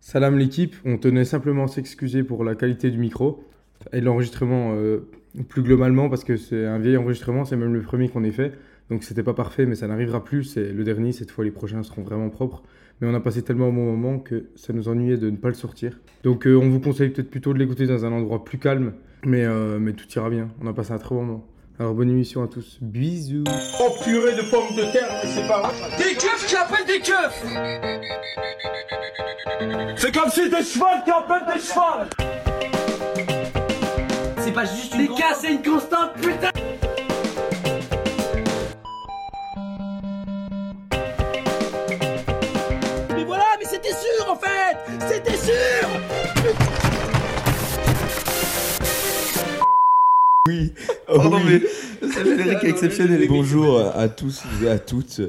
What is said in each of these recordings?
Salam l'équipe, on tenait simplement à s'excuser pour la qualité du micro et de l'enregistrement euh, plus globalement parce que c'est un vieil enregistrement, c'est même le premier qu'on ait fait. Donc c'était pas parfait mais ça n'arrivera plus, c'est le dernier, cette fois les prochains seront vraiment propres. Mais on a passé tellement un bon moment que ça nous ennuyait de ne pas le sortir. Donc euh, on vous conseille peut-être plutôt de l'écouter dans un endroit plus calme, mais, euh, mais tout ira bien, on a passé un très bon moment. Alors bonne émission à tous, bisous Oh purée de pommes de terre, mais c'est pas vrai. Des keufs qui appellent des keufs C'est comme si des chevals qui appellent des chevals. C'est pas juste Les gars, c'est une constante, putain Mais voilà, mais c'était sûr en fait C'était sûr Pardon, mais ce générique est exceptionnel. Bonjour à tous et à toutes.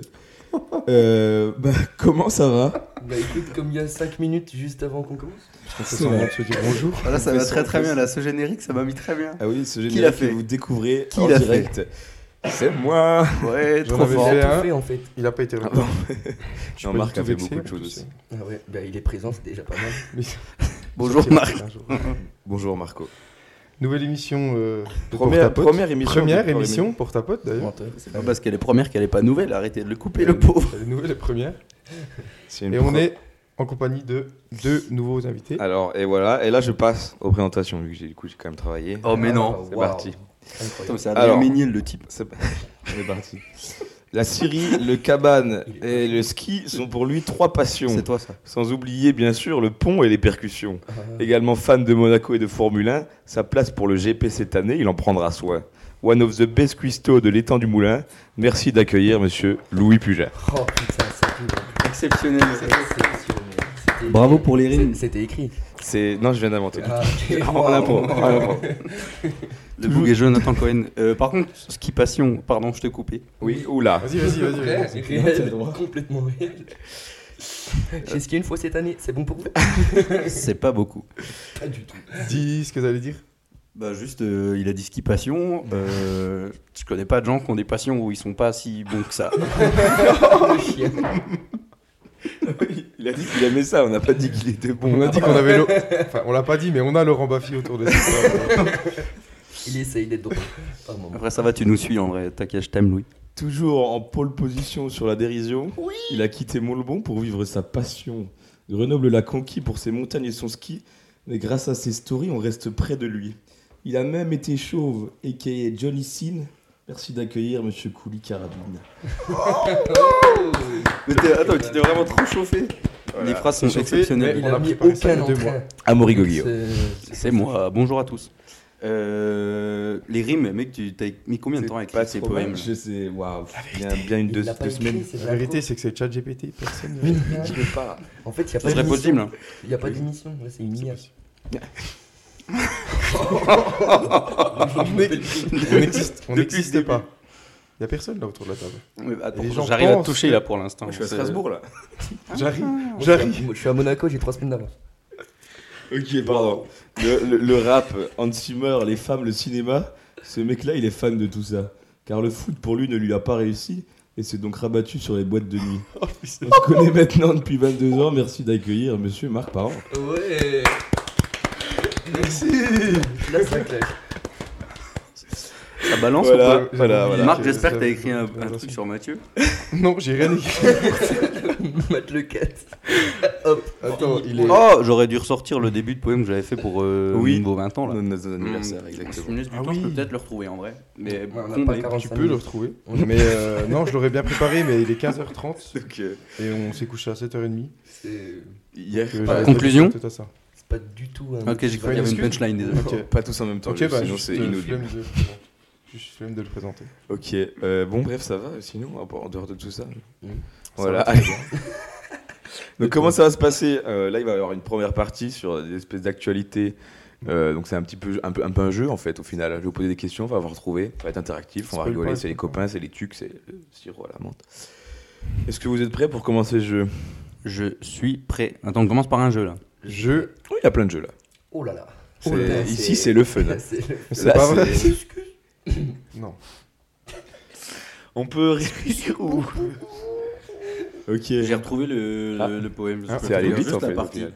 Euh, bah, comment ça va Bah écoute, comme il y a 5 minutes juste avant qu'on commence. Ah, Bonjour Voilà, Ah, ça va très très bien là. Ce générique, ça m'a mis très bien. Ah oui, ce l'a générique que fait vous découvrez Qui en l'a direct. C'est moi Ouais, J'en trop avais fort. fait Tout un. fait en fait. Il a pas été bon. reconnu. Jean-Marc tout a fait vexer, beaucoup de en choses plus. aussi. Ah ouais, bah il est présent, c'est déjà pas mal. Bonjour Marc. Bonjour Marco. Nouvelle émission. euh, de Première, Porte à Pote. première émission. Première de- émission pour ta pote d'ailleurs. Ah, parce qu'elle est première, qu'elle est pas nouvelle. Arrêtez de le couper, le pauvre. Elle est nouvelle, la première. C'est une Et on pro- est en compagnie de deux nouveaux invités. Alors, et voilà, et là je passe aux présentations, vu que j'ai- du coup j'ai quand même travaillé. Oh, mais non. C'est Ah, Waouh. parti. Incroyable. Putain, C'est un Alors. vieux ménil le type. C'est pas- on est parti. La Syrie, le cabane et le ski sont pour lui trois passions. C'est toi ça. Sans oublier bien sûr le pont et les percussions. Ah, Également fan de Monaco et de Formule 1, sa place pour le GP cette année, il en prendra soin. One of the best cuistots de l'étang du Moulin, merci d'accueillir monsieur Louis Puget. Oh putain, c'est cool. Exceptionnel. C'était- Bravo pour les rimes. C'est- C'était écrit. C'est... Non, je viens d'inventer. Ah, ok. On l'apprend, Oh, Ah, on l'apprend. Le bouc est Jonathan Cohen. Euh, par contre, ce qui passion, pardon, je te coupais. Oui, oula. Vas-y, vas-y, vas-y. Réel, vas-y. réel, complètement réel. J'ai skié une fois cette année, c'est bon pour vous C'est pas beaucoup. Pas du tout. Dis ce que t'allais dire. Bah juste, euh, il a dit ski passion. Euh, je connais pas de gens qui ont des passions où ils sont pas si bons que ça. Le chien. Il a dit qu'il aimait ça, on n'a pas dit qu'il était Bon, on bon. a dit qu'on avait. l'au- Enfin, on l'a pas dit, mais on a Laurent Baffy autour de ça. Il essaye d'être drôle. Par moment. Après ça va, tu nous suis en vrai. T'inquiète, je t'aime Louis. Toujours en pole position sur la dérision, il a quitté Montleban pour vivre sa passion. Grenoble l'a conquis pour ses montagnes et son ski, mais grâce à ses stories, on reste près de lui. Il a même été chauve, a.k.a. Johnny Sin. Merci d'accueillir Monsieur Couli Carabine. Mais t'es- attends, tu t'es vraiment trop chauffé. Les phrases sont Chauffé, exceptionnelles. mais Il on a a mis préparé ça aucun il y a deux mois. entrain. Amaury Ce- C'est moi, bonjour à tous. Euh, les rimes, mec, tu t'as mis combien de temps à écrire ces poèmes Je sais, waouh. Bien, bien une Il deux, l'a pas deux écrit, semaines. c'est de La vérité, c'est que c'est ChatGPT, personne. ne- con. Je peux pas. En fait, il n'y a Ce pas serait d'émission. possible. hein. Il n'y a pas d'émission, là, c'est une IA. On est- on existe, Depuis le on n'existe début. pas. Il y a personne là autour de la table. Mais attends, Les gens J'arrive à pensent te toucher que- là pour l'instant. C'est- là. J'arrive. Moi, je suis à- J'arrive. moi, Je suis à Monaco, j'ai trois semaines d'avance. Ok, pardon. Le, le- le rap, Hans Zimmer, les femmes, le cinéma, ce mec-là, il est fan de tout ça. Car le foot, pour lui, ne lui a pas réussi et s'est donc rabattu sur les boîtes de nuit. Oh, On se connaît maintenant depuis 22 ans. Merci d'accueillir monsieur Marc Parent. Ouais Merci Là, ça claque. Ça Ah, balance Voilà, ou voilà, pas voilà. Marc, j'espère que t'as écrit un, un Attention. truc sur Mathieu. Non, j'ai rien écrit. Mate le 4. Attends, il est. Oh, j'aurais dû ressortir le début de poème que j'avais fait pour euh, Oui. Mimbo 20 ans là. Nos Mmh, Je me laisse du Ah temps, oui. je peux peut-être le retrouver en vrai. Mais Ouais, on n'a comblé. pas 45 Tu peux le minutes. retrouver. Mais euh, non, je l'aurais bien préparé, mais il est 15h30 Donc, euh, et on s'est couché à 7h30. C'est hier, Que pas, j'arrête conclusion de- de- de- de- de- ça. c'est pas du tout un. Ok, j'ai cru Ouais, qu'il y avait une excuse. punchline, désolé. Ok, pas tous en même temps, ok, bah, sinon juste, c'est euh, inaudible. flemme de- bon, Juste flemme de le présenter. Ok, euh, bon, bref, ça va sinon, en- en dehors de tout ça. Voilà, Mm. va, allez. donc, comment ça va se passer Euh, Là, il va y avoir une première partie sur des espèces d'actualités. Euh, donc, c'est un petit peu un, peu un peu un jeu en fait. Au final, je vais vous poser des questions, on va vous retrouver, ça va être interactif, on va Spoil rigoler. pas, C'est les spoil copains, c'est les tucs, c'est le sirop à la menthe. Est-ce que vous êtes prêts pour commencer le jeu Je suis prêt. Attends, on commence par un jeu là. Je. Oui, il y a plein de jeux là. Oh là là. C'est- Oh là là, ici, c'est le fun. C'est Là, le- C'est pas vrai. c'est- Non. On peut réussir ou Ok. J'ai retrouvé le, Ah. le- le poème. Ah, je c'est peux aller te dire vite Ah, juste en la fait. au partie. final.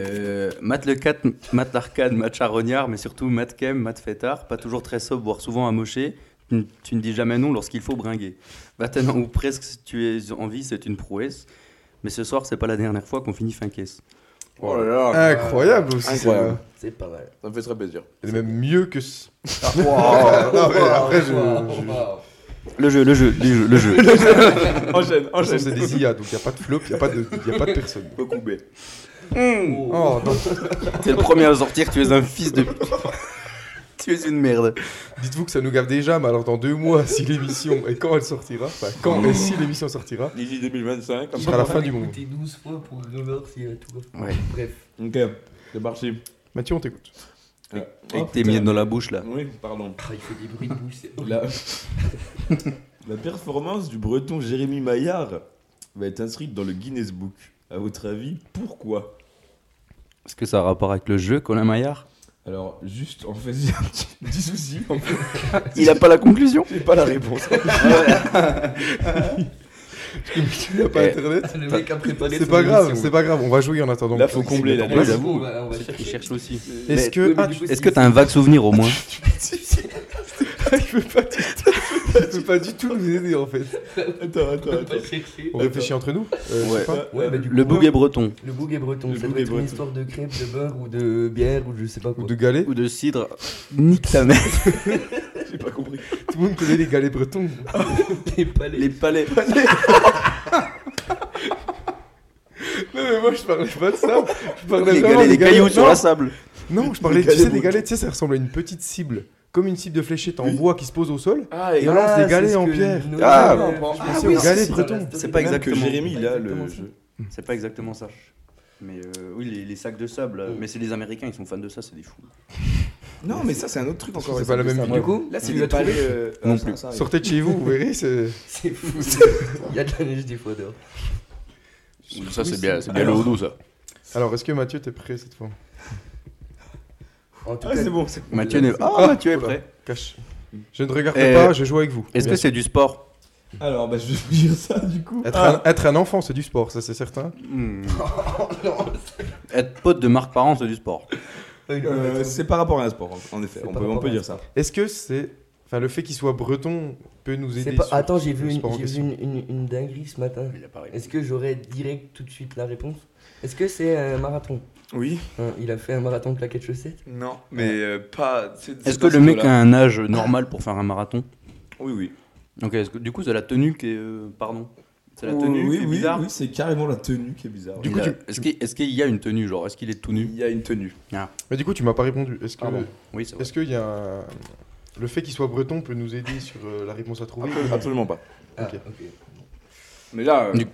Euh, Matt Lecat, Matt Larcade, Matt Charognard, mais surtout Matt Kem, Matt Fettard, pas toujours très sobre, voire souvent amoché. Tu, n- tu ne dis jamais non lorsqu'il faut bringuer. 21 ans ou presque, si tu es en vie, c'est une prouesse. Mais ce soir, c'est pas la dernière fois qu'on finit fin caisse. Oh là là. Incroyable aussi. Incroyable. celle-là. C'est pas mal. Ça me fait très plaisir. Elle est même mieux que. ce- Waouh. Non, Oh, mais après, je. je- Le jeu, le jeu, le jeu, le jeu. Enchaîne, De toute façon, enchaîne. c'est des IA, donc il n'y a pas de flop, il n'y a, pas de- y a pas de personne. Beaucoup B. Oh, non. T'es le premier à sortir, tu es un fils de. tu es une merde. Dites-vous que ça nous gave déjà, mais alors dans deux mois, si l'émission et quand elle sortira, enfin quand et si l'émission sortira, Lily 2025. ce sera la fin du monde. Écoutez 12 fois pour remercier à tout. Ouais. Bref. Ok, c'est parti. Ah. Mathieu, on t'écoute. Avec tes miettes dans la bouche là. Oui, pardon. Ah, il fait des bruits de bouche. c'est horrible. La... la performance du breton Jérémy Maillard va être inscrite dans le Guinness Book. À votre avis, pourquoi Est-ce que ça a rapport avec le jeu, Colin Maillard Alors, juste, en fait, j'ai un petit, petit souci. En fait, Il a pas la conclusion j'ai pas la réponse. Il n'y a pas Eh, internet Ah, Le mec a préparé. C'est son pas grave, émission. c'est pas grave, on va jouer en attendant. Là, faut combler, là. Ouais, Ouais, j'avoue. On va, on va chercher. Il cherche aussi. Est-ce Mais- que. Ah, tu Est-ce que t'as un vague souvenir au moins peux pas du tout. tu peux pas du tout nous aider en fait. attends, attends, On attends. va chercher. On réfléchit entre nous euh, je sais Ouais. pas. Ouais, bah, du coup, Le bouc est breton. Le boug est breton. Le ça boug doit est être une breton. histoire de crêpes, de beurre ou de bière ou je sais pas quoi. Ou de galets. Ou de cidre. Nique ta mère. J'ai pas compris. Tout le monde connaît les galets bretons. Les palais. Les palais. Ah Non, mais moi je parlais pas de ça. Je parlais Les vraiment galets, des les cailloux galets. sur la sable. Non, je parlais, Des tu sais, galets des bretons. galets, tu sais, ça ressemble à une petite cible. Comme une cible de fléchette en bois qui se pose au sol. Ah, Et on lance des galets en pierre. Ah, Je pensais aux galets bretons. C'est pas Même que exactement. Jérémy, il a Exactement le ça. jeu. C'est pas exactement ça. Mais euh, oui, les, les sacs de sable. là. Mais c'est les Américains, ils sont fans de ça, c'est des fous. Non, mais ça, c'est un autre truc encore. C'est pas la même vidéo. Du coup, là, c'est le palais. euh, Non ah, ça, plus. ça arrive. Sortez de chez vous, vous verrez. c'est- C'est fou. Il y a de la neige des fois dehors. Ça, c'est bien, c'est bien le houdou, ça. Alors, est-ce que Mathieu, t'es prêt cette fois En tout Ah, cas, c'est bon. c'est- Mathieu n'est Ah, Mathieu est prêt. Cache. Je ne regarde Euh, pas, je joue avec vous. Est-ce que c'est du sport Alors, bah, je vais vous dire ça, du coup. Être, Ah. un, être un enfant, c'est du sport, ça c'est certain. Hmm. Être pote de Marc Parent, c'est du sport. Euh, c'est par rapport à un sport, en- en effet. C'est On par peut, on rapport peut à un dire ça. Est-ce que c'est. Enfin, le fait qu'il soit breton peut nous c'est aider. pas... sur Attends, j'ai le vu, une, sport en j'ai vu question. une, une, une dinguerie ce matin. Il a pas répondu. Est-ce que j'aurais direct tout de suite la réponse Est-ce que c'est un marathon Oui. Hein, Il a fait un marathon de plaquettes chaussettes Non, mais euh, pas. c'est- c'est Est-ce que dans le ce mec dos-là. a un âge normal pour faire un marathon Oui, oui. Ok, est-ce que- du coup, c'est la tenue qui est. euh, pardon. C'est la tenue oui, qui est oui, bizarre. oui, c'est carrément la tenue qui est bizarre. Du Il coup, a- tu- est-ce qu'il est-ce qu'il y a une tenue Genre, est-ce qu'il est tout nu il y a une tenue. Mais du coup, tu m'as pas répondu. Est-ce que. Pardon. Oui, c'est vrai. Est-ce qu'il y a un- Le fait qu'il soit breton peut nous aider sur euh, la réponse à trouver Absolument pas. Ah, Ok. ok. Mais là. euh, Du-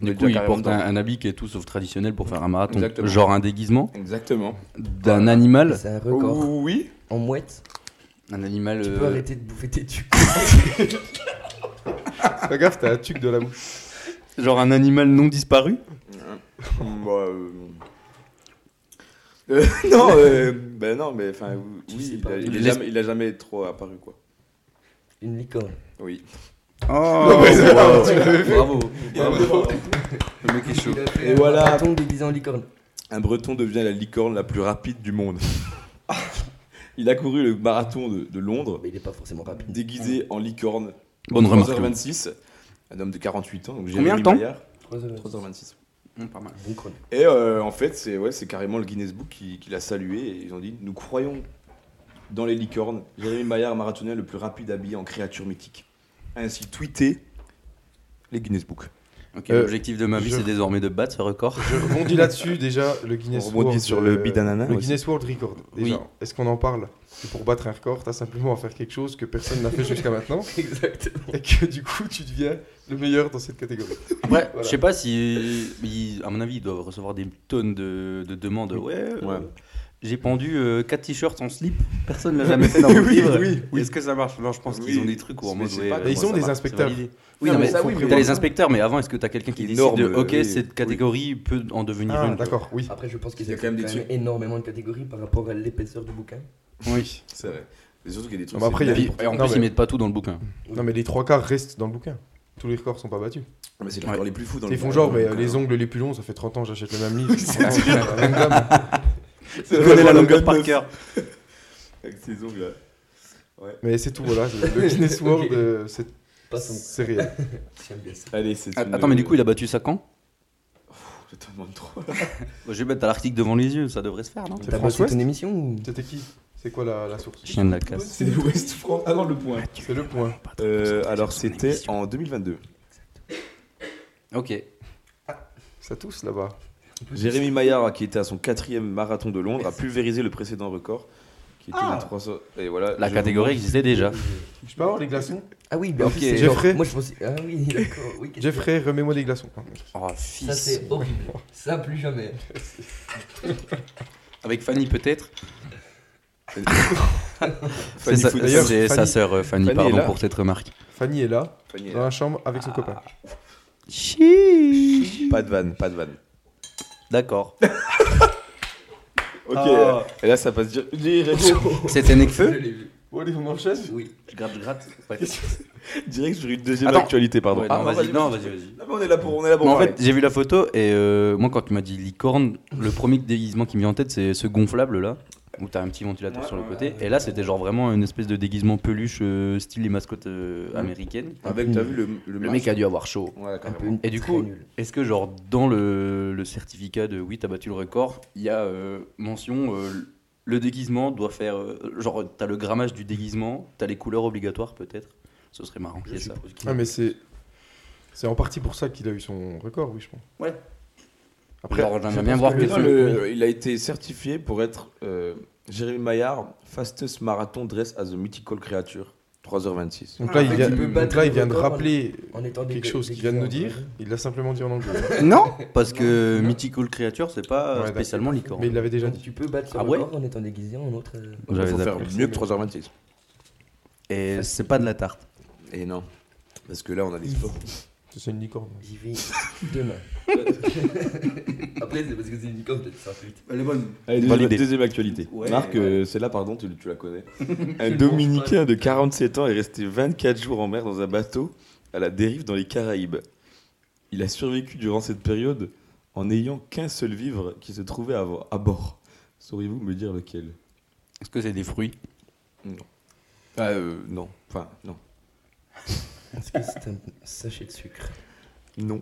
Du coup, il porte un, un... un habit qui est tout sauf traditionnel pour faire un marathon. Exactement. Genre un déguisement Exactement. d'un animal. C'est un record. Oh, Oui. En mouette, Un animal. tu euh, peux arrêter de bouffer tes tucs. Fais gaffe, t'as un tuc de la bouche. Genre un animal non disparu Hum, bah, euh, euh, non, euh, ben non, mais enfin, Tu oui, sais il pas. a, il est Laisse- jamais, il a jamais trop apparu quoi. Une licorne. Oui. Ah, Oh Bravo. Le mec est chaud. Et voilà. Un marathon déguisé en licorne. Un Breton devient la licorne la plus rapide du monde. il a couru le marathon de, de Londres Oh, Mais il est pas forcément rapide. déguisé en licorne. Bonne remarque. 3h26. Un homme de 48 ans. Donc Combien Jérémy de temps Maillard, 3 heures. 3h26. Hum, pas mal. Bon chrono. Et euh, en fait, c'est ouais, c'est carrément le Guinness Book qui, qui l'a salué et ils ont dit Nous croyons dans les licornes. Jérémy Maillard marathonien le plus rapide habillé en créature mythique. A ainsi tweeté les Guinness Book. Ok, Euh, l'objectif de ma vie, je- c'est désormais de battre ce record. Je rebondis là-dessus déjà, le Guinness On rebondit World, euh, sur le bidanana Le aussi. Guinness World Record. Déjà, Oui. est-ce qu'on en parle Et Pour battre un record, t'as simplement à faire quelque chose que personne n'a fait jusqu'à maintenant Exact. et que du coup, tu deviens le meilleur dans cette catégorie. Après, Voilà. je sais pas si. ils- à mon avis, ils doivent recevoir des tonnes de, de demandes. Ouais, euh, Ouais. j'ai pendu 4 t-shirts en slip. Personne ne l'a jamais fait dans mon Oui, livre. oui, oui. Est-ce que ça marche Non, je pense qu'ils Oui. ont des trucs où en Mais mode. c'est ouais, pas- euh, Mais ils moi, ont ça des marche, inspecteurs. c'est validé. Oui, Non, non, mais mais ça, oui, mais T'as les bon. inspecteurs, mais avant, est-ce que t'as quelqu'un qui décide Énorme, de Ok, oui, cette oui. catégorie peut en devenir Ah, une. d'accord, oui. Après, je pense qu'il Il y a quand même des trucs. énormément de catégories par rapport à l'épaisseur du bouquin. Oui. C'est vrai. Mais surtout qu'il y a des trucs. Ah bah après, c'est il y a- dingue. Et en Non, plus, mais- ils mettent pas tout dans le bouquin. Non, mais les trois quarts restent dans le bouquin. tous les records sont pas battus. Mais c'est les records les plus fous dans le Ils font monde. genre, mais euh, les ongles les plus longs, ça fait 30 ans, j'achète le même livre. C'est Ouais, sûr. la même gamme. Je connais la longueur de par neuf. cœur. Avec ses ongles là. mais c'est tout, voilà. c'est- Le Guinness World, euh, c'est Passons. c'est réel. J'aime bien ça. Allez, c'est. une- Attends, mais du coup, il a battu ça quand Je t'en demande trop. Bah, Je vais mettre à l'article devant les yeux, ça devrait se faire, non C'est T'as France passé Ouest ton émission ou C'était qui C'est quoi la, la source Chien de la casse. C'est l'Ouest France. Ah non, le point. C'est le point. Euh, alors, c'était en 2022. Ok. Ça tousse là-bas. Jérémy Maillard, qui était à son quatrième marathon de Londres, a pulvérisé le précédent record. Qui était de 300. Et voilà. La je- catégorie existait déjà. Je peux avoir des glaçons Ah oui, bah Ok, ok. c'est Jeffrey. genre- Moi je pensais. Ah oui, d'accord. Oui, qu'est-ce que- Jeffrey, remets-moi des glaçons. Oh, Ça fils. c'est horrible. Ça plus jamais. Avec Fanny, peut-être C'est Fanny sa, Foot- d'ailleurs, c'est sa Fanny- sœur, euh, Fanny, Fanny est pardon là. pour cette remarque. Fanny est là, Fanny, dans la chambre, avec son copain. Pas de vanne, pas de vanne. D'accord. Ok. Ah. Et là, ça passe dire. C'était Necfeu l'ai vu. Bon, allez, on enchaîne Oui. Je gratte, je gratte. Ouais. Direct sur une deuxième Attends. actualité, pardon. Ouais, Ah, non, vas-y, non, vas-y, vas-y. Non, mais on est là pour. On est là pour Mais en parler. fait, j'ai vu la photo et euh, moi, quand tu m'as dit licorne, le premier déguisement qui me vient en tête, c'est ce gonflable là, où t'as un petit ventilateur sur le côté. Et là, c'était genre vraiment une espèce de déguisement peluche euh, style les mascottes euh, américaines. Avec, t'as vu le, le, Le mec a dû avoir chaud. Ouais, Un carrément. peu une- Et du très coup, nulle. est-ce que genre dans le, le certificat de oui, t'as battu le record, il y a euh, mention euh, le déguisement doit faire euh, genre t'as le grammage du déguisement, t'as les couleurs obligatoires peut-être. Ce serait marrant qu'il y ait ça. Ah, mais c'est. C'est en partie pour ça qu'il a eu son record, oui, je pense. Ouais. Après, Genre, j'aimerais je bien pense voir que- Mais que- non, le- euh, il a été certifié pour être euh, Jérémy Maillard, fastest marathon dress as a mythical creature, 3h26. Donc là, il Ah, vient, tu peux donc battre là, le il vient de record, rappeler En euh, étant des- quelque chose des- qu'il vient de nous des- dire. Il l'a simplement dit en anglais. Non, parce que Mythical Creature, c'est pas euh, Ouais, spécialement licorne. Mais il l'avait déjà dit. Tu peux battre son Ah ouais record en étant déguisé en autre. euh, Il J'avais faut faire zappé. mieux que 3h26. Et c'est pas de la tarte. Et non. Parce que là, on a des sports. C'est une licorne. J'y vais demain. Après, c'est parce que c'est une licorne, peut-être ça pute. Elle est bonne. Allez, deuxième, Validé. deuxième actualité. Ouais. Marc, euh, celle-là, pardon, tu, tu la connais. un Dominicain de 47 ans est resté 24 jours en mer dans un bateau à la dérive dans les Caraïbes. Il a survécu durant cette période en n'ayant qu'un seul vivre qui se trouvait à, vo- à bord. Sauriez-vous me dire lequel Est-ce que c'est des fruits Ah, euh, non. Enfin, non. Est-ce que c'est un sachet de sucre Non.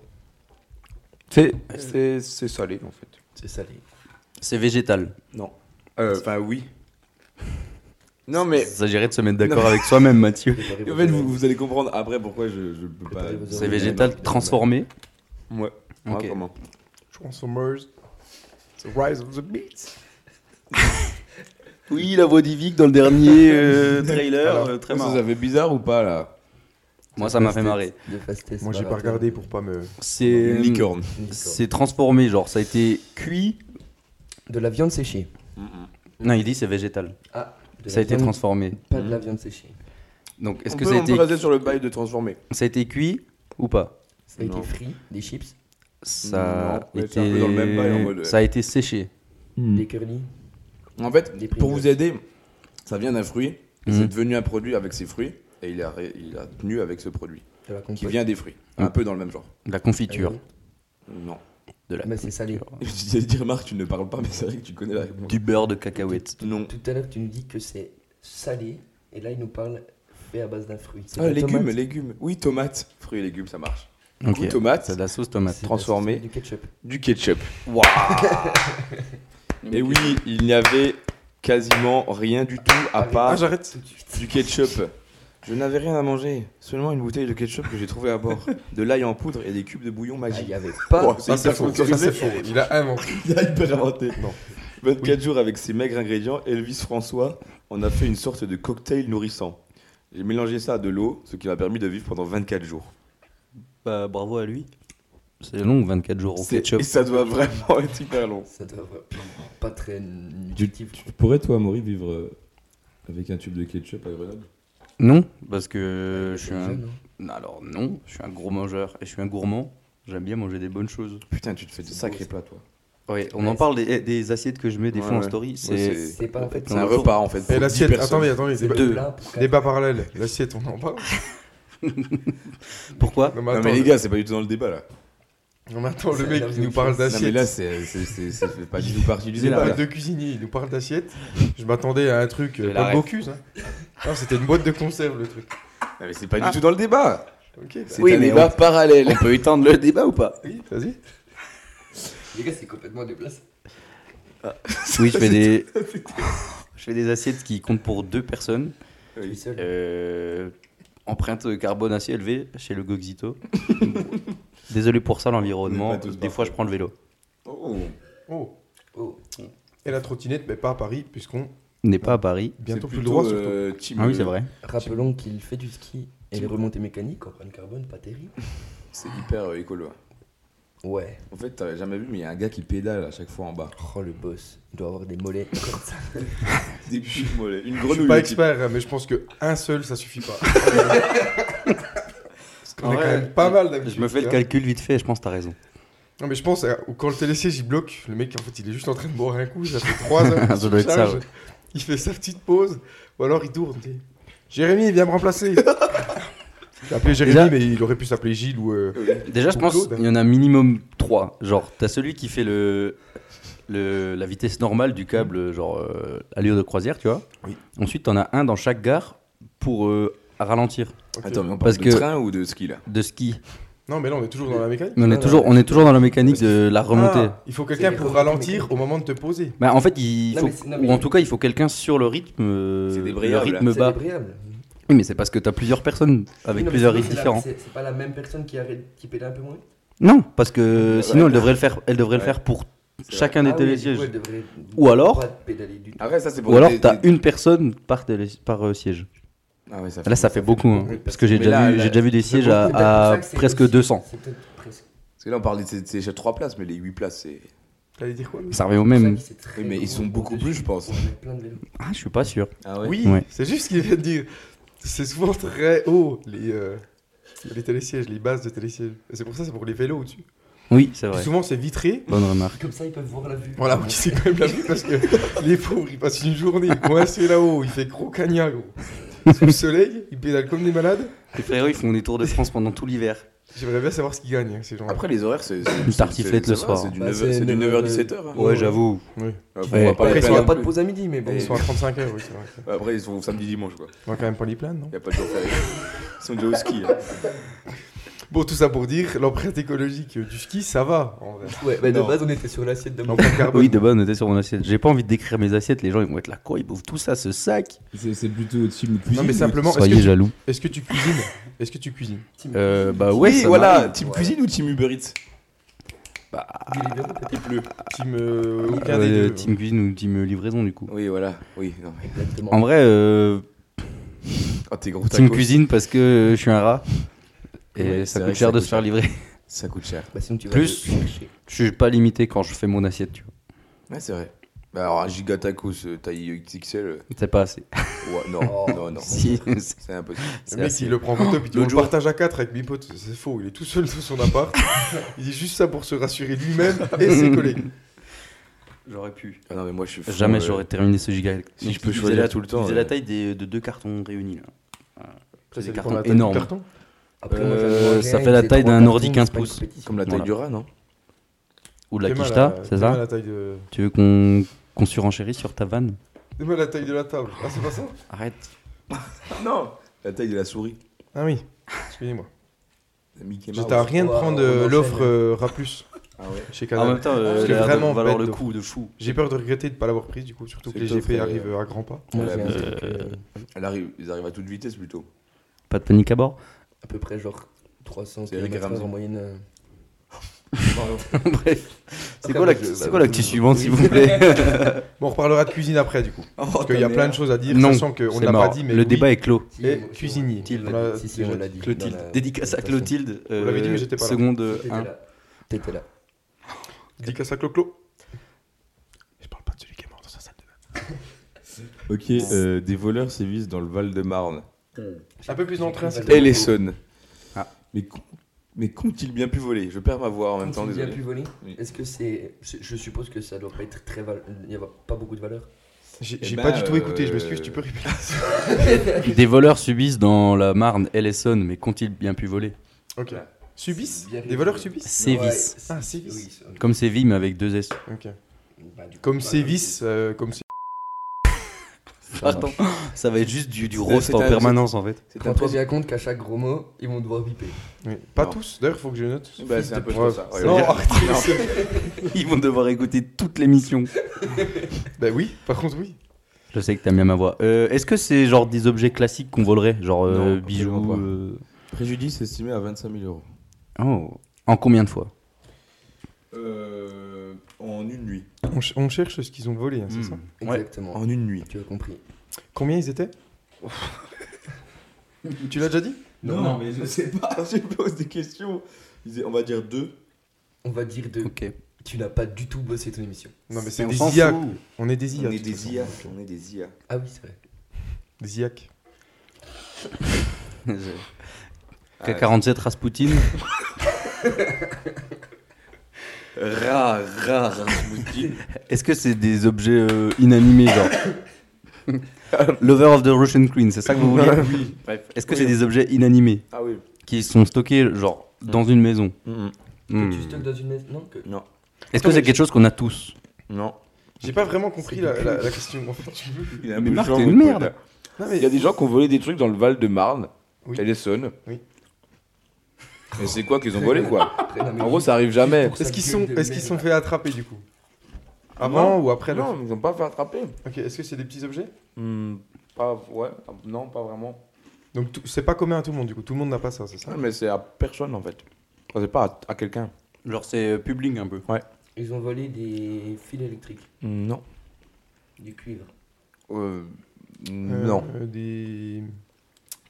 C'est, Euh, c'est, salé en fait. C'est salé. C'est végétal. Non. Euh, Enfin oui. Non mais Il s'agirait de se mettre d'accord avec soi-même, Mathieu. en fait vous, vous allez comprendre après pourquoi je je peux pas. Préparez vos C'est oreilles. végétal transformé. Ouais. Ok. Ouais, comment Transformers. The Rise of the Beast. Oui, la voix d'Ivic dans le dernier euh, trailer, Alors, euh, très ça, marrant. ça fait bizarre ou pas là Moi, ça m'a fait marrer. De fastest Moi, j'ai pas marathon. regardé pour pas me. C'est Licorne. Licorne. c'est transformé, genre ça a été cuit. De la viande séchée. Non, il dit c'est végétal. Ah, de Ça la a été viande- transformé. Pas de la viande séchée. Donc, est-ce On que peut- ça a on peut été rester sur le bail de transformer ça a été cuit ou pas Ça a été Non. frit, des chips, Non, Ça a mais c'est un peu dans le même bail, en été mode, ça a été séché. Hmm. des curly. En fait, Des pour Pringles. vous aider, ça vient d'un fruit. et Mhm. C'est devenu un produit avec ses fruits et il a ré- il a tenu avec ce produit De la qui compote. vient des fruits. Un Mhm. peu dans le même genre. De la confiture. Euh, Non. De la Mais Bah, c'est salé. Je dire Marc, tu ne parles pas mais c'est vrai que tu connais la réponse. Du Ah, beurre de cacahuète. Non. Tout à l'heure, tu nous dis que c'est salé, et là, il nous parle fait à base d'un fruit. C'est Ah, des légumes, tomates. légumes. Oui, tomates. Fruits et légumes, ça marche. Ok. Goût tomate, C'est de la sauce C'est tomate. de la transformé. sauce, Du ketchup. du ketchup. Et oui, il n'y avait quasiment rien du tout à part Ah, j'arrête. du ketchup. Je n'avais rien à manger, seulement une bouteille de ketchup que j'ai trouvée à bord, de l'ail en poudre et des cubes de bouillon Ah, il magique. n'y avait pas. Oh, Ça, c'est hyper faux. Ça, sponsorisé. c'est faux. Il a inventé. Il a hyper inventé. Non. 24 jours avec ses maigres ingrédients, Elvis François en a fait une sorte de cocktail nourrissant. J'ai mélangé ça à de l'eau, ce qui m'a permis de vivre pendant 24 jours. Bah, bravo à lui. C'est long, 24 jours au C'est- ketchup. Et ça doit vraiment être hyper long. Ça doit avoir pas très nutritif. Tu pourrais, toi, Amaury, vivre euh, avec un tube de ketchup à Grenoble Non, parce que je suis Jeune, un... hein. Non, Alors non, je suis un gros mangeur et je suis un gourmand. J'aime bien manger des bonnes choses. Putain, tu te fais des sacrés plats, toi. Ouais, on Ouais, en parle des, des assiettes que je mets des Ouais, fois en ouais. story. Ouais, C'est C'est pas en fait. C'est un repas, en fait. Et pour 10 l'assiette. personnes. Attendez, attendez. C'est Débat, deux plats pour quatre. débat parallèle. L'assiette, on en parle. Pourquoi Non, mais Non attends, mais les le- gars, c'est pas du tout dans le débat là. non, mais attends, le Ça a mec l'air qui de nous ouf. parle Non mais d'assiette. là, c'est c'est- c'est- ça fait pas du tout partie du Il est Il débat. là. parle là. de cuisinier, il nous parle d'assiette. Je m'attendais à un truc, la euh, pas de ref. Bocuse. Hein. Non, c'était une boîte de conserve le truc. Non mais c'est pas du tout dans le débat. Ok, bah, C'est un débat parallèle. On peut étendre le débat ou pas oui, vas-y. Les gars, c'est complètement déplacé. Oui, je fais des. Je fais des assiettes qui comptent pour deux personnes. Oui. Euh, empreinte carbone assez élevée chez le Goxito. Désolé pour ça, On l'environnement. est pas tous Des parfaits. fois, je prends le vélo. Oh. Oh. Oh. Et la trottinette, mais pas à Paris, puisqu'on N'est pas à Paris. bientôt C'est plus le plutôt, droit surtout. euh, team- Ah oui, c'est vrai. Rappelons qu'il fait du ski et les remontées mécaniques, empreinte carbone, pas terrible. C'est hyper euh, écolo. hein. Ouais. En fait, t'avais jamais vu, mais il y a un gars qui pédale à chaque fois en bas. Oh le boss, il doit avoir des mollets comme ça. Des petits mollets. Une Je suis grenouille. pas le type. expert, hein, mais je pense que un seul, ça suffit pas. Parce qu'on En est quand vrai, même pas mal d'habitude. Je me fais le hein. calcul vite fait, je pense que t'as raison. Non, mais je pense, euh, quand le télésiège il bloque, le mec en fait il est juste en train de boire un coup, ça fait 3 heures. qu'il Ça doit être ça, charge. ouais. Il fait sa petite pause, ou alors il tourne. il dit, Jérémy, viens me remplacer. J'ai appelé Jérémy, Déjà- mais il aurait pu s'appeler Gilles ou. euh, Déjà, je Ou pense Claude. qu'il y en a minimum trois. Genre, t'as celui qui fait le, le- la vitesse normale du câble, genre euh, allure de croisière, tu vois. Oui. Ensuite, t'en as un dans chaque gare pour euh, ralentir ok. Attends, mais on parle Parce de que- train ou de ski là de ski. Non, mais là on est toujours dans la mécanique. Mais on est Ah, toujours, on est toujours dans la mécanique de la remontée. Ah, il faut quelqu'un C'est les pour remontées ralentir au moment de te poser. Bah, en fait, il Non, faut, mais c'est- non, ou en mais- tout cas, il faut quelqu'un sur le rythme, euh, C'est le débrayable, là. rythme C'est bas. agréable. Oui, mais c'est parce que t'as plusieurs personnes avec Oui, non, mais plusieurs rythmes sinon, c'est la- différents. C'est c'est pas la même personne qui, arrête, qui pédale un peu moins Non, parce que Ouais, sinon, ouais. elle devrait le faire, elle devrait le Ouais. faire pour C'est chacun des Ah oui, télésièges. du coup, elle devrait Ou alors- pas pédaler du tout. Arrête, ça c'est pour Ou alors, des- t'as des- une personne par, télé- par euh, siège. Ah ouais, ça fait- Là, ça fait beaucoup, hein, Oui, parce que j'ai mais déjà, là, vu- là, j'ai déjà vu des sièges C'est peut-être pour euh, à, à ça que c'est presque aussi- 200. C'est peut-être presque. Parce que là, on parle de ces- ces 3 places, mais les 8 places, c'est. T'allais dire quoi Louis Ça revient au pour ça même. que c'est très Oui, mais ils grand sont beaucoup au-dessus. plus, je pense. On met plein de vélos. Ah, je suis pas sûr. Ah Oui, Ouais. c'est juste ce qu'il vient de dire. C'est souvent très haut les, euh, les télésièges, les bases de télésièges. Et C'est pour ça, c'est pour les vélos au-dessus. Oui, c'est Puis vrai. Souvent c'est vitré. Bonne remarque. Comme ça, ils peuvent voir la vue. Voilà, oui, c'est quand même la vie parce que les pauvres, ils passent une journée coincés là-haut, il fait gros cagnard, gros. Sous le soleil, ils pédalent comme des malades. Les frérots, ils font des tours de France pendant tout l'hiver. J'aimerais bien savoir ce qu'ils gagnent, hein, ces gens-là. Après, les horaires, c'est. Une tartiflette le soir. C'est du Bah, 9 c'est c'est du 9 9h-17h. Ouais, j'avoue. Ouais. Après, Après, les il n'y a plaindre pas non de plus. pause à midi, mais bon. Ils sont à 35 heures, oui, c'est vrai. Après, ils sont samedi, dimanche, quoi. On va quand même pas les plaindre, non Il a pas de jour férié. Ils sont déjà au ski. hein. Bon, tout ça pour dire, l'empreinte écologique du ski, ça va, en vrai. Ouais, bah de Non. base, on était sur l'assiette de mon. L'empreinte carbone. Oui, de bonne, on était sur mon assiette. J'ai pas envie de décrire mes assiettes. Les gens, ils vont être là. Quoi, ils bouffent tout ça, ce sac C'est c'est plutôt team cuisine. non, mais simplement, est-ce Soyez que, tu, jaloux. est-ce que tu cuisines Est-ce que tu cuisines Euh, bah ouais, Oui, ça voilà. m'arrive. Team cuisine ou team Uber Eats Il pleut. Team. euh, aucun des Euh, deux. team cuisine ou team livraison, du coup. Oui, voilà. Oui, non, mais. En vrai, euh, Quand Oh, t'es gros, team tacos, cuisine parce que euh, je suis un rat. Et Ouais, c'est ça vrai coûte que cher ça de coûte se faire cher. livrer. ça coûte cher. Bah, sinon, tu vas Plus. le chercher. Je suis pas limité quand je fais mon assiette, tu vois. Ouais, c'est vrai. Bah, Alors, un giga tacos euh, taille XXL. euh, C'est pas assez. Ouais, non, non, non. Si, c'est- C'est impossible. c'est Le mec, assez. il le prend pour toi, puis tu L'autre le jour- partage à 4 avec mes potes. C'est faux, il est tout seul dans son appart. il dit juste ça pour se rassurer lui-même et ses collègues. J'aurais pu. Ah non, mais moi, je suis. fou, Jamais euh, j'aurais terminé ce giga. Si je peux choisir tout le temps, C'est euh. la taille des- de deux cartons réunis. Là. Ça, des dépend cartons de la taille du énormes. carton. Après, moi, j'aime Euh, manger ça un fait la des taille trois d'un cartons, ordi c'est 15 pas une pouces. compétition. Comme la taille Voilà. du rat, non Ou de la T'es mal quicheta, à- c'est t'es mal à ça la taille de... Tu veux qu'on qu'on surenchérisse sur ta vanne t'es mal à la taille de la table. Ah, c'est pas ça Arrête. Non La taille de la souris. Ah oui. Excusez-moi. La Mickey Mouse. J'étais à rien de Ouais, prendre on euh, enchaîne. l'offre euh, Rat Plus Ah ouais. chez En Canal. même temps, euh, Parce que elle a l'air de vraiment valoir bête le de coup de fou. J'ai peur de regretter de ne pas l'avoir prise, du coup, surtout que C'est les top, GP euh, arrivent à grands pas. Moi, j'ai un Euh, truc, euh, Elle arrive, ils arrivent à toute vitesse plutôt. Pas de panique à bord à peu près genre 300 C'est Eric km Ramsey. en moyenne. euh. Bref. C'est Après, quoi moi, l'actu- je- c'est bah, quoi bah, l'actu je- suivante, s'il vous plaît Bon, on reparlera de cuisine après, du coup. Oh, Parce qu'il y a plein de choses à dire, Oh, Non, sachant qu'on c'est ne l'a pas mort. dit, mais Le oui. débat est clos. Si, Et on- si, cuisinier. on- si, on On l'a- l'a- Si, si, on l'a dit. Clotilde. dans la- Dédicace à Clotilde. Vous l'avez dit, mais j'étais pas là. Seconde T'étais 1. là. T'étais là. Dédicace à Clo-Clo. Je parle pas de celui qui est mort dans sa salle de bain. Ok, euh, des voleurs sévissent dans le Val-de-Marne. Un peu plus dans le train, c'est Et l'Essonne. Ah. Mais, qu'ont- mais qu'ont-ils bien pu voler Je perds ma voix en même temps, Quand il y a désolé. plus volé, Oui. Est-ce que c'est. Je je suppose que ça doit pas être très. val- Il n'y a pas beaucoup de valeur. J'ai Eh j'ai ben, pas du tout écouté, je euh, m'excuse, tu peux répéter. Des voleurs subissent dans la Marne et l'Essonne, mais qu'ont-ils bien pu voler Ok. Subissent Bien Des voleurs subissent Sévices. Ah, sévices. Oui, Comme Séville, mais avec deux S. Ok. bah, du coup, Comme bah, sévices, euh, comme sé- Attends, ça va être juste du, du C'est- roast c'est en un- permanence en fait. C'est un Rends-toi peu- bien compte qu'à chaque gros mot, ils vont devoir viper. Oui. Pas Non. tous, d'ailleurs, faut que je note. Bah, c'est un peu Ouais. chaud, ça. Non, Ouais. arrêtez. Ils vont devoir écouter toute l'émission. Bah oui, par contre, oui. Je sais que t'aimes bien ma voix. Euh, Est-ce que c'est genre des objets classiques qu'on volerait Genre Non, euh, bijoux absolument pas. euh, Préjudice estimé à 25 000 euros. Oh. En combien de fois Euh, en une nuit. On, ch- on cherche ce qu'ils ont volé, Hmm. hein, c'est ça Ouais. Exactement. En une nuit. Tu as compris. Combien ils étaient Tu l'as déjà dit Non, mais je sais pas, je pose des questions. Il disait, On va dire deux. On va dire de. Ok. Tu n'as pas du tout bossé ton émission. Non, mais c'est On des s'en IAC. fout. On est des On IAC. est des IA. On est des IA. Ah oui, c'est vrai. Des IAC. K47 Rasputin. Ra, ra, Rasputin. Est-ce que c'est des objets euh, inanimés genre Lover of the Russian Queen, c'est ça que vous voulez Bref. Est-ce que c'est des objets inanimés ah oui. qui sont stockés genre dans une maison Hmm. Que tu stockes dans une maison. Non, que. Non. Est-ce que c'est quelque chose qu'on a tous Non. J'ai pas vraiment compris la, la- la question. Enfin, tu veux- Il y a Mais Marc, gens t'es qui une volent. merde. Non, mais- Il y a des gens qui ont volé des trucs dans le Val-de-Marne, Oui. et l'Essonne. Oui. Mais c'est quoi qu'ils ont volé, quoi Après, non, mais En gros, ça arrive jamais. pour ça Est-ce qu'ils que sont, de est-ce qu'ils merde. sont fait attraper du coup Avant ou après la- Non, ils n'ont pas fait attraper. Ok, est-ce que c'est des petits objets Hmm, pas, ouais, non, pas vraiment. Donc tout- c'est pas commun à tout le monde du coup, tout le monde n'a pas ça, c'est ça Euh, Non, Ah, mais c'est à personne, en fait. Enfin, c'est pas à, à quelqu'un. Genre c'est euh, public un peu. Ils ont volé des fils électriques, Non. du cuivre. Euh, Euh, non. euh, des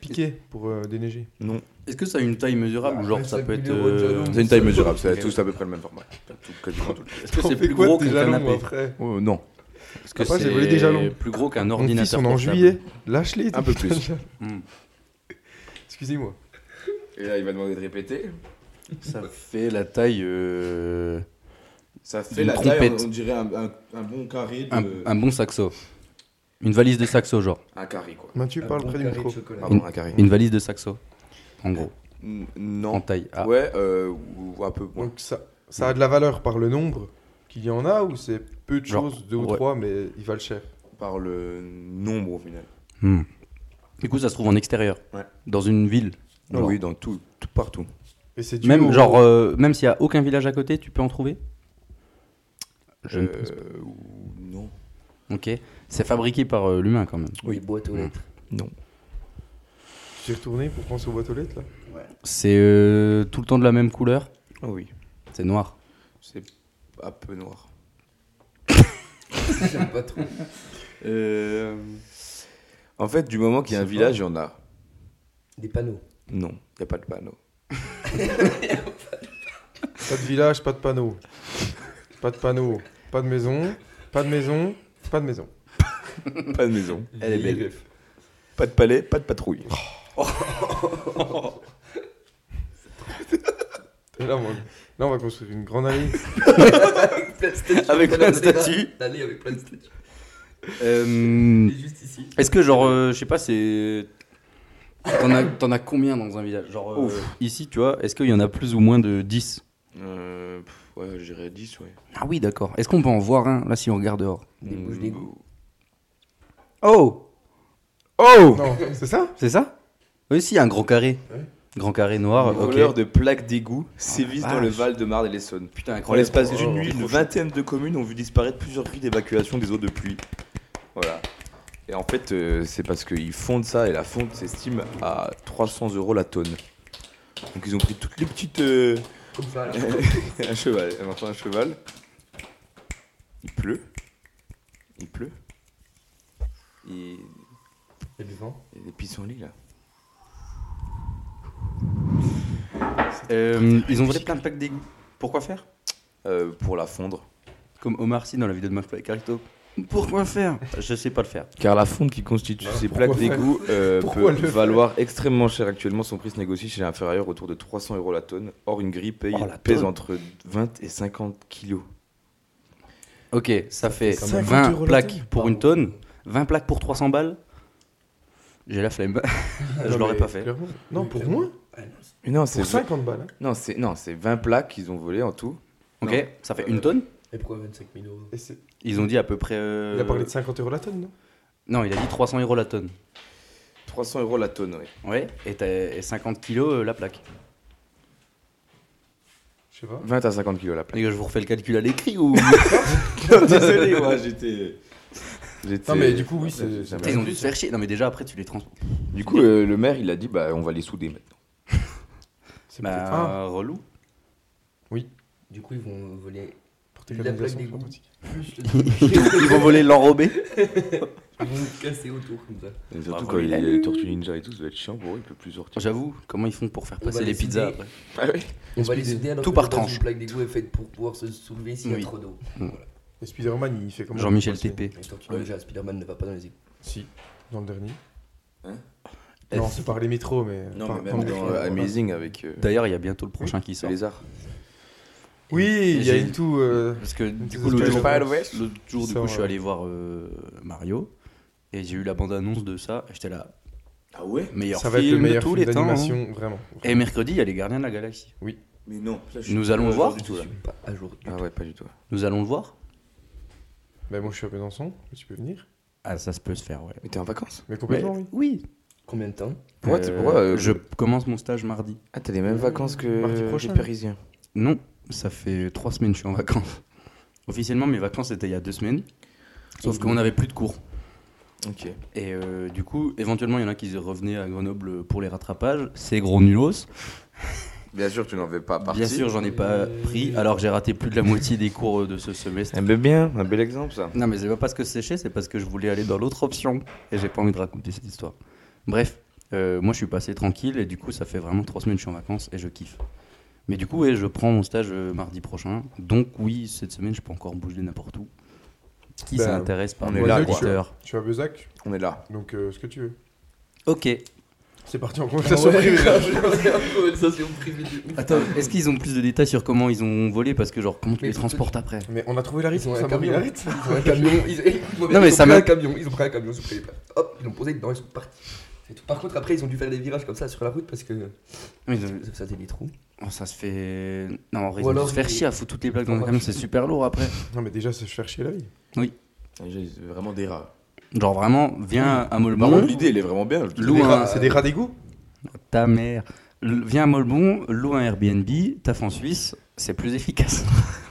piquets pour euh, déneiger. Non. Est-ce que ça a une taille mesurable Ah, ou genre ouais, ça ça peut être mille euros de euh, jalon. C'est une taille Ok. mesurable, c'est tous à peu près le même format. Tout- quasiment tout. Est-ce que T'en c'est fais plus quoi de gros tes qu'un jalons, canapé après Oh, non. Parce que Papa, j'ai c'est volé des jalons. plus gros qu'un Mon fils, ordinateur on est en portable. juillet, lâche-les. Un peu tes plus. putains de- Hmm. Excusez-moi. Ah, Et là, il va demander de répéter. Ça fait la taille euh, Ça fait D'une la taille, trompette. on, on dirait un, un- un bon carré de... un, un bon saxo. Une valise de saxo genre. un carré, quoi. Mathieu Un parle bon près du carré de micro. chocolat. Pardon, un carré. Une valise de saxo. En gros, N- en Non. taille. Ah. Ouais, euh, ou un peu moins. Donc ça, ça a de la valeur par le nombre qu'il y en a ou c'est peu de Genre, choses, deux ou ouais. trois, mais ils valent cher. Par le nombre, au final. Hmm. Du coup, ça se trouve en extérieur. Ouais. Dans une ville. Ah Genre. oui, dans tout, tout partout. Et c'est dû Même au- genre, euh, même s'il y a aucun village à côté, tu peux en trouver Je ne Euh, pense ou- non. pas. Ok. C'est fabriqué par euh, l'humain quand même. Des boîtes aux Hmm. Mmh. lettres. J'ai retourné pour penser aux boîtes aux lettres là. C'est euh, tout le temps de la même couleur. Ah oui, C'est noir. c'est un peu noir. J'aime pas trop. Euh, En fait, du moment qu'il y a un village, il y en a. Des panneaux. Non, il n'y a pas de panneau. Pas de village, pas de panneau. Pas de panneau, pas de maison, pas de maison, pas de maison. Pas de maison, Elle est belle. pas de palais, pas de patrouille. Et là, on va, là, on va construire une grande allée. Avec plein de statues. Allez, avec plein de statues. Euh, Et juste ici. Est-ce que genre, euh, je sais pas, c'est T'en as, t'en as combien dans un village Genre euh, ici, tu vois, est-ce qu'il y en a plus ou moins de 10 Euh, pff, ouais, je dirais 10, ouais. Ah oui, d'accord. Est-ce qu'on peut en voir un là si on regarde dehors Des bouches Mm, d'égout. Oh Oh Non, c'est ça C'est ça Oui, si, un grand carré. Grand carré noir. Les ok. voleurs de plaques d'égout sévissent Ah, la dans le vache. Val de Marne et l'Essonne. Putain, En incroyable. l'espace Oh, d'une nuit, trop une chaud. vingtaine de communes ont vu disparaître plusieurs rues d'évacuation des eaux de pluie. Voilà. Et en fait, euh, c'est parce qu'ils fondent ça et la fonte s'estime à 300 euros la tonne. Donc ils ont pris toutes les petites. euh, Comme ça, là. un cheval, elle entend un cheval. Il pleut. Il pleut. Il Il y a du vent. il y a des pissenlits là. Euh, ils ont volé plein de packs d'égout. Pourquoi faire Euh, pour la fondre. Comme Omar Sy dans la vidéo de Mafia avec Carito. Pourquoi faire Je sais pas le faire. Car la fonte qui constitue ces pourquoi plaques d'égout euh, Pourquoi peut le faire valoir extrêmement cher actuellement. Son prix se négocie chez l'inférieur autour de 300 euros la tonne. Or, une grille paye- Oh, la pèse tonne. entre 20 et 50 kilos. Ok, ça, fait, fait quand même 20 euros la plaques tonne. pour une tonne, 20 plaques pour 300 balles. J'ai la flemme. Ah, je Non, l'aurais mais pas fait. clairement. Non, Oui, pour clairement. moi, Mais non, c'est pour 50 balles. hein. non, c'est non, c'est 20 plaques qu'ils ont volées en tout. Ok, Non. ça fait une tonne Et pourquoi 25 000 euros Et c'est- Ils ont dit à peu près. euh, Il a parlé de 50 euros la tonne, non Non, il a dit 300 euros la tonne. 300 euros la tonne, ouais. Ouais, et, t'as- et 50 kilos euh, la plaque. Je sais pas. 20 à 50 kilos la plaque. Les gars, je vous refais le calcul à l'écrit ou. Désolé, moi, j'étais. J'étais- Non, mais du coup, oui, Après, c'est- j'ai jamais- Putain, Ils ont dû se faire chier. Non, mais déjà après, tu les transportes. Du coup, euh, le maire, il a dit, bah, on va les souder maintenant. C'est peut-être- Ah, Bah, relou. Du coup, ils vont voler. porter la canalisation, plaque c'est d'égout. pas pratique. Ils vont voler l'enrobé. Ils vont nous casser autour comme ça. Et surtout Bah, quand oui. il y a les tortues ninja et tout, ça va être chiant pour eux, il peut plus sortir. J'avoue, comment ils font pour faire On va passer les les pizzas souder. après Ah ouais. On va les souder alors Tout que par de base, tranche. Une plaque d'égout est faite pour pouvoir se soulever s'il y a Oui. trop d'eau. Et Spider-Man, il fait comment Jean-Michel TP. Mais Tortue Ninja, Spider-Man ne va pas dans les égouts. Si, dans le dernier. Hein non, c'est par les métros, mais. Non, par- mais par- même dans euh, Amazing avec euh, D'ailleurs, il y a bientôt le prochain qui sort. les arts. Oui, il y a J'ai- une tout. euh, Parce que du Des coup, l'autre espèces jour, de- l'autre jour, du Ça, coup, je suis ouais. allé voir euh, Mario et j'ai eu la bande-annonce de ça. et J'étais là, Ah ouais meilleur Ça va film être le meilleur de tous film les temps. hein. d'animation, vraiment. Et mercredi, il y a les Gardiens de la Galaxie. Mais non, là, je suis Nous pas allons à le jour voir du tout là. Je suis pas à jour du Ah tout. ouais, pas du tout. Nous allons le voir. Ben moi, je suis à Besançon, tu peux venir. Ah, ça se peut se faire, ouais. Mais t'es en vacances Mais complètement, oui. Oui. Combien de temps Pourquoi t'es- pourquoi, euh, Je commence mon stage mardi. Ah, t'as les mêmes vacances Mardi que prochain. les Parisiens. Non, ça fait trois semaines que je suis en vacances. Officiellement, mes vacances étaient il y a deux semaines. Sauf qu'on n'avait plus de cours. Ok. Et euh, du coup, éventuellement, il y en a qui revenaient à Grenoble pour les rattrapages. C'est gros nulos. Bien sûr, tu n'en veux pas partir. Bien sûr, j'en ai pas pris, alors que j'ai raté plus de la moitié des cours de ce semestre. Un bel bien, un bel exemple ça. Non, mais c'est pas parce que c'est ché, c'est parce que je voulais aller dans l'autre option. Et j'ai pas envie de raconter cette histoire. Bref, euh, moi je suis passé tranquille et du coup, ça fait vraiment trois semaines que je suis en vacances et je kiffe. Mais du coup, ouais, je prends mon stage euh, mardi prochain. Donc, oui, cette semaine, je peux encore bouger n'importe où. Qui Ben, s'intéresse par on mes est là, quoi. auditeurs Je suis à Besac, On est là. donc euh, ce que tu veux. Ok. C'est parti en conversation privée. là. Conversation privée de ouf. Attends, est-ce qu'ils ont plus de détails sur comment ils ont volé Parce que, genre, comment tu Mais les tout- transportes après Mais on a trouvé la rythme, ont ça un m'a mis camion. la rythme. Ils ont un camion, ils, écoute-moi bien, Non, mais ils ont ça pris m'a- un camion, ils ont pris un camion, ils ont pris les plaques. Hop, ils l'ont posé dedans, ils sont partis. C'est tout. Par contre, après, ils ont dû faire des virages comme ça sur la route parce que Mais, euh, ça faisait des trous. Oh, ça se fait. Non, en Ou raison de alors se faire il- chier à foutre toutes les plaques dans le camion, c'est super lourd après. Non, mais déjà, c'est chercher la vie. Déjà, ils- Ah, vraiment des rats. Genre vraiment, viens à Par contre, Molbon, l'idée, elle est vraiment bien. je te loue dis. un. C'est des rats d'égout Ta mère. L- Viens à Molbon, loue un Airbnb, taf en Suisse, c'est plus efficace.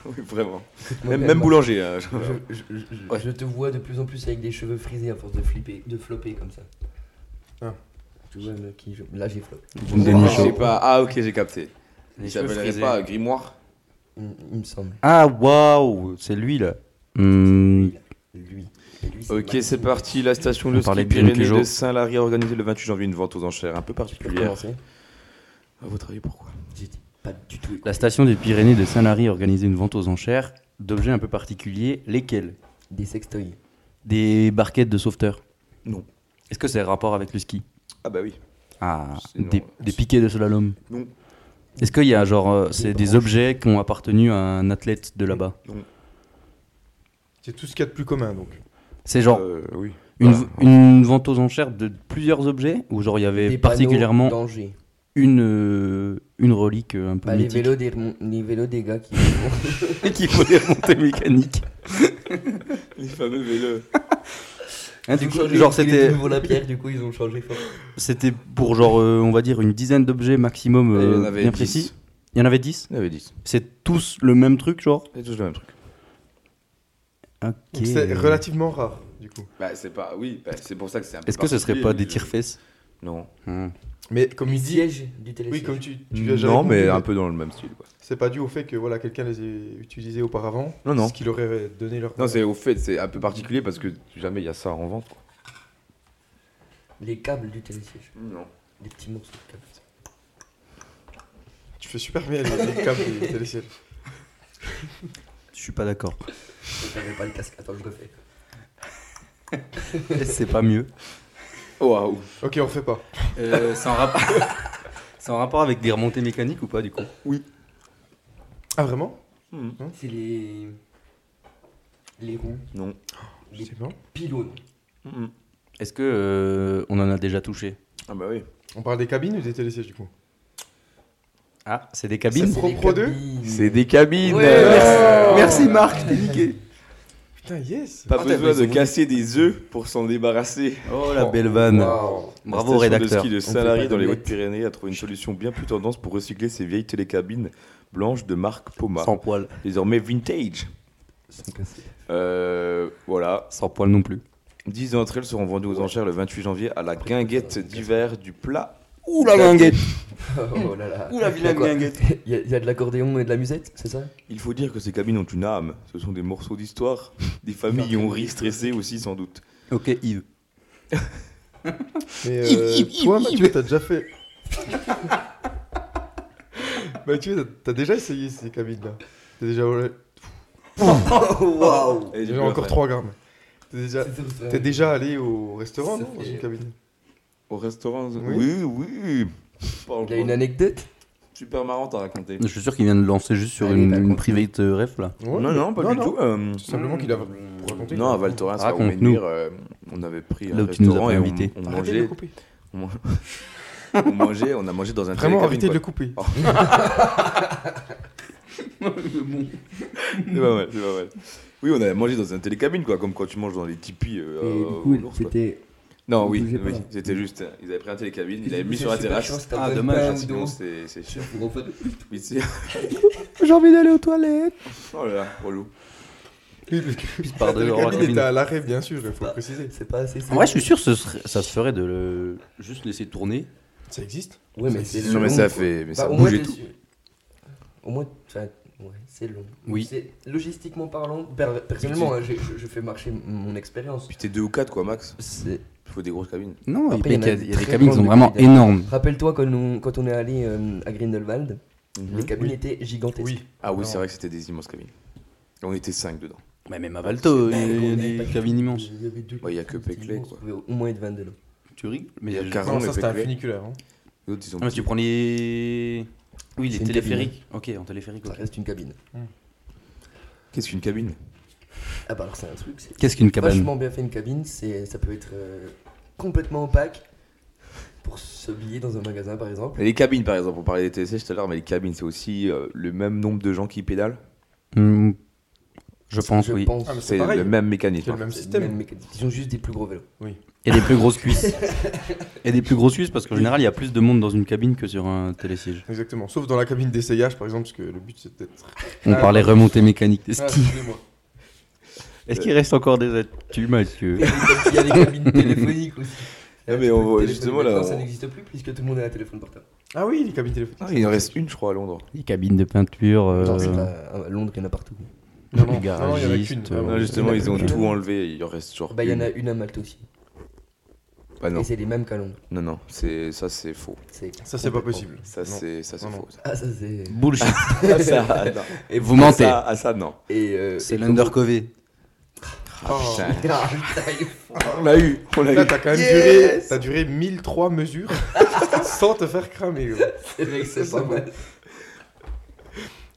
Oui, vraiment. Moi, Même, quand même moi, boulanger. hein. Je, je- je- je- Ouais. je te vois de plus en plus avec des cheveux frisés à force de flipper, de flopper comme ça. Ah. Tu vois le qui je- Là j'ai flop. Vous me Ah, donnez je chaud. sais pas. Ah, ok, j'ai capté. Les Il cheveux s'appellerait frisés. pas Grimoire Il, il me semble. Ah waouh, c'est lui là. Hmm, Lui. Et lui, Ok, Maxime. c'est parti. La station de On ski parlait de Bianchi Pyrénées Jo. de Saint-Lary a organisé le 28 janvier une vente aux enchères un peu Tu peux particulière. commencer À votre avis, pourquoi J'étais pas du tout. La station des Pyrénées de Saint-Lary organisait une vente aux enchères d'objets un peu particuliers, lesquels Des sextoys. Des barquettes de sauveteurs Non. Est-ce que c'est rapport avec le ski Ah bah oui. Ah, C'est des, non. des piquets de slalom Non. Est-ce qu'il y a genre. euh, c'est des branches. objets qui ont appartenu à un athlète de là-bas C'est tout ce qu'il y a de plus commun, donc. C'est genre Euh, oui. une, Bah. voilà. une vente aux enchères de plusieurs objets Ou genre il y avait Des particulièrement panneaux danger. une, euh, une relique euh, un peu Bah, les, mythique vélos des, remon- les vélos des gars qui. et qu'il faut des remontées mécaniques Les fameux vélos. Hein, Ils du ont coup, changé Genre les vélos c'était de nouveau la pierre, du coup ils ont changé. fort. c'était pour genre euh, on va dire une dizaine d'objets maximum Il y en euh, avait bien 10. précis. Il y en avait 10 Il y en avait 10. C'est tous le même truc genre C'est tous le même truc. Ok. Donc, C'est relativement rare, du coup. Bah c'est pas. Oui, bah, c'est pour ça que c'est un peu Est-ce que ce serait particulier, pas mais des je- tire-fesses Non. Hmm. Mais comme Les il dit. sièges du téléphone. Oui, comme tu, tu viens jamais Non, mais compris, un peu dans le même style. Quoi. C'est pas dû au fait que voilà, quelqu'un les ait utilisés auparavant. Non, non. Ce qui leur aurait donné leur. Non, c'est au fait, c'est un peu particulier parce que jamais il y a ça en vente. Quoi. Les câbles du télésiège. Non. Les petits morceaux de câbles. Tu fais super bien les, les câbles et les télésièges. Je suis pas d'accord. J'avais pas le casque. Attends, je refais. c'est pas mieux. Oh, Waouh. Ok, on refait pas. Euh, c'est en rapport. C'est en rapport avec des remontées mécaniques ou pas du coup Ah, vraiment C'est les. les roues, Non. Je sais pas. pylônes. Mhm. Est-ce que euh, on en a déjà touché Ah bah oui. On parle des cabines ou des télésièges du coup Ah, c'est des C'est cabines propre d'eux C'est des cabines Merci Marc, je t'ai niqué. Putain, yes Pas Ah, t'as besoin raison. de casser des œufs pour s'en débarrasser. Oh la belle vanne. Waouh. Bravo au La station rédacteur. de ski de fait Salary pas dans les d'omelette. Hautes-Pyrénées a trouvé une solution bien plus tendance pour recycler ces vieilles télécabines blanches de marque Poma. Sans poil. Désormais vintage. Euh, voilà. Sans poil non plus. 10 d'entre elles seront vendues aux enchères le 28 janvier à la guinguette d'hiver du plat. Ouh la guinguette Oh là là. Ouh la vilaine Quoi guinguette Il y, a- il y a de l'accordéon et de la musette, c'est ça Il faut dire que ces cabines ont une âme. Ce sont des morceaux d'histoire. Des familles y ont ri, stressées aussi sans doute. Ok Yves. Mais euh, toi, Mathieu, t'as déjà fait. Mathieu, t'as- t'as déjà essayé ces cabines-là T'as déjà. Oh, Waouh Allez, j'ai J'ai plus la encore faim. 3 grammes. T'es déjà... t'es déjà allé au restaurant, non Dans une cabine Au restaurant ça- Oui. Oui, oui. Il a une anecdote Super marrante à raconter. Je suis sûr qu'il vient de lancer juste sur Allez, une, bah, une continue. private euh, ref là. Non, non, pas du tout. euh, Tout simplement qu'il a. Pour raconter. Non, à Val Thorens, à Raconte-nous. Aumenir, euh, on avait pris un Là où tu nous restaurant as et pas on, invités. on Arrêtez de le mangeait, couper. on, man- on mangeait, on a mangé dans un Vraiment, télécabine, arrêtez de quoi. le couper. C'est pas mal, c'est pas mal. Oui, on avait mangé dans un télécabine, quoi, comme quand tu manges dans les tipis. euh, Et euh, du aux coup, ours, quoi. c'était. Non, oui, bougez pas. oui, c'était juste. euh, Ils avaient pris un télécabine, ils l'avaient Je mis sais sur la pas si on terrasse. se tape Ah, dans le dommage, bain Ah, ou sinon, dans- c'est c'est chiant. Pour refaire- Oui, c'est- J'ai envie d'aller aux toilettes. Oh là là, relou. Oui, parce que Puis par dehors, la la cabine cabine. était à l'arrêt, bien sûr, il faut le préciser. C'est pas assez. c'est- En vrai, je suis sûr que ce serait- ça se ferait de le juste laisser tourner. Ça existe Ouais, mais c'est Non, mais long, ça quoi. fait. Mais Bah, ça au moins, bouge et t'es tout. sûr. Au moins, enfin, ouais, c'est long. Oui. C'est- Logistiquement parlant, per- personnellement, hein, j'ai- je, je fais marcher m- mon expérience. Puis t'es deux ou quatre, quoi, max. C'est- Il faut des grosses cabines. Non, Après, il y a, il y en il y a a des très cabines qui sont grandes vraiment de- énormes. Rappelle-toi quand on, quand on est allé euh, à Grindelwald, les cabines étaient gigantesques. Oui. Ah Mmh. oui, c'est Non. vrai que c'était des immenses cabines. On était cinq dedans. Mais même à Valto, il y a des cabines immenses. Il y avait deux Ouais, il y a que cabines Peclet, immenses, quoi. on pouvait Au moins être 22 là. Tu rigoles Mais Il y a je- carrément- Non, mais ça c'était un Peclet. funiculaire. hein. Les autres, ils ont Ah, mais tu prends les. Oui, C'est les une téléphériques. Ok, en téléphérique. Ça ok. reste une cabine. Qu'est-ce qu'une cabine Ah bah alors c'est un truc, c'est Qu'est-ce qu'une cabane vachement bien fait une cabine, c'est, ça peut être euh, complètement opaque pour s'habiller dans un magasin par exemple. Et les cabines, par exemple, on parlait des TSC tout à l'heure, mais les cabines, c'est aussi euh, le même nombre de gens qui pédalent. Hmm, Je pense, je oui. pense. Ah, mais c'est C'est pareil. le même C'est mécanisme. le même C'est le système. même mécanisme. Ils ont juste des plus gros vélos. Et des plus grosses cuisses. Et des plus grosses cuisses parce qu'en général, il y a plus de monde dans une cabine que sur un télésiège. Exactement. Sauf dans la cabine d'essayage, par exemple, parce que le but c'est d'être. On Ah. parlait remontée mécanique. Est-ce Ah, qu'il- excusez-moi. est-ce qu'il reste encore des atouts, Mathieu Il y a les cabines téléphoniques aussi. Ah, mais on voit justement, là, maintenant, on- ça n'existe plus puisque tout le monde a un téléphone portable. Ah oui, les cabines téléphoniques. Ah, il en reste une, je crois, à Londres. Les cabines de peinture. euh, Non, c'est pas- à Londres, il y en a partout. Non, Les non, non, il y en a qu'une. garagistes, euh, vraiment. Non, Ah, justement, il y en a ils ont plus. tout enlevé. Il en reste genre. Bah, il y en a une. une à Malte aussi. Bah, non, Et c'est les mêmes qu'à Londres. non, non, c'est ça, c'est faux. C'est- Ça, c'est pas possible. Ça, Non. c'est ça, c'est Non, faux. Ah, ça c'est. Bullshit. Ah, ça, non. Et vous Ah, mentez. ça, ah, ça, non. Et. euh, C'est et l'undercover. Ah, Oh. putain. Ah, putain, il faut- On l'a eu, on l'a Là, eu. t'as quand même duré, Yes t'as duré 1003 mesures sans te faire cramer. gros. c'est vrai que c'est pas mal.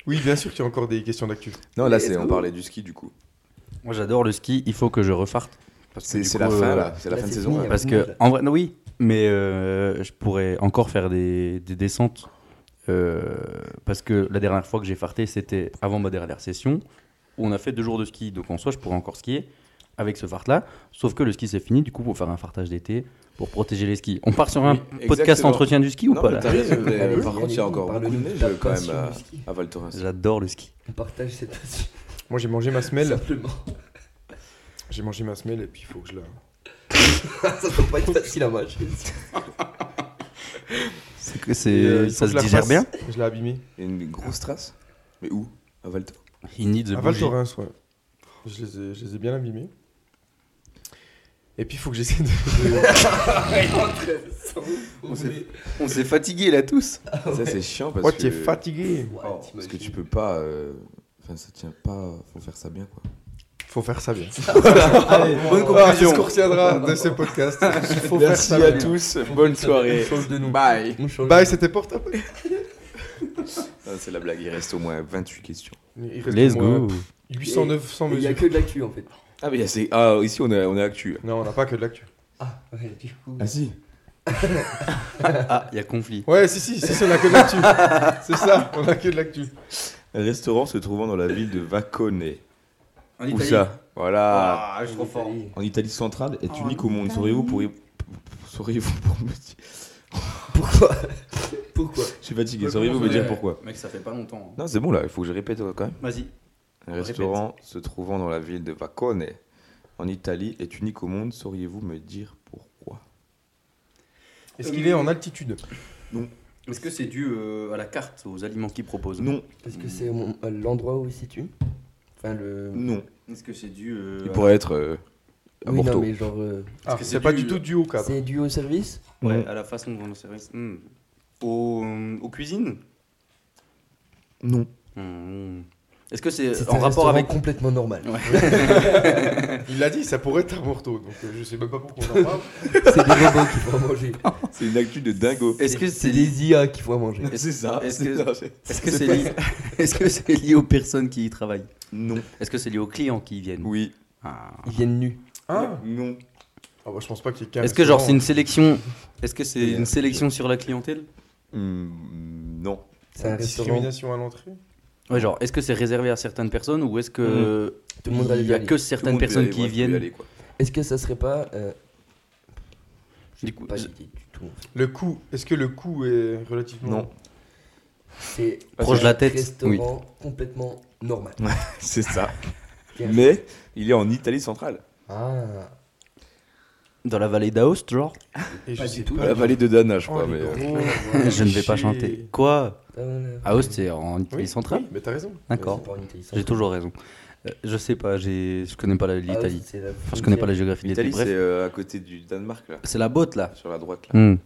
Oui, bien sûr qu'il y a encore des questions d'actu. Non, là, c'est on parlait du ski, du coup. Moi, j'adore le ski. Il faut que je refarte. Parce que C'est du c'est coup, la fin, euh, là. C'est la là, fin de c'est saison. fini, là. Parce Moi, que, je- en vrai, non, oui, mais euh, je pourrais encore faire des, des descentes. euh, parce que la dernière fois que j'ai farté, c'était avant ma dernière session, où on a fait deux jours de ski. Donc en soi, je pourrais encore skier avec ce fart-là. Sauf que le ski, c'est fini. Du coup, pour faire un fartage d'été, pour protéger les skis. On part sur un Oui, podcast exactement. entretien du ski ou Non, pas mais là t'as raison, mais, Allez, euh, Par contre, il y a allez, encore parle-nous beaucoup de de neige ta euh, quand même passion à- du ski. à Val Thorens. J'adore le ski. On partage cette passion. Moi, j'ai mangé ma semelle. Simplement. J'ai mangé ma semelle et puis il faut que je la. Ça doit pas être facile hein, à match. C'est que Et, euh, il c'est ça faut se que je la digère fasse. bien. Je l'ai abîmée. Il y a une grosse trace. Mais où À Val Thorens. Il need the À Val bougie. Thorens, ouais. Je les, ai, je les ai bien abîmés. Et puis il faut que j'essaie de. On s'est fatigué là tous. Ça, c'est chiant parce Oh, que. t'es fatigué Oh, Parce que tu peux pas. euh, Enfin, ça tient pas. Faut faire ça bien, quoi. Faut faire ça bien. Bonne Ah, c'est ce qu'on conclusion. retiendra de ce podcast. Faut faire ça bien. tous. Bonne soirée. Bye. Bah, On change. Bye, c'était portable. Ah, C'est la blague. Il reste au moins 28 questions. Il reste Let's au moins go. 800, 900 Il y a mesures. que de l'actu en fait. Ah, mais c'est. Ah, ici, on est, on est actu. Non, on n'a pas que de l'actu. Ah, ouais, du coup. Ah, si. Ah, il y a conflit. Ouais, si, si, si, si, on a que de l'actu. c'est ça, on a que de l'actu. Un restaurant se trouvant dans la ville de Vacone. En Où ça Voilà. Ah, je suis trop fort. Italie. Oh. En Italie centrale est En unique au monde. Sauriez-vous pour. Sauriez-vous pour me dire. Pourquoi Pourquoi Je suis fatigué. Ouais, Sauriez-vous comment me ça dire va pourquoi Mec, ça fait pas longtemps. hein. Non, c'est bon là, il faut que je répète euh, quand même. Vas-y. Un restaurant se trouvant dans la ville de Vacone, en Italie, est unique au monde. Sauriez-vous me dire pourquoi Est-ce qu'il est en altitude Est-ce que c'est dû euh, à la carte, aux aliments qu'ils proposent Non, Parce que c'est mon- euh, l'endroit où il se situe. Enfin, le. non. Est-ce que c'est dû. euh, Il à- pourrait être euh, à Oui, non, Bordeaux. mais genre. euh, Ah, que c'est c'est pas du- du tout du haut cadre. c'est dû au service Ouais, Non. Oh, à la façon dont on le service. Hmm. Aux, euh, aux cuisines Non. Hmm. Est-ce que c'est C'est en un rapport restaurant avec. complètement normal. Il l'a dit, ça pourrait être un morteau. Donc euh, je sais même pas pourquoi on en parle. C'est des robots qui font à manger. C'est une actu de dingo. Est-ce que c'est C'est des IA qui font à manger. C'est ça. est-ce c'est que- ça, c'est- Est-ce que c'est lié... est-ce que c'est lié aux personnes qui y travaillent Non. Est-ce que c'est lié aux clients qui y viennent Oui. Ah. Ils viennent nus. Ah, Non. Ah bah, je pense pas qu'il y ait qu'un Est-ce que genre c'est restaurant. une sélection Est-ce que c'est une sélection sur la clientèle Hum, non. C'est un restaurant. hein. discrimination à l'entrée Ouais, genre est-ce que c'est réservé à certaines personnes ou est-ce que Tout le monde va il y y a aller. Mmh. Tout que le certaines monde peut y personnes aller, qui moi, y je peux y viennent aller, quoi. Est-ce que ça serait pas. euh, j'ai Du coup, pas je- d'idée du tout. en fait. Le coût, est-ce que le coût est relativement. Non. C'est Proche de la un tête, restaurant complètement normal. C'est ça. Bien. Mais il est en Italie centrale. Ah. dans la vallée d'Aoste, genre Et je Pas sais du tout. pas. La vallée de Dana, je Oh, crois. les mais, euh, gros, Je ne vais pas chier. chanter. Quoi Aoste c'est en Oui, Italie centrale Hein oui, mais t'as raison. D'accord. J'ai toujours raison. Euh, je sais pas, j'ai je connais pas la- l'Italie. Enfin, je Je connais pas la géographie de l'Italie. L'Italie, c'est Bref, euh, à côté du Danemark, là. c'est la botte là. Sur la droite, là. Hmm.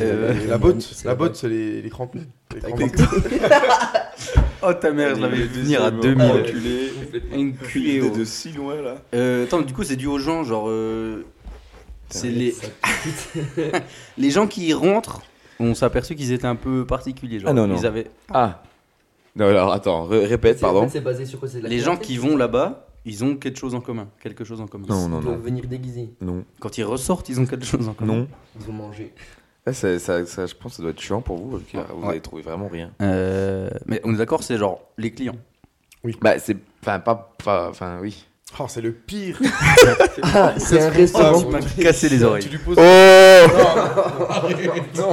Euh, Et la botte, la botte, c'est les, les crampons. Les crampons. Oh ta mère, je l'avais vu venir à 2000. Enculé. Ah, Une Enculé culée, oh. de si loin, là. Euh, attends, du coup, c'est dû aux gens, genre. euh, c'est les... ça les gens qui y rentrent, on s'est aperçu qu'ils étaient un peu particuliers. Genre, Ah non, non. Ils avaient... Ah. Non, alors attends, ré- répète, pardon. C'est basé sur quoi c'est de la Les gens clientèle qui vont là-bas, ils ont quelque chose en commun. Quelque chose en commun. Non, non, Ils non. doivent venir déguisés. Non. Quand ils ressortent, ils ont quelque chose en commun. Non. Ils ont mangé. Ah, ça, ça- ça- je pense que ça doit être chiant pour vous. ok, Vous Ouais. avez trouvé vraiment rien. Euh, mais on est d'accord, c'est genre les clients. Bah, c'est. Enfin, pas. pas- Enfin, oui. Oh, c'est le pire. Ah, c'est un Oh, restaurant. m'a cassé les Tu oreilles. lui poses. non,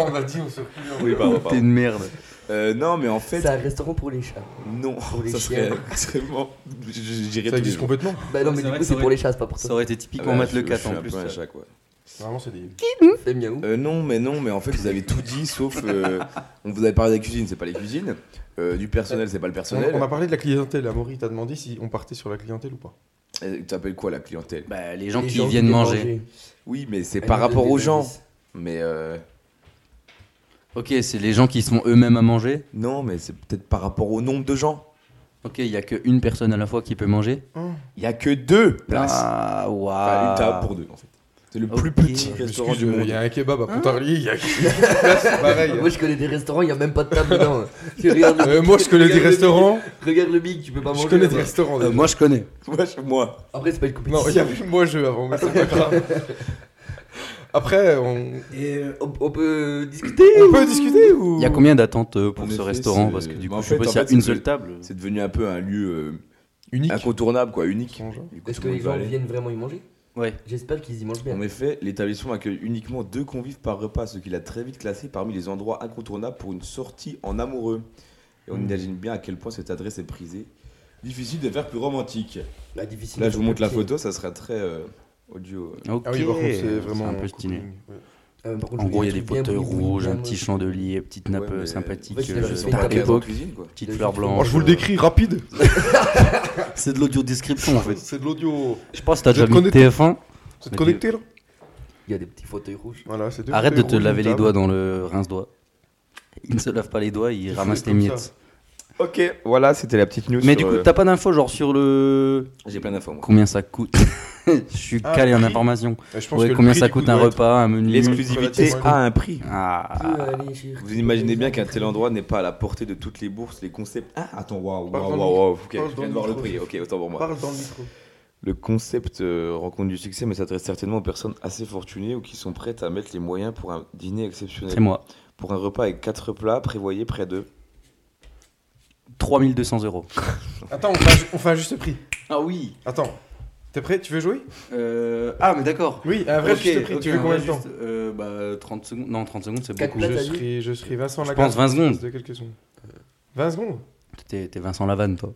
on a dit, on se fout. Oui, pardon, T'es pardon. une merde. Euh, non, mais en fait, C'est un restaurant pour les chats. non. Pour les Ça serait chiens. extrêmement. je- je- J'irais tous les Ça existe jours. complètement. Bah non, C'est mais du vrai coup, que ça c'est pour aurait- les chats, c'est pas pour Ça toi. aurait été Ah typiquement bah, mettre je- le je 4 suis en un plus. peu un ça. chat, quoi. Vraiment, c'est des. Fais miaou. Euh, non, mais non, mais en fait, vous avez tout dit, sauf. euh, on vous avait parlé des cuisines, c'est pas les cuisines. Euh, du personnel, c'est pas le On, personnel. on a parlé de la clientèle. Amaury t'a demandé si on partait sur la clientèle ou pas. Euh, Tu t'appelles quoi la clientèle Bah, les gens Les qui gens viennent les manger. Oui, mais c'est Elles par nous rapport donnent aux des gens. indices. Mais euh, Ok, c'est les gens qui sont eux-mêmes à manger. non, mais c'est peut-être par rapport au nombre de gens. Ok, il y a qu'une personne à la fois qui peut manger. Il y a que deux places. Ah, waouh. Enfin, une table pour deux, en fait. C'est le plus Ok. petit Ouais, Je restaurant m'excuse, du mais monde. Hein il y a un kebab à Pontarlier. Il y a. Là, c'est pareil. Moi, je connais des restaurants, il n'y a même pas de table dedans. Tu regardes Ah, le- Euh, moi, je connais des restaurants. Regarde le big, tu peux pas manger. Je connais des là-bas. restaurants. Euh, moi, je connais. Moi, je- moi. Après, c'est pas une Non, il y compétition. avait moi jeu avant, mais c'est pas grave. Après, on, On on peut discuter on peut discuter ou Il y a combien d'attentes euh, pour En ce effet, restaurant c'est- Parce que du Mais coup, bah, en je fait, sais pas en s'il y a fait, une c'est- seule table. C'est devenu un peu un lieu euh, Unique. hein. incontournable, quoi, unique. Du coup, Est-ce tout que le monde les va gens aller. viennent vraiment y manger Ouais. J'espère qu'ils y mangent bien. En effet, l'établissement accueille uniquement deux convives par repas, ce qu'il a très vite classé parmi les endroits incontournables pour une sortie en amoureux. Et on imagine bien à quel point cette adresse est prisée. Difficile de faire plus romantique. Bah, difficile. Là, je vous montre la photo, ça sera très euh, audio. Ok. Ah oui, par contre, c'est vraiment un peu stylé. Euh, par contre, En je gros, il y a voulais des des trucs fauteuils bien bruits, rouges, bien un petit moches. chandelier, petite nappe Ouais, mais- euh, sympathique, En fait, euh, je Ils sais sont pas pas à à cadres en l'époque, cuisine, quoi. petite fleur blanche. Oh, je vous le décris rapide. C'est de l'audio description en fait. C'est de l'audio. Je pense que t'as Je déjà vu connais- TF1. Vous êtes connecté là Il y a des petits fauteuils rouges. Voilà, c'est deux Arrête de fauteuils te rouges, laver une les table. doigts dans le rince-doigt. Ils ne se lavent pas les doigts, ils font ramassent des les comme miettes. Ok, voilà, c'était la petite news. sur, Mais du coup, euh, t'as pas d'infos genre sur le. j'ai plein d'infos. moi. Combien ça coûte Je suis Ah, calé en prix. information. Je pense Ouais, que le combien prix ça du coup coûte un doit être- repas, un menu L'exclusivité relativement a un prix. Ah, Vous imaginez bien qu'un tel endroit n'est pas à la portée de toutes les bourses, les concepts. Ah, attends, waouh, Parle waouh, dans le waouh, micro. waouh, ok, Parle je dans viens le de voir le micro, prix, ok, autant pour moi. Parle dans le micro. Le concept euh, rencontre du succès, mais s'adresse certainement aux personnes assez fortunées ou qui sont prêtes à mettre les moyens pour un dîner exceptionnel. c'est moi. Pour un repas avec 4 plats, prévoyez près de. 3200 euros. Attends, on fait, on fait un juste prix. Ah oui Attends. T'es prêt Tu veux jouer Ah, mais d'accord. Oui, un vrai Ok, juste prix. ok, tu veux un combien vrai de temps juste, euh, bah, 30 secondes. Non, 30 secondes, c'est Quatre beaucoup. Là, Je t'as dit serai, je serai Vincent Je Lagarde. pense 20 secondes. De quelques secondes. 20 secondes T'es t'es Vincent Lavanne, toi.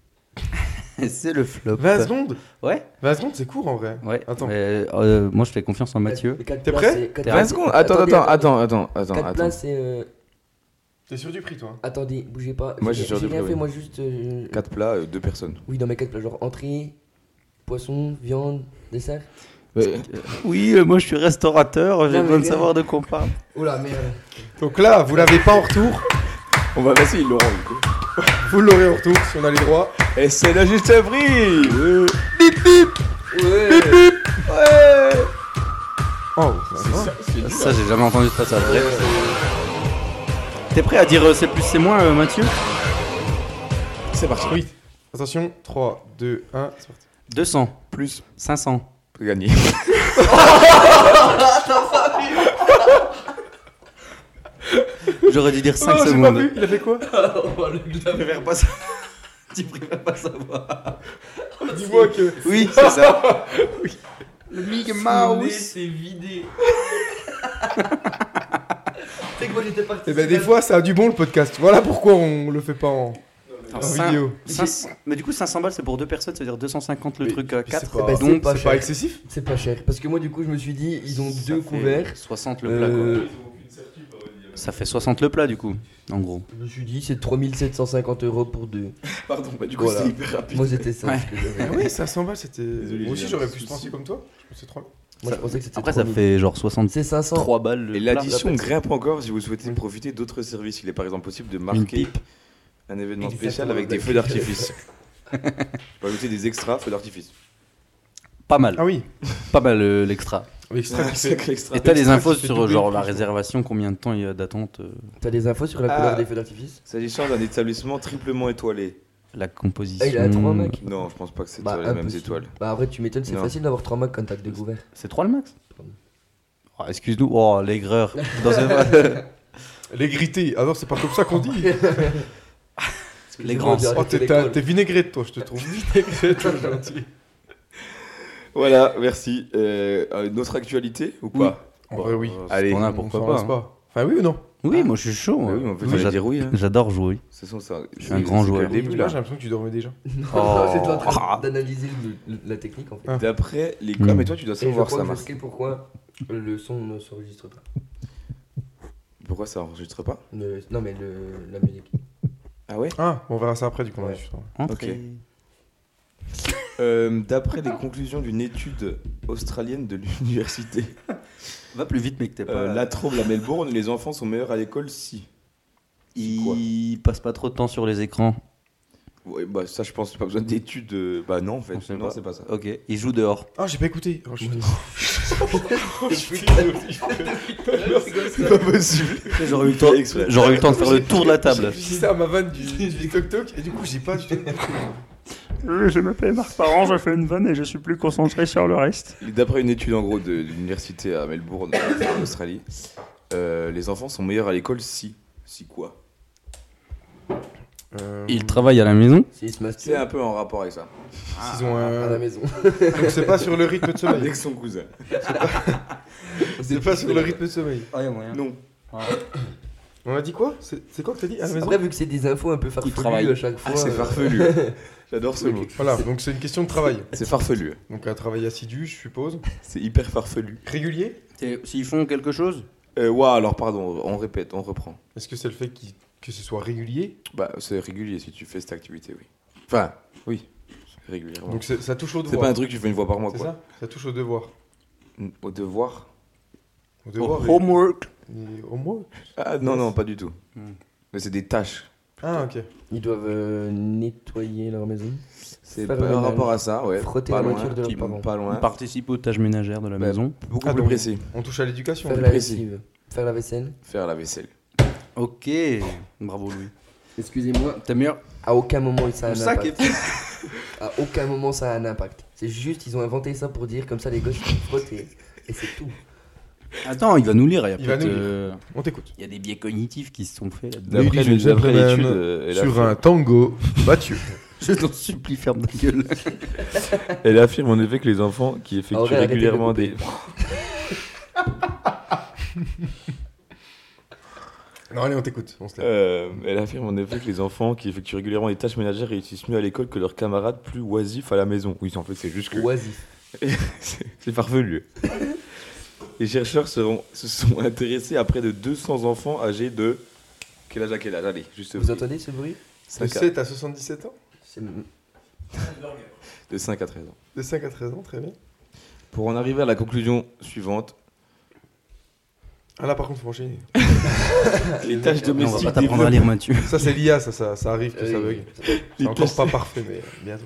c'est le flop. 20 secondes Ouais 20 secondes, c'est court en vrai. Ouais. Attends. Mais, euh, moi, je fais confiance en Mathieu. T'es prêt T'es 20 secondes Attends, attends, attends, attends, attends. 4 attends. places et. euh, T'es sûr du prix, toi Attendez, bougez pas. Moi, J'ai- j'ai sûr j'ai du rien prix, fait, oui. moi juste. euh, 4 plats, 2 personnes. Oui, dans mes 4 plats, genre entrée, poisson, viande, dessert. Oui, euh, moi, je suis restaurateur. J'ai Non, mais besoin de gars. savoir de quoi on parle. Oh la merde. Ah, Donc là, vous l'avez pas en retour. On va passer, ils l'auront du coup. Vous l'aurez en retour si on a les droits. Et c'est le juste prix Ouais. Oh, Ça, j'ai jamais entendu ce passage. Bref. T'es prêt à dire euh, c'est plus, c'est moins, euh, Mathieu c'est parti. Oui. Attention, 3, 2, 1, c'est parti. 200, Plus 500. gagné. J'aurais dû dire 5 Oh, j'ai pas secondes. vu, il a fait quoi Oh, bah, Tu préfères pas savoir. tu préfères pas savoir. Oh, Dis-moi que. Oui, c'est ça. Le Big c'est vidé. C'est que moi j'étais parti. Eh ben, des fois, ça a du bon le podcast. Voilà pourquoi on le fait pas en, en vidéo. Mais du coup, 500 balles, c'est pour deux personnes, c'est-à-dire 250 le Mais- truc à mais c'est 4. pas- bah, c'est donc, pas C'est pas cher. excessif C'est pas cher. Parce que moi, du coup, je me suis dit, ils ont deux ça fait couverts. 60 le plat, Euh, quoi. Ça fait 60 le plat, du coup, en gros. je me suis dit, c'est 3750 euros pour deux. Pardon, bah du coup, Voilà. c'est hyper rapide. Moi, c'était ça. Ouais. ce que j'avais. Ah oui, 500 balles, c'était. Désolé, Moi aussi, j'ai j'aurais un pu souci. penser comme toi. Je pensais trop loin. Moi, je pensais que c'était. Après, ça 3000. fait genre 63 C'est 500. balles le Et plat. l'addition grimpe encore si vous souhaitez profiter d'autres services. Il est par exemple possible de marquer pipe. un événement Exactement. spécial avec des feux d'artifice. On va ajouter des extras feux d'artifice. Pas mal, Ah oui. pas mal euh, l'extra. L'extra qui fait. extra. Et t'as les extra infos qui fait sur doubler genre le la prix, je réservation, combien de temps il y a d'attente, euh, T'as des infos sur la Ah. couleur des feux d'artifice S'agissant d'un établissement triplement étoilé. la composition. Ah, il a trois Hmm. mecs. Non, je pense pas que c'est Bah, sur les mêmes impossible. étoiles. Bah, après, tu m'étonnes, c'est Non. facile d'avoir 3 mecs quand t'as que deux couverts. C'est 3 le max Oh, Excuse-nous, oh l'aigreur. Dans un- Les grittés. Ah non, c'est pas comme ça qu'on dit. Les grands. Ah. Oh, t'es t'as- t'es vinaigrette, toi, je te trouve. Vinaigrette aujourd'hui. Voilà, merci. Euh, euh, une autre actualité ou Oui. pas En vrai, oui. Allez. On a On pourquoi s'en pas. lasse hein. pas. Enfin, oui ou non Oui, moi je suis chaud. Bah hein. oui, en fait, Moi, j'allais j'a- dire oui, hein. J'adore jouer. C'est son ça. Je suis un grand c'est que joueur. le début, Oui, là. Là, j'ai l'impression que tu dormais déjà. Non, Oh. j'étais en train d'analyser le- le- la technique en fait. Ah. D'après les coms, Mm. et toi, tu dois Et je savoir crois ça, que je Marc. sais pourquoi le son ne s'enregistre pas. Pourquoi ça enregistre pas Ne- Non, mais le- la musique. Ah ouais Ah, bon, on verra ça après, du coup. on Ouais. est juste- Entrez. Euh, D'après les conclusions d'une étude australienne de l'université Va plus vite, mais que t'es pas. euh, là. La Trouble à Melbourne, les enfants sont meilleurs à l'école si. quoi Ils passent pas trop de temps sur les écrans. Ouais, bah ça, je pense, pas besoin d'études. euh, Bah non, en fait. On sait Non, pas. c'est pas ça. Ok, ils jouent dehors. Ah, j'ai pas écouté. Oh, je- C'est pas possible. J'aurais eu, le temps- exprès. j'aurais eu le temps de faire le tour de la J'ai table. dit ça à ma vanne du, du toc-toc, et du coup, j'ai pas du tout. Je m'appelle Marc Parent, je fais une vanne et je suis plus concentré sur le reste. Et D'après une étude, en gros, de, de l'université à Melbourne, en Australie, euh, les enfants sont meilleurs à l'école si. Si quoi Euh, Ils travaillent à la maison. Si ils se C'est masturbent un peu en rapport avec ça. Ils ont à un. la maison. Donc, c'est pas sur le rythme de sommeil. Avec son cousin. C'est pas sur le rythme de sommeil. Non. On a dit quoi C'est c'est quoi que t'as dit à la maison Après, vu que c'est des infos un peu travaillent. farfelues à chaque fois. Ah, c'est euh, farfelu. J'adore ce mot. Voilà, donc c'est une question de travail. C'est farfelu. Donc un travail assidu, je suppose. C'est hyper farfelu. Régulier C'est- S'ils font quelque chose, Euh, Ouah, alors pardon, on répète, on reprend. Est-ce que c'est le fait qu'il- que ce soit régulier Bah, c'est régulier si tu fais cette activité, oui. Enfin, oui, régulièrement. Donc c'est- ça touche au C'est pas un devoir. truc que tu fais une fois par mois, C'est quoi. ça Ça touche au devoir. Mm, Au devoir Au au devoir. et- homework. et au moins. Ah non, Yes. non, pas du tout. Mm. Mais c'est des tâches Ah, ok. Ils doivent euh, nettoyer leur maison. C'est Faire par le ménage. rapport à ça, ouais. Frotter pas la loin, voiture de leurs qui- parents. Pas On loin. participe aux tâches ménagères de la Bah, maison. Beaucoup Ah, plus donc- précis. On touche à l'éducation. Faire plus la précis. lessive. Faire la vaisselle. Faire la vaisselle. Ok, bravo Louis. Excusez-moi. Ta meilleure. À aucun moment ça a Ton un sac impact. À aucun moment ça a un impact. C'est juste ils ont inventé ça pour dire comme ça les gosses ils frottent et, et c'est tout. Attends, il va nous lire. Il y a, Il va peut-être, nous lire. euh, On t'écoute. il y a des biais cognitifs qui se sont faits là-dedans. D'après Ladies and l'étude- d'après gentlemen, l'étude, euh, elle Sur affirme- un tango battu. Je t'en supplie, ferme ta gueule. Elle affirme en effet que les enfants qui effectuent Ah ouais, arrêtez de régulièrement des. Non, allez, on t'écoute. On se lève. Euh, elle affirme en effet que les enfants qui effectuent régulièrement des tâches ménagères réussissent mieux à l'école que leurs camarades plus oisifs à la maison. Oui, en fait, c'est juste que. Oisif. C'est c'est farfelu. Les chercheurs seront- se sont intéressés à près de 200 enfants âgés de. Quel âge à quel âge Allez, juste. Vous entendez ce bruit De 5 à... 7 à 77 ans C'est- De 5 à 13 ans. De 5 à 13 ans, très bien. Pour en arriver à la conclusion suivante, Ah là, par contre, faut enchaîner. les tâches On va domestiques. Ah, pas t'apprendre à lire, Mathieu. Ça, c'est l'IA, ça, ça, ça arrive que ça Euh, bug. C'est Les encore tests- pas parfait, mais bientôt.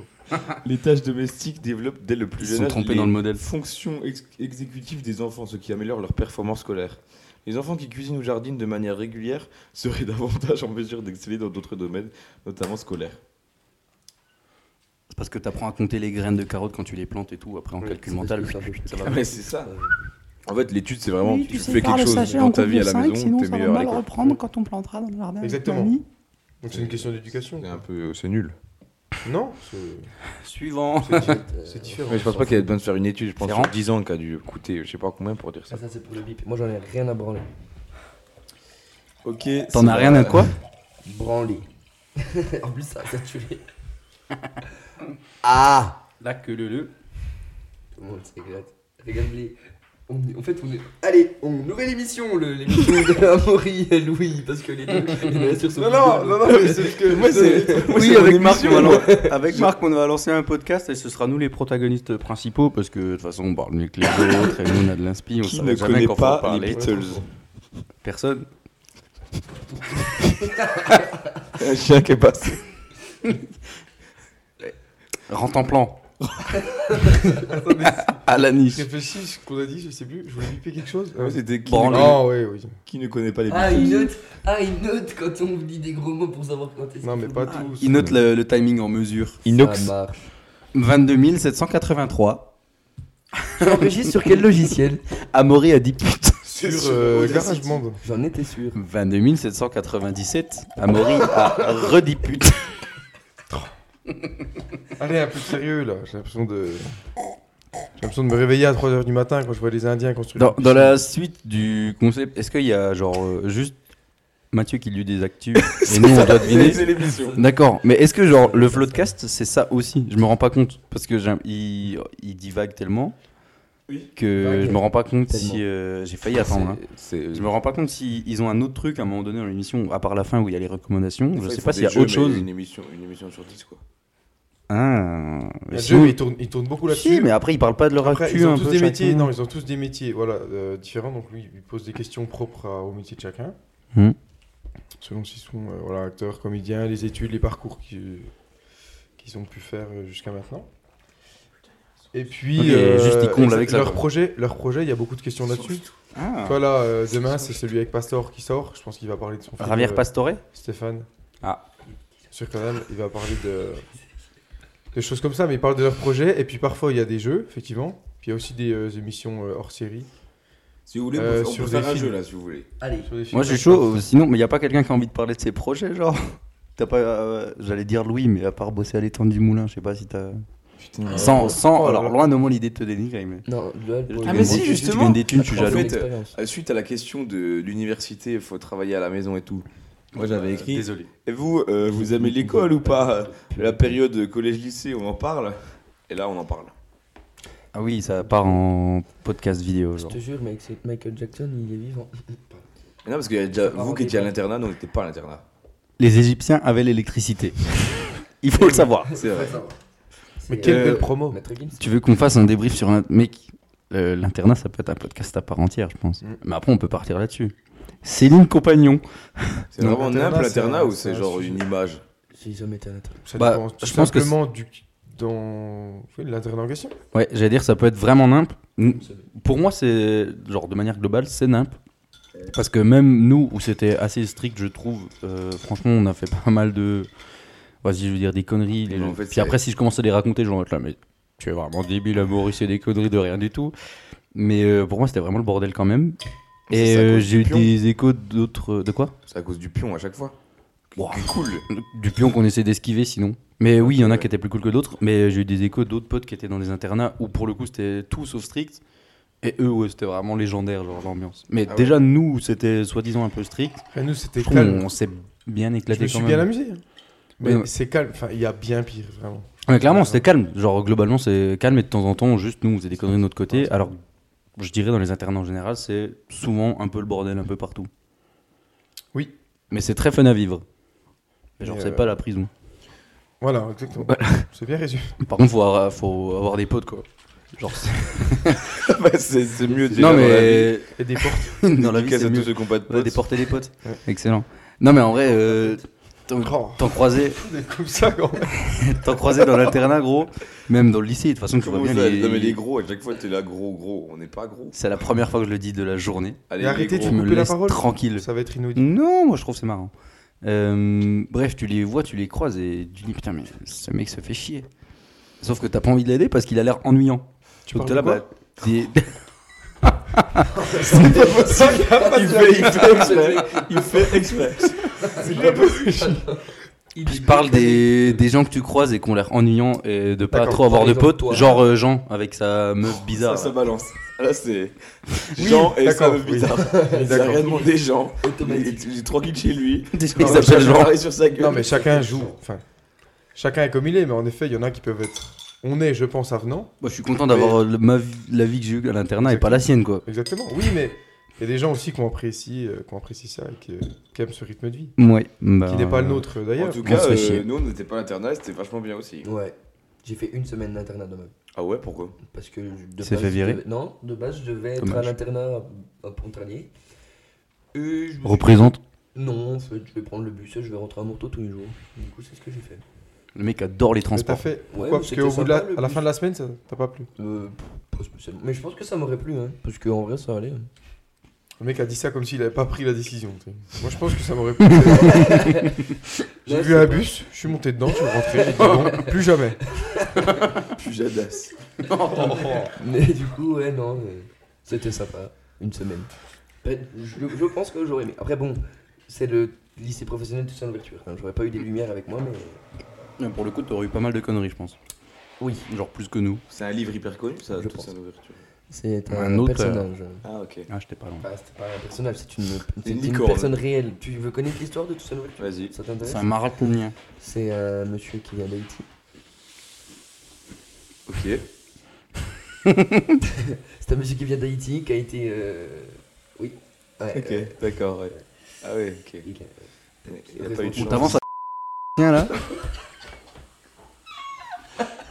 Les tâches domestiques développent dès le plus Ils se jeune sont âge trompés les dans le modèle. fonctions ex- exécutives des enfants, ce qui améliore leur performance scolaire. Les enfants qui cuisinent ou jardinent de manière régulière seraient davantage en mesure d'exceller dans d'autres domaines, notamment scolaires. C'est parce que t'apprends à compter les graines de carottes quand tu les plantes et tout. Après, en Oui, calcul c'est mental, parce que c'est un peu- ça va. Ah, mais c'est Euh, ça. En fait, l'étude, c'est vraiment Oui, tu, fais quelque chose dans ta vie à la maison, t'es meilleur à l'école. quand on plantera dans le jardin. Exactement. Donc, c'est une question d'éducation. C'est un peu, c'est nul. Non, c'est- Suivant. euh, c'est différent. Mais je pense pas qu'il y ait besoin de faire une étude. Je pense C'est que rare. c'est 10 ans qui a dû coûter, je sais pas combien pour dire ça. Ah, ça c'est pour le bip. Moi j'en ai rien à branler. Ok. T'en as rien à quoi Branler. en plus ça ça tue les- Ah La queue le le. Tout le monde s'éclate. Regarde-les. On est- en fait, on est. Allez, on... nouvelle émission, le- l'émission de Amaury et Louis, parce que les deux, les deux sur son Non, non, non, Oh, non, mais c'est ce que. Moi, c'est- Moi, Oui, c'est mon avec Marc, on va émission. lan- avec Marc, on va lancer un podcast et ce sera nous les protagonistes principaux parce que de toute façon, on parle mieux que les autres et nous on a de l'inspi, on Qui savait ne jamais connaît quand faut pas les parler. Beatles Personne. Un chien qui est passé. Rentre en plan. à la niche. Je réfléchis, ce qu'on a dit, je sais plus. Je voulais biper quelque chose. Ah ouais, C'était qui, Branle. Ah, oui, oui. qui ne connaît pas les Ah, Beatles il note, ah, il note quand on dit des gros mots pour savoir quand est-ce Non, mais qu'il pas faut- tous. Il note le, le timing en mesure. Inox. Ça marche. 22 783. Tu enregistres sur quel logiciel Amaury a dit putain. Sur euh, GarageBand. J'en étais sûr. 22 797. Amaury a redit putain. Allez, un peu de sérieux là. J'ai l'impression de. J'ai l'impression de me réveiller à 3h du matin quand je vois les Indiens construire. Dans, des dans la suite du concept, est-ce qu'il y a genre euh, juste Mathieu qui lui des actus et nous on doit deviner D'accord, mais est-ce que genre le floodcast c'est ça aussi Je me rends pas compte parce que j'ai un- il, il divague tellement que Vague. je me rends pas compte Tellement. si euh, j'ai failli attendre. hein. C'est- Je me rends pas compte s'ils ont un autre truc à un moment donné dans l'émission à part la fin où il y a les recommandations. Des je fois, sais ils font pas s'il y a des jeux, autre mais chose. Une émission, une émission sur 10, quoi. Ah, mais piscines. sinon- Dieu, ils tournent, ils tournent beaucoup là-dessus. si, mais après ils parlent pas de leur Après, actu ils ont un tous peu des chacun. métiers, non, ils ont tous des métiers, voilà, euh, différents. Donc lui, il pose des questions propres à- au métier de chacun, Hmm. selon s'ils sont euh, voilà, acteurs, comédiens, les études, les parcours qui- qu'ils ont pu faire euh, jusqu'à maintenant. Et puis, euh, Ok, juste, ils comblent avec ça, leur quoi. projet, leur projet, il y a beaucoup de questions là-dessus. Ah. Toi là, euh, demain, c'est celui avec Pastor qui sort. Je pense qu'il va parler de son film. Javier euh, Pastore Stéphane. Ah. Sur Canal, il va parler de... des choses comme ça, Ah, mais il parle de leurs projets. Et puis parfois, il y a des jeux, effectivement. Puis il y a aussi des euh, émissions euh, hors série. Si vous voulez, Euh, on peut, on sur peut faire des un films. jeu là, si vous voulez. Allez. Sur des films Moi, je suis chaud. euh, Sinon, mais il n'y a pas quelqu'un qui a envie de parler de ses projets, genre T'as pas. euh, J'allais dire Louis, mais à part bosser à l'étendre du moulin, je sais pas si t'as. Putain. Sans, sans. oh là alors, là. loin de moi l'idée de te dénigrer, Ah, mais. Non, Joël, pour Tu gagnes le moment, mais si, des- c'est justement. Tu gagnes des thunes, je suis la jaloux. première fait, euh, expérience. Suite à la question de l'université, il faut travailler à la maison et tout. Moi, j'avais écrit. Désolé. Et vous, euh, vous aimez l'école ou pas La période collège-lycée, on en parle Et là, on en parle. Ah oui, ça part en podcast vidéo, Je genre. te jure, mec, c'est Michael Jackson, il est vivant. Mais non, parce qu'il y a déjà va, vous on qui étiez à débat. l'internat, nous, on n'était pas à l'internat. Les Égyptiens avaient l'électricité. il faut le savoir. C'est vrai. Mais C'est, quelle euh, belle promo Maître Gims. Tu veux qu'on fasse un débrief sur un. Mec, euh, l'internat, ça peut être un podcast à part entière, je pense. Mm. Mais après, on peut partir là-dessus. Céline Compagnon. C'est vraiment l'internat, nimble c'est un- l'internat ou c'est c'est un genre sujet. une image J'ai jamais été à l'internat. Ça Bah, dépend tout je pense que simplement du dans oui, l'internat en question. Ouais, j'allais dire, ça peut être vraiment nimp. N- Pour moi, c'est, genre, de manière globale, c'est nimp. Parce que même nous, où c'était assez strict, je trouve, euh, franchement, on a fait pas mal de. Vas-y, je veux dire des conneries. les Mais en gens- fait, Puis c'est- après, si je commence à les raconter, je vais être là, mais tu es vraiment débile, Maurice, c'est des conneries de rien du tout. Mais euh, pour moi, c'était vraiment le bordel quand même. C'est Et ça, à euh, cause j'ai du eu pion. des échos d'autres. De quoi C'est à cause du pion à chaque fois. Wow. C'est Cool. du pion qu'on essaie d'esquiver sinon. Mais oui, il y en a qui étaient plus cool que d'autres, mais j'ai eu des échos d'autres potes qui étaient dans des internats où pour le coup c'était tout sauf strict. Et eux, ouais, c'était vraiment légendaire, genre l'ambiance. Mais Ah déjà, nous, c'était soi-disant un peu strict. Enfin, nous c'était Je trouve calme. qu'on s'est bien Je éclaté me quand suis même. bien amusé. hein. Mais Ouais. c'est calme. Enfin, il y a bien pire vraiment. Ouais, clairement, c'était Ah. calme. Genre, globalement, c'est calme et de temps en temps, juste nous, on faisait des conneries de notre côté. Alors, je dirais dans les internats en général, c'est souvent un peu le bordel un peu partout. Oui. Mais c'est très fun à vivre. Mais genre, Mais, c'est euh, pas la prison. Voilà, exactement. C'est bien résumé. Par contre, faut avoir, faut avoir des potes, quoi. Genre, c'est- Bah, c'est c'est mieux déjà non, dans la vie. mais. Et des portes. dans la vie, Dédicace c'est à tous mieux. ceux qui ont pas de Ouais, potes. des portes et des potes. Ouais. Excellent. Non, mais en vrai, euh, t'en Oh, t'en croisais, comme ça quand même. t'en croisais dans l'internat, gros. Même dans le lycée, de toute façon, tu vois Comment bien. ça les- Non, mais les gros, à chaque fois, t'es là, gros, gros. On n'est pas gros. C'est la première fois que je le dis de la journée. Allez, Mais les arrêtez de gros. Tu vous me couper la laisses parole. tranquille. Ça va être inaudit. Non, moi je trouve que c'est marrant. Euh, bref, tu les vois, tu les croises et tu dis putain, mais ce mec se fait chier. Sauf que t'as pas envie de l'aider parce qu'il a l'air ennuyant. Tu Donc parles t'es là, de quoi bah. t'es- Il fait, il fait exprès. Il fait exprès. Je parle des, des gens que tu croises et qui ont l'air ennuyants et de pas D'accord, trop avoir par de exemple, potes. toi. Genre euh, Jean avec sa Oh, meuf Ça, bizarre. ça balance. Là, c'est Jean et ça d'accord, me oui. bizarre. Il a rien demandé, Jean. Il est il est tranquille chez lui. Il Il s'appelle s'appelle Jean. Jean. sur sa gueule. Non, mais chacun joue. Enfin, chacun est comme il est, mais en effet, il y en a qui peuvent être. On est, je pense, avenant. Moi, je suis content d'avoir le- ma vie- la vie que j'ai eue à l'internat et pas la sienne, quoi. Exactement. Oui, mais il y a des gens aussi qui ont apprécié, euh, qui ont apprécié ça et qui, euh, qui aiment ce rythme de vie. Ouais. Bah, Qui n'est pas le nôtre euh, En d'ailleurs. tout on cas, se fait euh, chier. nous, on n'était pas à l'internat, c'était vachement bien aussi. Ouais. J'ai fait une semaine d'internat de même. Ah ouais, pourquoi Parce que je- de s'est base, fait je virer devais- Non, de base, je devais être à Dommage. l'internat à, à Pontarlier. Et je me suis Représente. dit, non, en fait, je vais prendre le bus et je vais rentrer à Morteau tous les jours. Du coup, c'est ce que j'ai fait. Le mec adore les Mais t'as transports. fait. Pourquoi mais Parce c'était qu'au bout de la... sympa, le à la bus. fin de la semaine, ça t'a pas plu. Euh, pas spécialement. Mais je pense que ça m'aurait plu, hein. Parce qu'en vrai, ça allait. hein. Le mec a dit ça comme s'il avait pas pris la décision. tu sais. Moi, je pense que ça m'aurait plu. J'ai Là, vu c'est un pas- bus, je suis monté dedans, je suis rentré, j'ai dit non, plus jamais. Pujadas. Mais du coup, ouais, non, mais c'était sympa, une semaine. Ouais, Je, je pense que j'aurais aimé. Après, bon, c'est le lycée professionnel de Saint-Ouverture. hein. J'aurais pas eu des lumières avec moi, mais. Ouais, Pour le coup, t'aurais eu pas mal de conneries, je pense. Oui. Genre plus que nous. C'est un livre hyper connu, ça, Je tout pense. ça, l'ouverture. C'est Un euh, un, auteur. personnage. hein. Ah, ok. Ah, j'étais pas loin. Enfin, Bah, c'est pas un personnage, c'est une, c'est une licorne. personne réelle. Tu veux connaître l'histoire de Toussaint Louverture Vas-y. Ça t'intéresse C'est un marathonien. C'est un monsieur qui vient d'Haïti. Ok. C'est un monsieur qui vient d'Haïti qui a été. euh, Oui. Ouais, euh, Ok, d'accord, ouais. Ah ouais, ok. il a- Il a pas eu de On chance. T'avances à. Tiens là.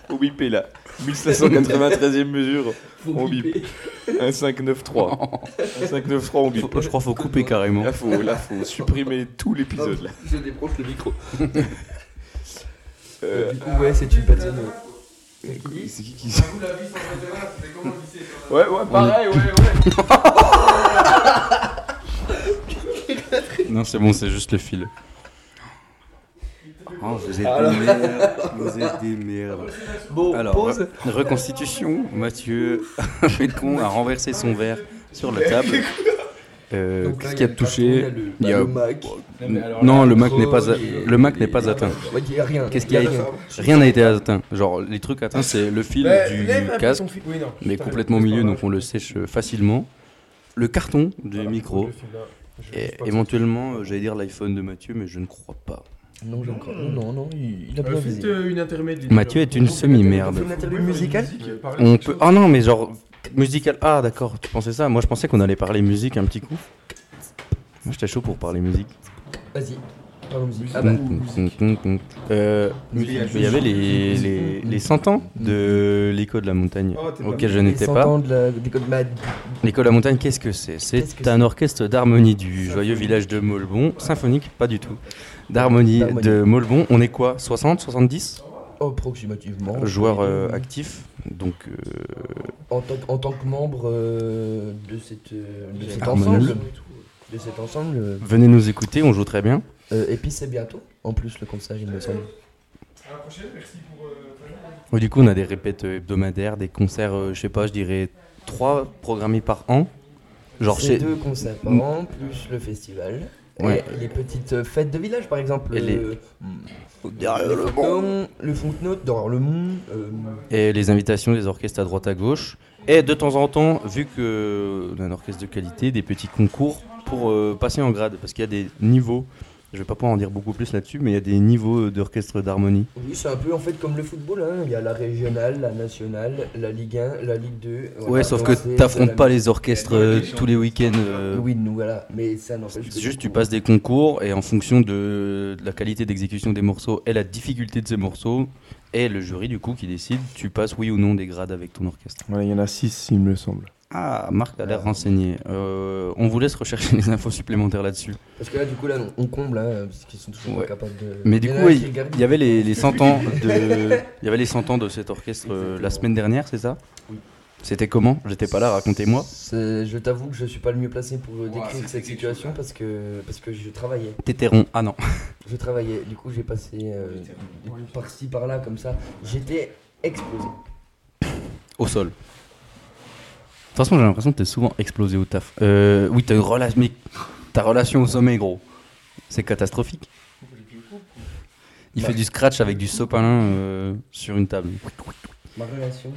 Au bipé, là. 1593 e mesure. Faut On bip. biper. 1593. 1593, on bip. Faut- Je crois faut couper carrément. Là, faut, là, faut supprimer tout l'épisode, là. Je débranche le micro. Euh, Du coup, ouais, c'est une patine. ouais. c'est qui qui. Ouais, ouais, pareil, ouais. Non, c'est bon, c'est juste le fil. Oh, vous êtes des merdes. Vous êtes des merdes. Bon, Alors, pause. re- reconstitution. Mathieu Pétron a renversé son verre sur la table. Euh, Donc Qu'est-ce là, il qui a y le touché patron, Il y a- Le Mac. Non, le Mac n'est pas, a- il est- le Mac n'est pas atteint. Ouais, Il y a rien. Qu'est-ce Il y qu'il y a rien. Rien n'a été atteint. Genre, les trucs atteints, c'est le fil du casque, mais complètement au milieu, donc on le sèche euh, facilement. Le carton du micro, et éventuellement, euh, j'allais dire l'iPhone de Mathieu, mais je ne crois pas. Non, j'ai encore. Non, non, non, il, Ah, il a bien visé. Euh, une intermède. Mathieu est une T'as semi-merde. fait une interview musicale On peut. Ah non, mais genre musical. Ah d'accord, tu pensais ça Moi, je pensais qu'on allait parler musique un petit coup. Moi, j'étais chaud pour parler musique. Vas-y. Ah bah, Euh, il y avait les, les, les 100 ans de l'écho de la montagne Ah, Oh, t'es pas auquel je les n'étais 100 pas. ans de la des codes mad. L'écho de la montagne, qu'est-ce que c'est Qu'est-ce que C'est un orchestre d'harmonie du joyeux village de Molbon. Symphonique, pas du tout. D'harmonie D'harmonie. de Molbon. On est quoi 60, 70 Oh, Approximativement. joueurs euh, actifs. Donc, euh, En tant, que- en tant que membre euh, de, cette, euh, de cet Harmonie. ensemble. De cet ensemble. euh, venez nous écouter, on joue très bien. euh, et puis c'est bientôt. En plus, le concert, il me semble. Et du coup, on a des répètes euh, hebdomadaires, des concerts, euh, je sais pas, je dirais 3 programmés par an. Genre C'est chez. deux concerts par Mm. an, plus le festival. Ouais. Et les petites euh, fêtes de village, par exemple. Et les- Ah, euh, le Fontenot, le Fontenote, dans le Mont. euh, et les invitations des orchestres à droite à gauche. Et de temps en temps, vu que on a un orchestre de qualité, des petits concours pour euh, passer en grade, parce qu'il y a des niveaux. Je vais pas pouvoir en dire beaucoup plus là-dessus, mais il y a des niveaux euh, d'orchestre d'harmonie. Oui, c'est un peu en fait comme le football. hein. Il y a la régionale, la nationale, la Ligue 1, la Ligue 2. Ouais, sauf que t'affrontes pas les orchestres euh, tous les week-ends. euh, Oui, nous, voilà. Mais ça n'empêche que- C'est Juste, tu passes des concours et en fonction de, de la qualité d'exécution des morceaux et la difficulté de ces morceaux, et le jury du coup qui décide, tu passes oui ou non des grades avec ton orchestre. Voilà, il y en a 6, il me semble. Ah, Marc a l'air renseigné. Euh, on vous laisse rechercher les infos supplémentaires là-dessus. Parce que là, du coup, là, on comble, hein, parce qu'ils sont toujours Ouais. pas capables de. Mais du y en coup, a qui oui, regardent. il y avait les, les 100 ans de, il y avait les 100 ans de cet orchestre euh, la semaine dernière, c'est ça Oui. C'était comment J'étais pas là, racontez-moi. C'est- Je t'avoue que je suis pas le mieux placé pour euh, décrire cette situation parce que parce que je travaillais. T'étais rond. Ah non. Je travaillais. Du coup, j'ai passé euh, par-ci par-là comme ça. J'étais explosé. Au sol. De toute façon, j'ai l'impression que t'es souvent explosé au taf. Euh, oui, t'as une relation, mais ta relation au sommet, gros, c'est catastrophique. Il fait du scratch avec du sopalin euh, sur une table. Ma relation.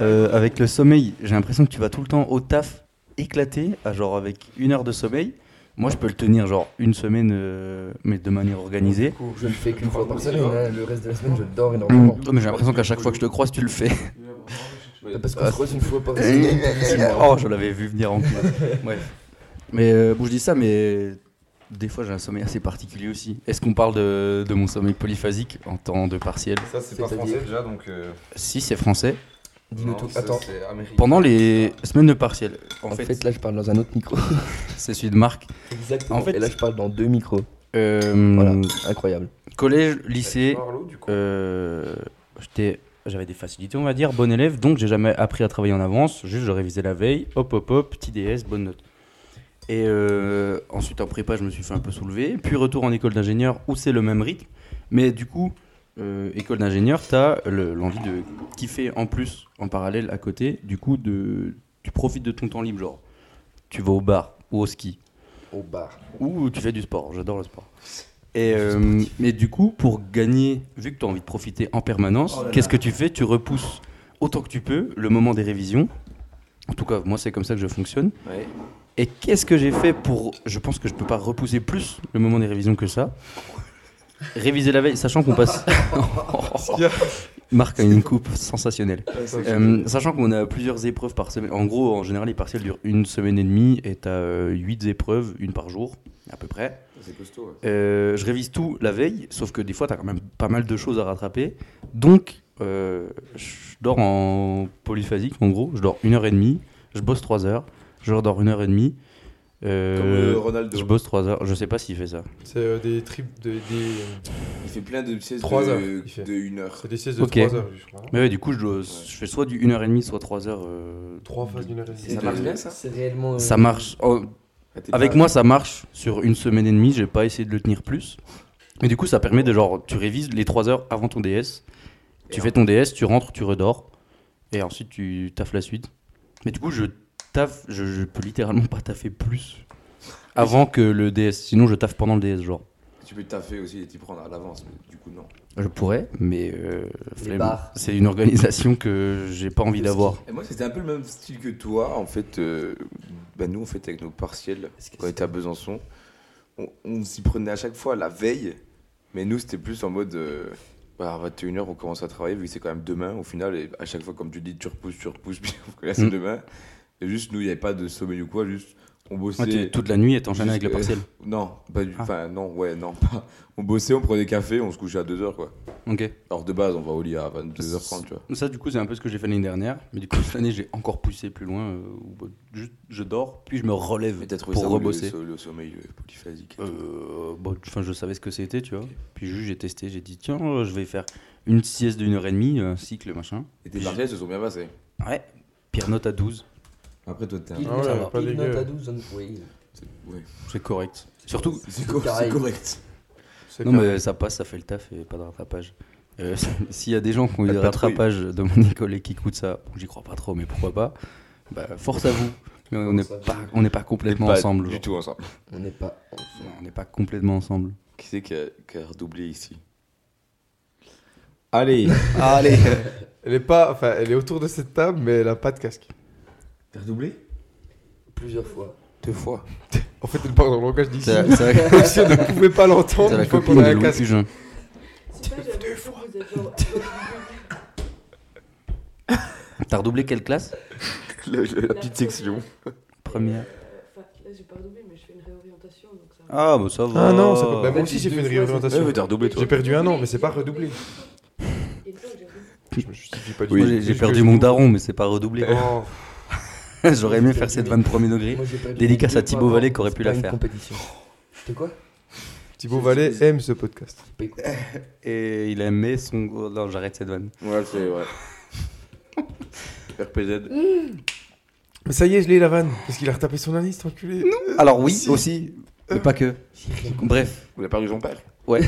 Euh, avec le sommeil, j'ai l'impression que tu vas tout le temps au taf éclaté, à genre avec une heure de sommeil. Moi, je peux le tenir genre une semaine, euh, mais de manière organisée. Je le fais qu'une fois par semaine. hein. Le reste de la semaine, je Mm. dors Toi, énormément. Mmh. mais j'ai l'impression qu'à chaque fois que je te croise, tu le fais. Mm. Parce Ah, qu'on se croise une fois par semaine. oh, je l'avais vu venir en plus. Bref. Mais euh, bon, je dis ça, mais des fois, j'ai un sommeil assez particulier aussi. Est-ce qu'on parle de, de mon sommeil polyphasique en temps de partiel Ça, c'est pas C'est-à-dire français déjà, donc. euh, Si, c'est français. Dis-nous non, tout. ça, Attends. c'est américain. Pendant les semaines de partiel, en, En fait, fait, là, je parle dans un autre micro. c'est celui de Marc. Exactement. En fait- Et là, je parle dans deux micros. Euh, Voilà. Incroyable. Collège, lycée, Parlo, du coup. Euh, j'étais- j'avais des facilités, on va dire, bon élève, donc j'ai jamais appris à travailler en avance, juste je révisais la veille, hop hop hop, petit DS, bonne note. Et euh, ensuite en prépa, je me suis fait un peu soulever, puis retour en école d'ingénieur où c'est le même rythme, mais du coup, euh, école d'ingénieur, t'as le- l'envie de kiffer en plus, en parallèle, à côté, du coup, de, tu profites de ton temps libre, genre, tu vas au bar ou au ski, Au bar. ou tu fais du sport, j'adore le sport. Et euh, mais du coup, pour gagner, vu que tu as envie de profiter en permanence, qu'est-ce que tu fais Tu repousses autant que tu peux le moment des révisions. En tout cas, moi, c'est comme ça que je fonctionne. Ouais. Et qu'est-ce que j'ai fait pour. Je pense que je peux pas repousser plus le moment des révisions que ça. Réviser la veille, sachant qu'on passe. Marc a une coupe sensationnelle. Euh, sachant qu'on a plusieurs épreuves par semaine. En gros, en général, les partiels durent une semaine et demie et t'as 8 épreuves, une par jour, à peu près. C'est costaud, ouais. Euh, je révise tout la veille, sauf que des fois, tu as quand même pas mal de choses à rattraper. Donc, euh, je dors en polyphasique, en gros. Je dors une heure et demie, je bosse trois heures, je redors une heure et demie. euh, Comme euh, Ronaldo. je bosse trois heures. Je sais pas s'il fait ça. C'est euh, des trips, de, des, Il fait plein de siestes Trois heures, de, il fait. de une heure. c'est des siestes de Ok. 3 heures, je crois. Mais ouais, du coup, je, dois- je fais soit du une heure et demie, soit trois heures. euh, 3 phases d'une heure et demie. Ça marche bien, ça C'est réellement. euh, Ça marche. oh, Ah, t'es Avec pas- moi, ça marche sur une semaine et demie. J'ai pas essayé de le tenir plus. Mais du coup, ça permet de genre, tu révises les 3 heures avant ton DS. Tu fais ton DS, tu rentres, tu redors. Et ensuite, tu taffes la suite. Mais du coup, je taffe, je, je peux littéralement pas taffer plus avant que le DS. Sinon, je taffe pendant le DS, genre. Tu peux taffer aussi et t'y prendre à l'avance, mais du coup, non. Je pourrais, mais euh, Les flemme. bars. c'est une organisation que j'ai pas envie Le ski. d'avoir. Et moi, c'était un peu le même style que toi. En fait, euh, bah, nous, on fait, avec nos partiels, Est-ce que quand on était à Besançon, on, on s'y prenait à chaque fois la veille. Mais nous, c'était plus en mode. euh, bah, à 21h, on commence à travailler, vu que c'est quand même demain. Au final, et à chaque fois, comme tu dis, tu repousses, tu repousses, puis on là, c'est Mm. demain. Et juste, nous, il n'y avait pas de sommeil ou quoi, juste. On bossait. Ouais, t'es- toute la nuit est enchaîné avec le jusqu'à- partiel. Non, pas du. Ah. Enfin, non, ouais, non, pas. On bossait, on prenait café, on se couchait à 2h, quoi. Ok. Alors de base, on va au lit à 22h30, tu vois. Ça, du coup, c'est un peu ce que j'ai fait l'année dernière. Mais du coup, cette année, j'ai encore poussé plus loin. euh, où, bah, juste, je dors, puis je me relève Mais t'as trouvé pour ça où, rebosser. Le, le sommeil euh, polyphasique. Euh, bon, Enfin, je savais ce que c'était, tu vois. Puis juste, j'ai testé, j'ai dit, tiens, euh, je vais faire une sieste d'une heure et demie, un cycle, machin. Et tes partiels se sont bien passés. Ouais, pire note à 12, Après, toi, t'es un. Pile Ah note ouais, à- pas pile dégueu. note à 12, hein, oui. Ouais. c'est correct. Surtout, C'est cor- Carré. c'est correct. C'est non bien. mais ça passe, ça fait le taf et pas de rattrapage. Euh, S'il y a des gens qui ont eu Pas de des patrouille. rattrapages de mon école et qui coûtent ça, bon, j'y crois pas trop, mais pourquoi pas, bah, force à vous. Mais on n'est Force à vous. pas, on n'est pas complètement Pas ensemble. Du genre. tout ensemble. On n'est pas. Non, On n'est pas complètement ensemble. Qui c'est qui a, qui a redoublé ici Allez. Allez. Elle est pas, enfin, elle est autour de cette table, mais elle a pas de casque. T'as redoublé Plusieurs fois. Deux fois. En fait, elle parle dans le langage d'ici. C'est la, c'est la- Comme si on ne pouvait pas c'est l'entendre la une fois copine qu'on a de un Louis casque. Pugin. T'as redoublé quelle classe La, la- la petite section. Première. Enfin, Euh, là, j'ai pas redoublé, mais je fais une réorientation, donc ça. Ah bah ça va. Ah non, ça peut... bah, moi fait, aussi j'ai deux fait une fois, réorientation. Ouais, mais t'as redoublé, toi. J'ai perdu un an, mais c'est pas redoublé. Et une fois que j'ai redoublé. Je me justifie pas du Moi, tout. j'ai- C'est j'ai juste perdu que mon je- daron, mais c'est pas redoublé. Oh, Euh. J'aurais aimé faire cette 23 degrés. Moi, j'ai perdu Dédicace deux à fois Thibaut avant, Vallée qui aurait c'est pu pas la une faire. compétition. C'est quoi Thibaut Vallée aime ce podcast. J'ai pas écouté. Et il aimait son. oh, Non, j'arrête cette vanne. Ouais, c'est vrai. RPZ. Mais ça y est, je l'ai la vanne. Parce qu'il a retapé son année, cet enculé. Alors, oui, aussi, mais pas que. Bref, Vous l'avez perdu son père ouais.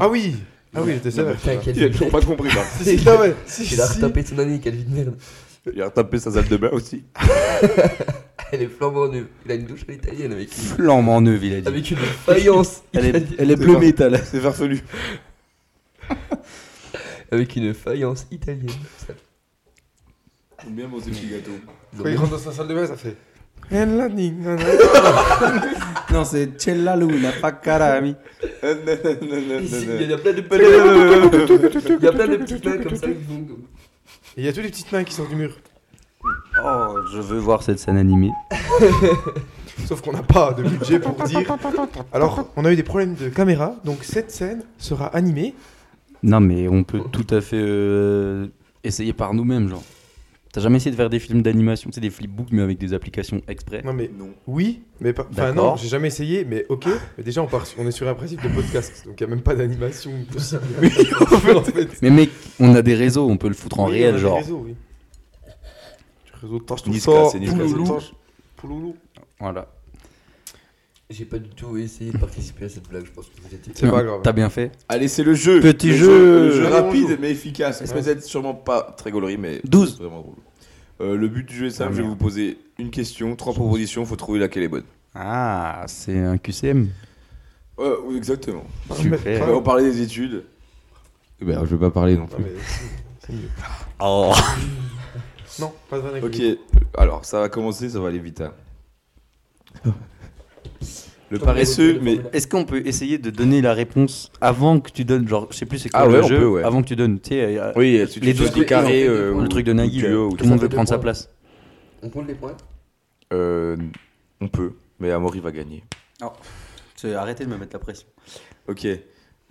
Ah oui Ah oui, j'étais sévère. Putain, quelle Il a vie de toujours merde. pas compris, là. Si, si, non, mais- si, Il a si. retapé son année, quelle vie de merde. Il a retapé sa salle de bain aussi. Elle est flambant neuve. Il a une douche à l'italienne avec une, Flambant neuve, il a Ah dit. avec une faïence. Elle est, italienne. elle est bleu pas- métal. C'est farfelu. Avec une faïence italienne. Ça- Bien bon, ces petits gâteaux. ils ont Quand il bien- rentre dans sa salle de bain, ça fait. Non, c'est Cella Luna, Pacara, ami. Ici, Il y a plein de petits- il y a plein de petites mains comme ça qui font comme- Et il y a tous les petites mains qui sortent du mur. Oh, je veux voir cette scène animée. Sauf qu'on n'a pas de budget pour dire. Alors, on a eu des problèmes de caméra, donc cette scène sera animée. Non, mais on peut tout à fait euh, essayer par nous-mêmes, genre. T'as jamais essayé de faire des films d'animation, c'est des flipbooks, mais avec des applications exprès Non, mais Non. oui, mais pas. Enfin, D'accord. non, j'ai jamais essayé, mais ok. Mais déjà, on, part sur- on est sur un principe de podcast, donc il n'y a même pas d'animation possible. Oui, en fait, en fait. Mais mec, on a des réseaux, on peut le foutre en Oui, on a réel, des genre. Réseaux, oui. Réseau de torche, tout Niska, ça, c'est Niska, c'est Pouloulou. Torche. Pouloulou. Voilà. J'ai pas du tout essayé de participer à cette blague, je pense que vous étiez. C'est pas grave. T'as bien fait. Allez, c'est le jeu. Petit Le jeu. le jeu Allez, on joue. rapide mais efficace. Ouais. Peut-être sûrement pas très gaulerie, mais 12. c'est vraiment drôle. Euh, le but du jeu est simple, je vais vous poser une question, trois propositions, faut trouver laquelle est bonne. Ah, c'est un QCM. Ouais, oui, exactement. Super. Euh, on parlait des études. Eh Ben, je vais pas parler non Non, mais c'est mieux. Oh. Non, pas de vanne avec Ah, Oh. Ok, lui. alors ça va commencer, ça va aller vite. hein. Le paresseux, mais Est-ce qu'on peut essayer de donner la réponse avant que tu donnes, genre, je sais plus c'est quoi Ah le ouais, on jeu, peut, ouais. avant que tu donnes, tu sais, euh, oui, tu- les tu deux fais des carrés, euh, le ou- truc de ou Nagui, duo, là, ou tout le monde ça. veut prendre sa place. On compte les points Euh, on peut, mais Amaury va gagner. Arrêtez de me mettre la pression. Ok.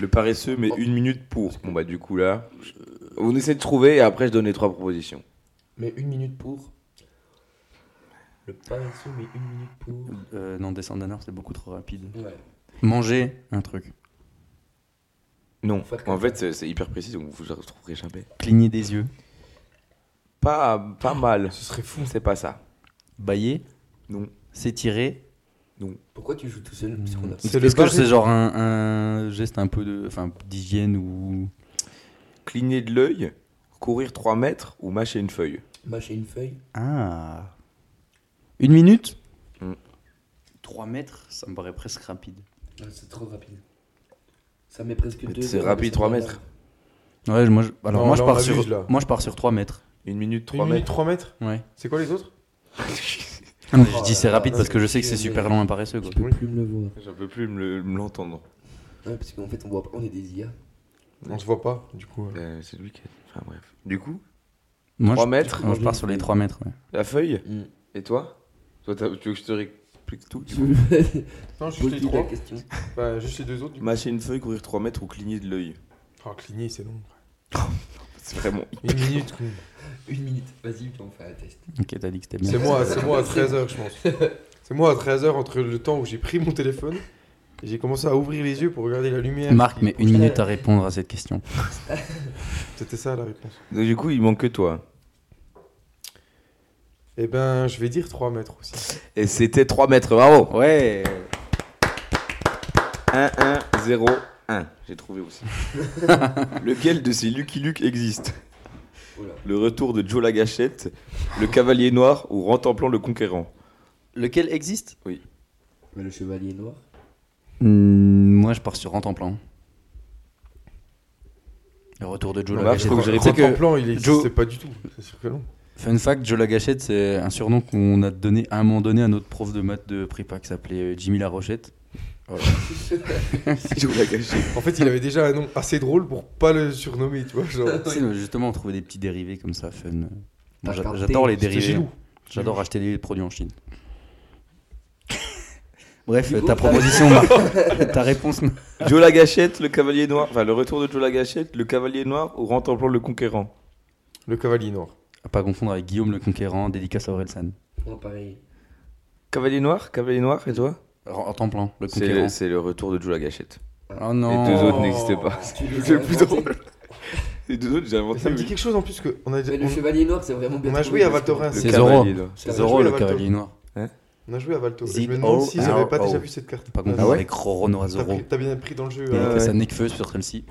Le paresseux, mais une minute pour. Bon, bah, du coup, là, euh, on essaie de trouver et après, je donne les trois propositions. Mais une minute pour. Le paresseux, mais une minute pour. Euh, non, descendre d'un arbre, c'est beaucoup trop rapide. Ouais. Manger un truc. Non. Faire comme En fait, c'est- c'est hyper précis, donc vous ne le retrouverez jamais. Cligner des yeux. Pas, pas mal. Ce serait fou. C'est pas ça. Bailler. Non. S'étirer. Pourquoi tu joues tout seul Hmm. Parce qu'on a- C'est Est-ce le que c'est barré- genre un, un geste un peu de, enfin, d'hygiène ou Cligner de l'œil, courir 3 mètres ou mâcher une feuille. Mâcher une feuille. ah une minute. Mm. Hmm. 3 mètres, ça me paraît presque rapide. Ah, c'est trop rapide. Ça met presque Mais deux. c'est heures rapide, de trois savoir. mètres. Ouais, moi, je, alors Non, moi là, je on pars abuse, sur, là. moi je pars sur 3 mètres. Une minute, 3 3 minutes, mètres. 3 mètres Ouais. C'est quoi les autres Oh je dis c'est rapide parce que je sais que c'est super lent et paresseux quoi. Je peux plus me le voir. J'en peux plus me le- me l'entendre. Ouais, parce qu'en fait, on voit pas, on est des IA. On se voit pas, du coup. euh. Euh, c'est le week-end. Enfin, bref. Du coup, Moi 3 je, mètres, moi, je pars sur les 3 mètres. ouais. la feuille, Mm. et toi Toi, t'as- tu veux que je te ré- expliques tout. du coup. non, juste les trois. Bah, juste les deux autres. Du coup. Mâcher une feuille, courir 3 mètres ou cligner de l'œil. Oh, cligner, c'est long. C'est vraiment. Une minute. quoi. Une minute, vas-y, on fait un test. Ok, t'as dit que c'était bien. C'est moi, c'est moi à 13h, je pense. C'est moi à 13h entre le temps où j'ai pris mon téléphone et j'ai commencé à ouvrir les yeux pour regarder la lumière. Marc, mais une minute à répondre à cette question. C'était ça la réponse. Donc, du coup, il manque que toi. Eh ben, je vais dire 3 mètres aussi. Et c'était 3 mètres, bravo Ouais. 1, 1, 0, 1. J'ai trouvé aussi. Lequel de ces Lucky Luke existe Oula. Le retour de Joe la gâchette, le cavalier noir ou Rentemplant le conquérant Lequel existe Mais le chevalier noir Mm, Moi, je pars sur Rent en plan. Le retour de Joe Non, la là, je Gâchette. trouve que j'ai Rentemplant, que- Joe- il existait pas du tout. C'est sûr que non. Fun fact, Joe la Gâchette, c'est un surnom qu'on a donné à un moment donné à notre prof de maths de prépa qui s'appelait euh, Jimmy La Rochette. Joe la gâchette. En fait, il avait déjà un nom assez drôle pour pas le surnommer, tu vois. Genre, Tu sais, mais justement, on trouvait des petits dérivés comme ça, fun. Moi, T'as j'a- regardé, J'adore les c'était dérivés. Gilou. J'adore acheter des produits en Chine. Bref, Du coup, ta proposition, Marc. ta réponse. Marc. Joe la gâchette, le cavalier noir. Enfin, le retour de Joe la gâchette, le cavalier noir ou Rentemplant le conquérant Le cavalier noir. À pas confondre avec Guillaume le Conquérant, dédicace à Orelsan. Moi, Oh, pareil. Cavalier noir Cavalier noir, et toi En temps plein, le Conquérant. C'est c'est le retour de Joe la gâchette. Oh Les non. deux autres n'existaient pas. Tu les C'est as le plus inventés. drôle. Les deux autres, j'ai inventé. Ça me dit mais- quelque chose en plus que on a, Mais le on- chevalier noir, c'est vraiment bien. on a trouvé, joué à parce que- Le Valtorin. C'est Zorro. cavalier noir. C'est Zorro, le Jouer la Valto. Cavalier Noir. On a joué à Valto. Je Zip, me demande oh, s'ils avaient pas oh, déjà oh. vu cette carte. Pas Ah confondre ouais avec Roro Noir T'as Zorro. pris- T'as bien pris dans le jeu. Il euh, a fait ouais. sa necfeu sur celle-ci.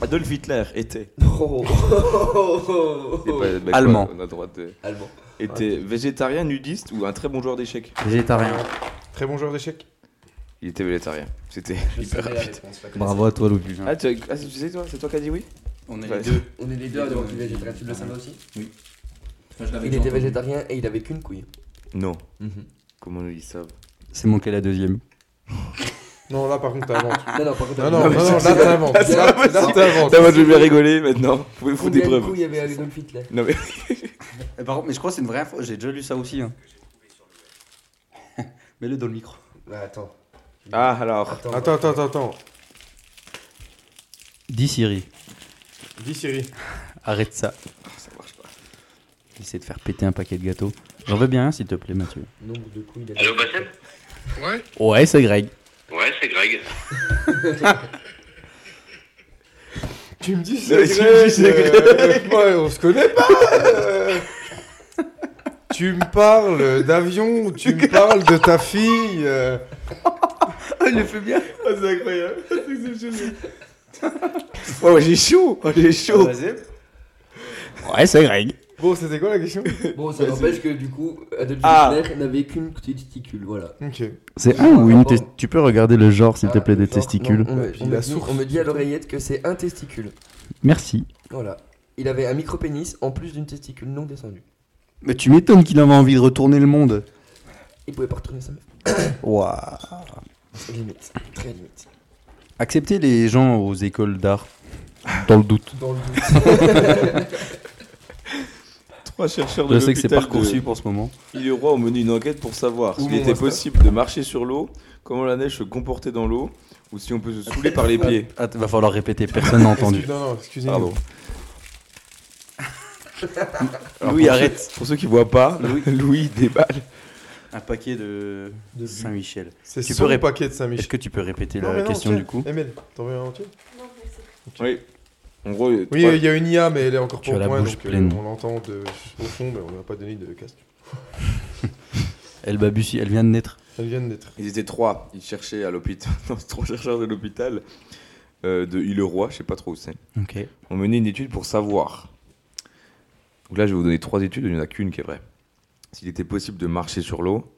Adolf Hitler était. Oh, oh, oh, oh, C'est oh. pas- bah, Allemand. quoi, On a droit de. Allemand. Était végétarien, nudiste ou un très bon joueur d'échecs Végétarien. Très bon joueur d'échecs. Il était végétarien. C'était Je hyper savais la rapide. réponse. pas Bravo à toi, Louis. Ah, tu, as- ah, tu sais, toi, c'est toi qui as dit oui On Ouais. comme ça. On est les deux à devoir tuer végétarien. Tu le savais aussi Il déjà était entendu. végétarien et il avait qu'une couille. Non. Comment nous dit ça Mhm. C'est mon cas la deuxième. Non, là par contre, t'inventes. Ah. Non, non, par contre. Non, non, non, non, là t'inventes. c'est pas Là, là, possible. t'inventes. Ça va, je vais rigoler maintenant. Vous pouvez foutre des Combien de preuves. couilles avait Adolf Hitler Non mais. Eh, par contre, mais je crois que c'est une vraie info. J'ai déjà lu ça aussi. hein. Mets-le dans le micro. Bah, attends. Ah, alors. Attends. Attends, attends, attends, attends. Dis Siri, Dis Siri. arrête ça. Ça marche pas. Essaie de faire péter un paquet de gâteaux. J'en veux bien un, s'il te plaît, Mathieu. Nombre de couilles d'Adolf Allô, Bassem Ouais, c'est Greg. Ouais, c'est Greg. Tu me dis Mais c'est tu me dis, c'est Greg. euh, ouais, on se connaît pas. euh. Tu me parles d'avion, tu me parles de ta fille. euh. Ah, il le fait bien. Ah, c'est incroyable. C'est exceptionnel. Oh, j'ai chaud. Oh, j'ai Ah, chaud. Ouais, c'est Greg. Bon, c'était quoi la question Hitler. Bon, ça n'empêche que du coup, Adolf Ah. Hitler n'avait qu'une testicule, voilà. Ok. C'est un ou une Rapport. tes- Tu peux regarder le genre, s'il te Ah, plaît, des genre, testicules. non, on, me, Puis on la me dit, source, on me dit à l'oreillette que c'est un testicule. Merci. Voilà. Il avait un micro-pénis en plus d'une testicule non descendue. Mais tu m'étonnes qu'il avait envie de retourner le monde. Il pouvait pas retourner sa meuf. Ouah. Limite. Très limite. Acceptez les gens aux écoles d'art. Dans le doute. Dans le doute. Trois chercheurs de Je sais que c'est l'hôpital de- parcoursup en ce moment. Il est roi au menu une enquête pour savoir Où s'il mon était master possible de marcher sur l'eau, comment la neige se comportait dans l'eau, ou si on peut se saouler par les pieds. Ah, t- va falloir répéter, personne n'a entendu. Excuse- Non, non, excusez-moi. Pardon. Alors, Louis, pour arrête. ceux- pour ceux qui voient pas, Louis. Louis déballe. Un paquet de, Saint-Michel. C'est Tu sur peux le rép- paquet de Est-ce Saint-Michel. que tu peux répéter Non, mais la non, question tiens. du coup Emile, t'en veux un entier Non, mais c'est- Oui. En gros, il y a Oui, trois- il y a une IA, mais elle est encore Tu pour as la point, bouche donc euh, pleine. on l'entend de- au fond, mais on n'a pas donné de casque. Elle babutie, elle vient de naître. Elles viennent d'être. ils étaient trois. Ils cherchaient à l'hôpital. non, c'est trois chercheurs de l'hôpital euh, de Île-Roi, je sais pas trop où c'est. Ok. On menait une étude pour savoir. Donc là, je vais vous donner trois études, il n'y en a qu'une qui est vraie. S'il était possible de marcher sur l'eau,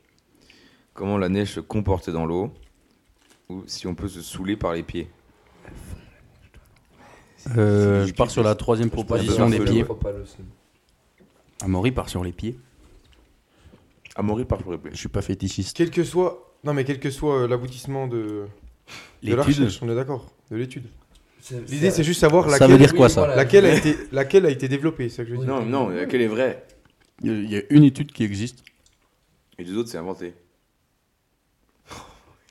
comment la neige se comportait dans l'eau, ou si on peut se saouler par les pieds. Euh, je pars sur la troisième proposition pas des faire pieds. le- Amaury part sur les pieds. Amaury par Ah, sur les pieds. Je suis pas fétichiste. Quel que soit. Non, mais quel que soit euh, l'aboutissement de... de la L'étude, recherche, on est d'accord, de l'étude. L'idée, c'est juste savoir ça veut laquelle, dire quoi ça laquelle, a été, laquelle euh, a été développée, c'est ça que je veux dire. Non, non, laquelle est vraie Il y a une étude qui existe. Et les autres, c'est inventé.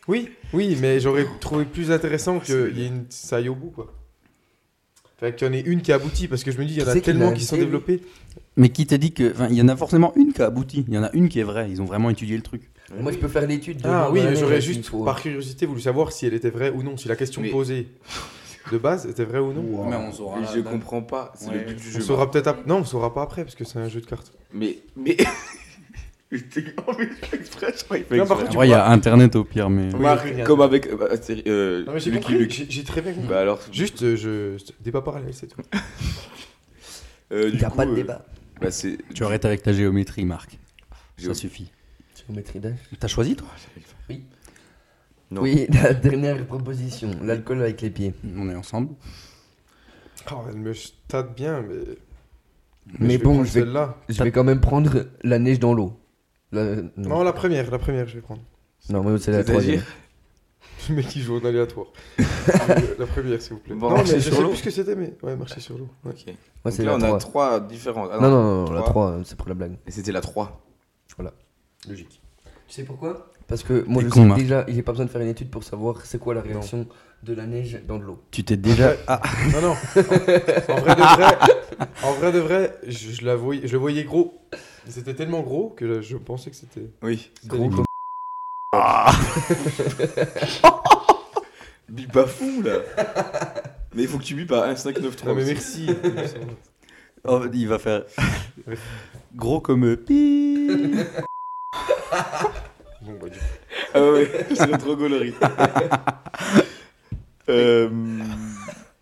Oui, oui, mais j'aurais trouvé plus intéressant qu'il y ait une ça aille au bout, quoi. Fait qu'il y en ait une qui aboutit, parce que je me dis, il y en Qui a c'est qui tellement l'a qui sont fait, développés. Mais qui t'a dit que. Enfin, il y en a forcément une qui a abouti. Il y en a une qui est vraie. Ils ont vraiment étudié le truc. Moi, je peux faire l'étude. de- Ah oui, Ouais, mais j'aurais ouais, juste, il faut- hein. par curiosité, voulu savoir si elle était vraie ou non, si la question posée de base était vraie ou non. Mais on saura Mais là, je là. comprends pas, c'est bah. Ouais. le but du On jeu. saura peut-être ap- Non, on saura pas après, parce que c'est un jeu de cartes. Mais. Mais. J'étais- oh, mais je fais exprès, je crois qu'il fait Non, exprès. par contre, Après, tu Ah il y a Internet au pire, mais. Marc, Oui, oui, oui. comme avec. euh, bah, c'est- euh, Non, mais j'ai Lucky compris, Luke. j'ai- j'ai très bien compris. Bah alors. Juste, euh, je. Débat parallèle, c'est tout. euh, Il du n'y a coup, pas de euh, débat. Bah, c'est. Tu arrêtes avec ta géométrie, Marc. Ça Géo- suffit. Géométrie d'âge. T'as choisi, toi Non. Oui, la dernière proposition, l'alcool avec les pieds. On est ensemble. Oh, elle me stade bien, mais. Mais, vais bon, prendre je vais, Celle-là. je vais quand même prendre la neige dans l'eau. La- non. Non, la première, la première, je vais prendre. Non, mais c'est la troisième. C'est-à-dire Le mec qui joue en aléatoire. Euh, la première, s'il vous plaît. Bon, non, marcher mais je sur sais l'eau. plus ce que c'était, mais. Ouais, marcher sur l'eau. ouais. Ok. Moi, Donc c'est là, la on a 3. trois différentes. Ah Non, non, non, la trois. 3, c'est pour la blague. Et c'était la 3. Voilà. Logique. Tu sais pourquoi Parce que moi, T'es je con, sais Marc. déjà, j'ai pas besoin de faire une étude pour savoir c'est quoi la réaction de la neige dans de l'eau. Tu t'es déjà. Non, non. En, en vrai de vrai, en vrai, de vrai je, je la voyais, je le voyais gros. C'était tellement gros que je, je pensais que c'était. Oui. c'était les- Bip à fond là Mais il faut que tu bip à 1, 5, 9, 3. Non, mais merci. Oh, il va faire. Gros comme. euh, pi. bon, bah, du Ah ouais, c'est trop gaulerie. euh...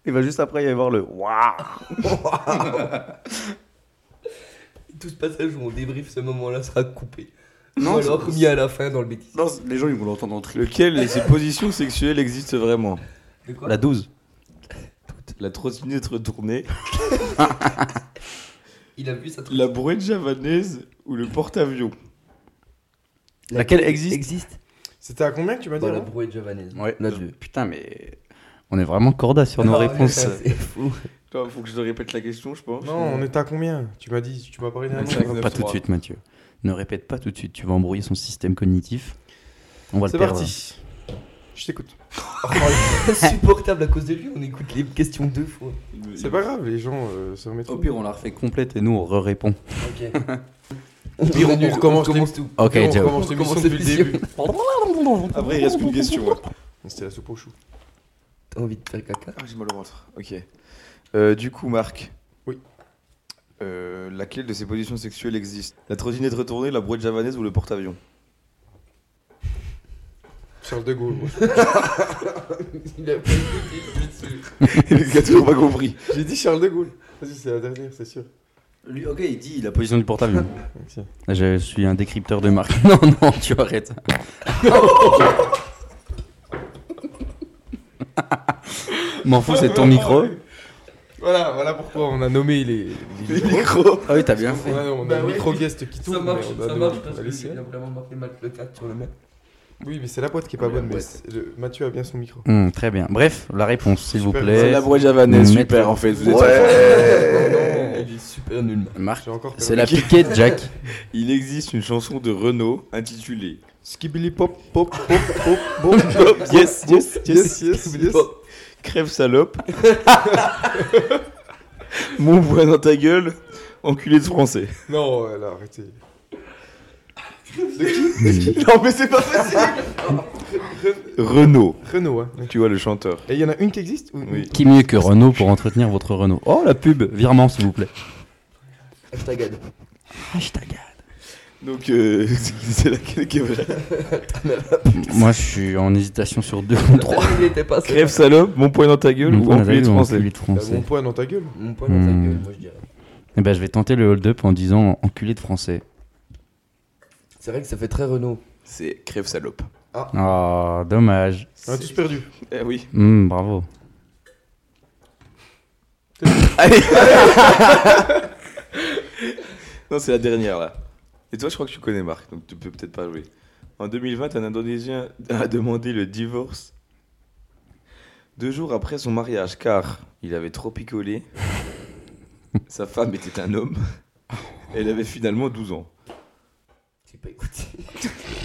Il va juste après y avoir le. Waouh Tout ce passage où on débriefe ce moment-là sera coupé. Non, Ou alors c'est- mis à la fin dans le bêtise. Non, les gens, ils vont l'entendre en tri. Lequel de ces positions sexuelles existe vraiment De quoi La 12. La trottinette retournée, Il a vu sa la brouette javanaise ou le porte-avions Laquelle existe Existe coup. C'était à combien que tu m'as dit Dans la avant brouette javanaise. Ouais. La 2. Putain, mais. On est vraiment corda sur Ah, nos réponses. Ah, C'est fou. Toi, faut que je te répète la question, je pense. Non, on était à combien Tu m'as dit, tu m'as parlé d'un Ouais, nom. c'est vrai. Pas tout de suite, Mathieu. Ne répète pas tout de suite, tu vas embrouiller son système cognitif. On va le C'est perdre. parti. Je t'écoute. Insupportable à cause de lui, on écoute les questions deux fois. C'est pas grave, les gens euh, se remettent. Au pire, on la refait complète et nous, on re-répond. Ok. Pire, on annule, recommence tout. Ok, Et on ciao. recommence l'émission Commence depuis le l'émission. début. Après, il reste qu'une question. ouais. C'était la soupe au chou. T'as envie de faire caca Ah, j'ai mal au ventre. Ok. Euh, du coup, Marc. Oui. Euh, laquelle de ces positions sexuelles existe La trottinette retournée, la brouette javanaise ou le porte-avions Charles de Gaulle, moi. Il a pas Le gars, toujours pas compris. J'ai dit Charles de Gaulle. Vas-y, c'est la dernière, c'est sûr. Lui, ok, il dit la position du portable. Merci. Je suis un décrypteur de marque. Non, non, tu arrêtes. M'en fous, c'est ton micro. Voilà, voilà pourquoi on a nommé les. les... Micro Ah oui, t'as bien fait. On a, on a Bah un oui. micro-guest qui tourne. Ça marche, mais on a ça nommé- marche on a parce laissé. qu'il a vraiment marqué mal le 4 sur le mec. Oui, mais c'est la boîte qui est pas La bonne. Mais boîte. c'est- le- Mathieu a bien son micro. Hum, très bien. Bref, la réponse, s'il vous Super. C'est plaît. la brouette javanaise, Mettez- super en fait. Vous êtes Ouais. Il est super nul, Marc. Marc, J'ai encore Ah, c'est la piquée de Jack. Il existe une chanson de Renault intitulée Skibili pop pop pop pop pop. pop. Yes, yes, Yes, yes, yes. Crève salope. Mon bois dans ta gueule, enculé de français. Non, elle a arrêté. Non mais c'est pas facile Renault, Renault, hein. tu vois le chanteur. Et il y en a une qui existe ou- Oui. Qui mieux que Renault pour entretenir votre Renault Oh, la pub Virement, s'il vous plaît. Hashtag ad. Hashtag. Donc euh, c'est laquelle qui est vraie Moi, je suis en hésitation sur deux ou trois. Il était pas seul. Crève salope, mon poing dans ta gueule ou Mon enculé de français enculé de Bah, Mon français. poing dans ta gueule. Mon poil dans sa Hmm. gueule, moi je dirais. Eh ben, je vais tenter le hold-up en disant enculé de français. C'est vrai que ça fait très Renault. C'est crève salope. Ah, dommage. On a tous perdu. Eh oui. Hum, bravo. Allez Non c'est la dernière là. Et toi je crois que tu connais Marc, donc tu peux peut-être pas jouer. En 2020, un Indonésien a demandé le divorce deux jours après son mariage car il avait trop picolé, sa femme était un homme, et elle avait finalement 12 ans. J'ai pas écouté.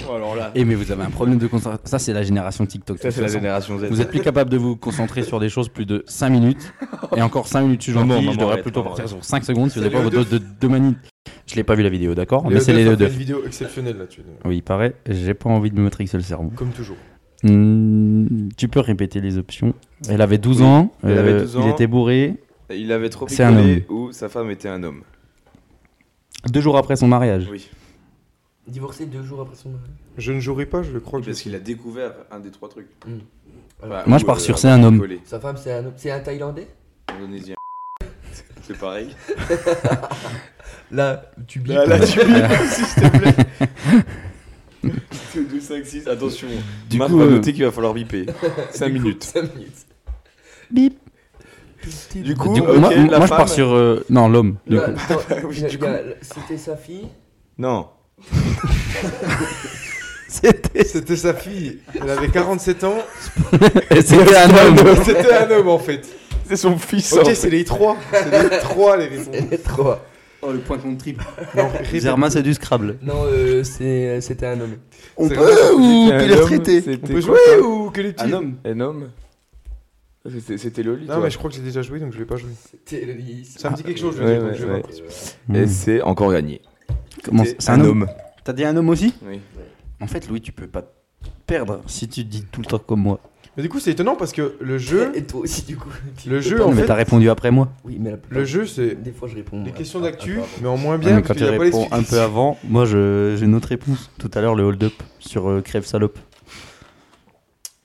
Oh, alors là. Eh mais vous avez un problème de concentration. Ça c'est la génération TikTok. Ça, c'est la génération Z. Vous êtes plus capable de vous concentrer sur des choses plus de 5 minutes. Et encore 5 minutes, je suis Maman, gentil. maman, Je devrais arrête, plutôt maman, partir arrête. sur 5 secondes. Si vous C'est n'avez pas Léo votre dose de 2 minutes. Je l'ai pas vu la vidéo, d'accord Mais Léo c'est Duff les a deux. fait deux. une vidéo exceptionnelle là-dessus. d'ailleurs. Oui, il paraît. J'ai pas envie de me matrixer le cerveau. Comme toujours. Hmm, tu peux répéter les options. Elle avait 12 Oui, ans. elle avait euh, 12 ans. Il était bourré. Il avait trop C'est un picolé ou sa femme était un homme. Deux jours après son mariage. Oui. Divorcé deux jours après son mariage. Je ne jouerai pas, je crois que. Parce qu'il a découvert un des trois trucs. Mm. Enfin, Moi, ou, je pars sur euh, c'est un homme. picolé. Sa femme, c'est un, c'est un Thaïlandais Indonésien. C'est pareil. Là, tu bipes. Là, là, tu bipes, s'il te plaît. 2, 5, 6, attention. Du Marc coup, va euh, noter qu'il va falloir biper. 5 minutes. 5 minutes. Bip. Du coup, Du- euh, ok, moi, la moi, je femme- pars sur. euh, non, l'homme. du Là, coup. attends, Oui, il y a- du il y a- C'était sa fille. Non. C'était C'était sa fille. Elle avait 47 ans. c'était un homme. C'était un homme en fait. C'est son fils. Ok, c'est les trois. C'est les trois les réponses. Elle est trois. Oh, le point contre triple. Non, répète. Zerma, c'est du Scrabble. Non, euh, c'est- c'était un homme. On C'est vrai, peut ou que les retraités On peut jouer ou que les petits homme Un homme C'était c'était Loli. Non, Ah, toi. mais je crois que j'ai déjà joué donc je vais pas jouer. C'était le Euh, lycée. Ça me dit quelque chose, je ouais, vais donc ouais, je vais ouais. pas. Hmm. Et c'est encore gagné. Comment- C'était C'est un, homme. T'as dit un homme aussi Oui. En fait, Louis, tu peux pas perdre si tu dis tout le temps comme moi. Mais du coup, c'est étonnant parce que le jeu, Et toi aussi, du coup. tu- Le t'es jeu, pas- en mais fait- t'as répondu après moi. Oui, mais la plupart- le jeu c'est Des fois, je réponds. les Ah, questions ah, d'actu, ah, ah, mais en moins Ouais, bien mais parce quand qu'il tu y a pas les réponds un peu suffices. avant, moi je- j'ai une autre réponse. Tout à l'heure, le hold-up sur euh, Crève Salope.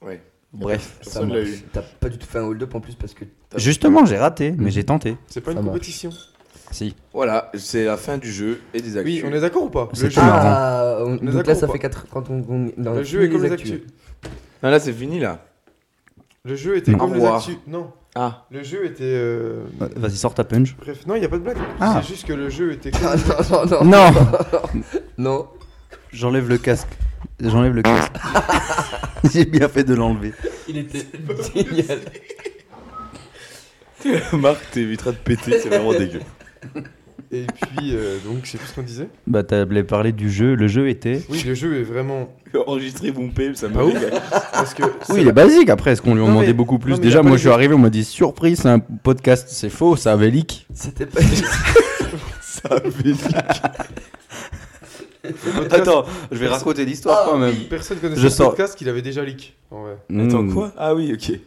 Ouais. Bref. ça Personne l'a marche. eu. T'as pas du tout fait un hold-up en plus parce que. Justement, j'ai raté, mais j'ai tenté. C'est pas Ça une marche. compétition. Si. Voilà, c'est la fin du jeu et des actus. Oui, on est d'accord ou pas Le C'est jeu, marrant. Ah, on- Mais donc là, d'accord ça ou fait pas 4 quand on. on- non, le on jeu est finit comme les actus. actus. Non, là, c'est fini, là. Le jeu était Au comme les revoir. actus. Non, Ah. le jeu était. euh, Vas-y, sors ta punch. Bref, non, il y a pas de blague. Ah. C'est juste que le jeu était. Ah, non, non, non. Non Non. J'enlève le casque. J'enlève le casque. j'ai bien fait de l'enlever. Il était génial. Marc t'éviteras de péter, c'est vraiment dégueu. Et puis euh, donc c'est tout ce qu'on disait. Bah, t'avais parlé du jeu. Le jeu était. Oui, le jeu est vraiment Enregistrer mon PM, ça Pas me ouf. régale. parce que Oui, il est basique. Après, est-ce qu'on lui en Non, demandait mais- beaucoup non, plus mais il a Déjà, pas moi les je suis deux. arrivé, on m'a dit surprise, c'est un podcast. C'est faux, ça avait leak. C'était pas. Ça avait podcast- Attends, je vais raconter l'histoire quand même. personne connaissait Je le sors. podcast qu'il avait déjà leak. En vrai. Attends, Hmm. quoi Ah Ah oui, ok.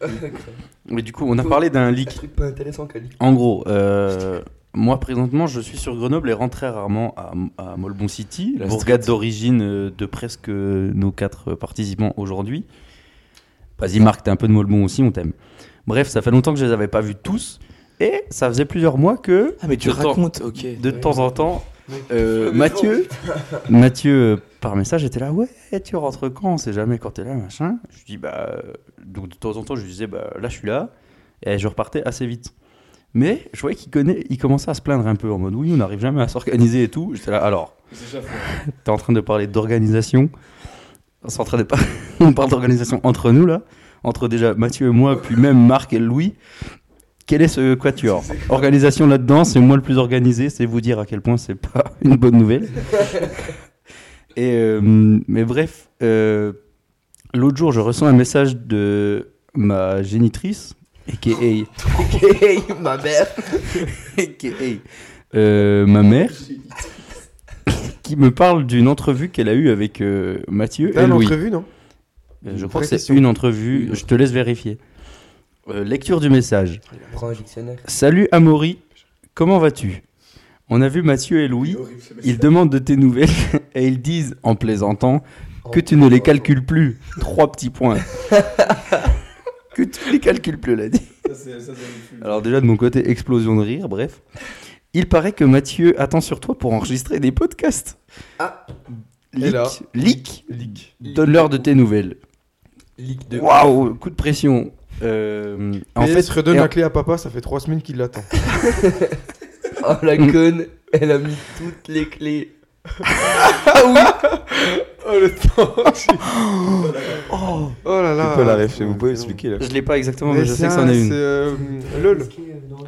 Mais du coup, on a parlé d'un leak. Un truc pas intéressant, Kali. En gros, euh, moi présentement, je suis sur Grenoble et rentre très rarement à, à Molbon City, La bourgade d'origine euh, de presque euh, nos quatre euh, participants aujourd'hui. Vas-y, Marc, t'es un peu de Molbon aussi, on t'aime. Bref, ça fait longtemps que je les avais pas vus tous. Et ça faisait plusieurs mois que, Ah, mais tu racontes, ok. de temps en temps, euh, Mathieu, Mathieu euh, par message était là, ouais, tu rentres quand On sait jamais quand t'es là, machin. Je dis bah, euh, donc de temps en temps, je lui disais bah là, je suis là, et je repartais assez vite. Mais je voyais qu'il connaît, il commençait à se plaindre un peu en mode oui, on n'arrive jamais à s'organiser et tout. J'étais là, alors, t'es en train de parler d'organisation. On s'est en train de par- on parle d'organisation entre nous là, entre déjà Mathieu et moi, puis même Marc et Louis. Quel est ce quatuor Organisation là-dedans, c'est moi le plus organisé, c'est vous dire à quel point c'est pas une bonne nouvelle. Et euh, mais bref, euh, l'autre jour, je reçois un message de ma génitrice, aka, Ok, ma mère. aka, euh, ma mère, qui me parle d'une entrevue qu'elle a eue avec euh, Mathieu T'as et Louis. l'entrevue non Euh, Je Une crois vraie que c'est question. une entrevue, je te laisse vérifier. Euh, lecture du message. Prends un dictionnaire. Salut Amaury, comment vas-tu On a vu Mathieu et Louis, ils demandent de tes nouvelles et ils disent, en plaisantant, que tu ne les calcules plus. Trois petits points. que tu ne les calcules plus, l'a dit. Alors déjà de mon côté, explosion de rire, bref. Il paraît que Mathieu attend sur toi pour enregistrer des podcasts. Ah. Et là Leak, leak, Leak. donne-leur de tes nouvelles. Ligue de. Waouh, coup de pression. Euh, En fait, redonne et en- la clé à papa, ça fait trois semaines qu'il l'attend. Oh la conne, elle a mis toutes les clés. Oh le temps Oh, Oh là là C'est quoi la ref Vous pouvez expliquer là je l'ai pas exactement, mais, Mais je c'est sais que un- c'en est une. C'est euh, LOL.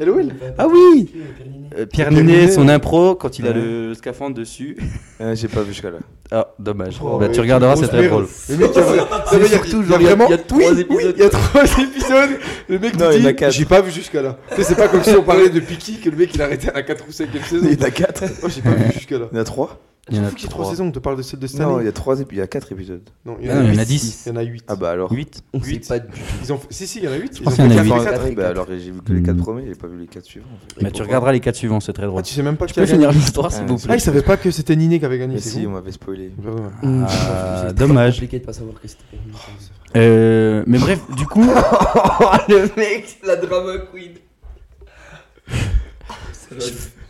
Hello, Will. Ah oui Pierre Ninet. Euh, Pierre Ninet, son impro, quand il a le scaphandre dessus. Ah, J'ai pas vu jusqu'à là. Ah, dommage. Oh, bah, mais tu regarderas, grosse c'est très merde. drôle. Le mec, il y a vrai- Non, mais il y a- surtout, il y genre, a il y a- vraiment- il y a trois oui, oui, épisodes. Il y a trois épisodes. Le mec Non, nous il y en a dit, quatre. J'ai pas vu jusqu'à là. Tu sais, c'est pas comme si on parlait de Piki que le mec il arrêtait à la 4 ou 5 e saison. Il y en a 4. Oh, j'ai pas vu jusqu'à là. Il y en a 3 Il y en a Faut qu'il y ait 3 trois. saisons, on te parle de celle de cette Non, il année. y a 3 et puis il y a 4 épisodes. Non, Ah non, il y en a huit. 10. Il y en a 8. Ah bah alors. 8 On sait pas du tout. Ils ont... Si, si, il y en a 8. Je pense qu'il y en a huit. Ah oui, Quatre. bah alors j'ai vu que les 4 Hmm. premiers, j'ai pas vu les 4 suivants. en fait. Mais tu regarderas les 4 suivants, c'est très Ah, drôle. tu sais même pas Tu qui peux a gagné. finir l'histoire, s'il Ah, vous c'est Ah, plaît ils savaient pas que c'était Niné qui avait gagné. Mais c'est Bah, Bah si, bon on m'avait spoilé. Pardon. Ah, C'est très dommage. compliqué de pas savoir que c'était. Euh, Mais bref, du coup, Oh, le mec, la drama queen.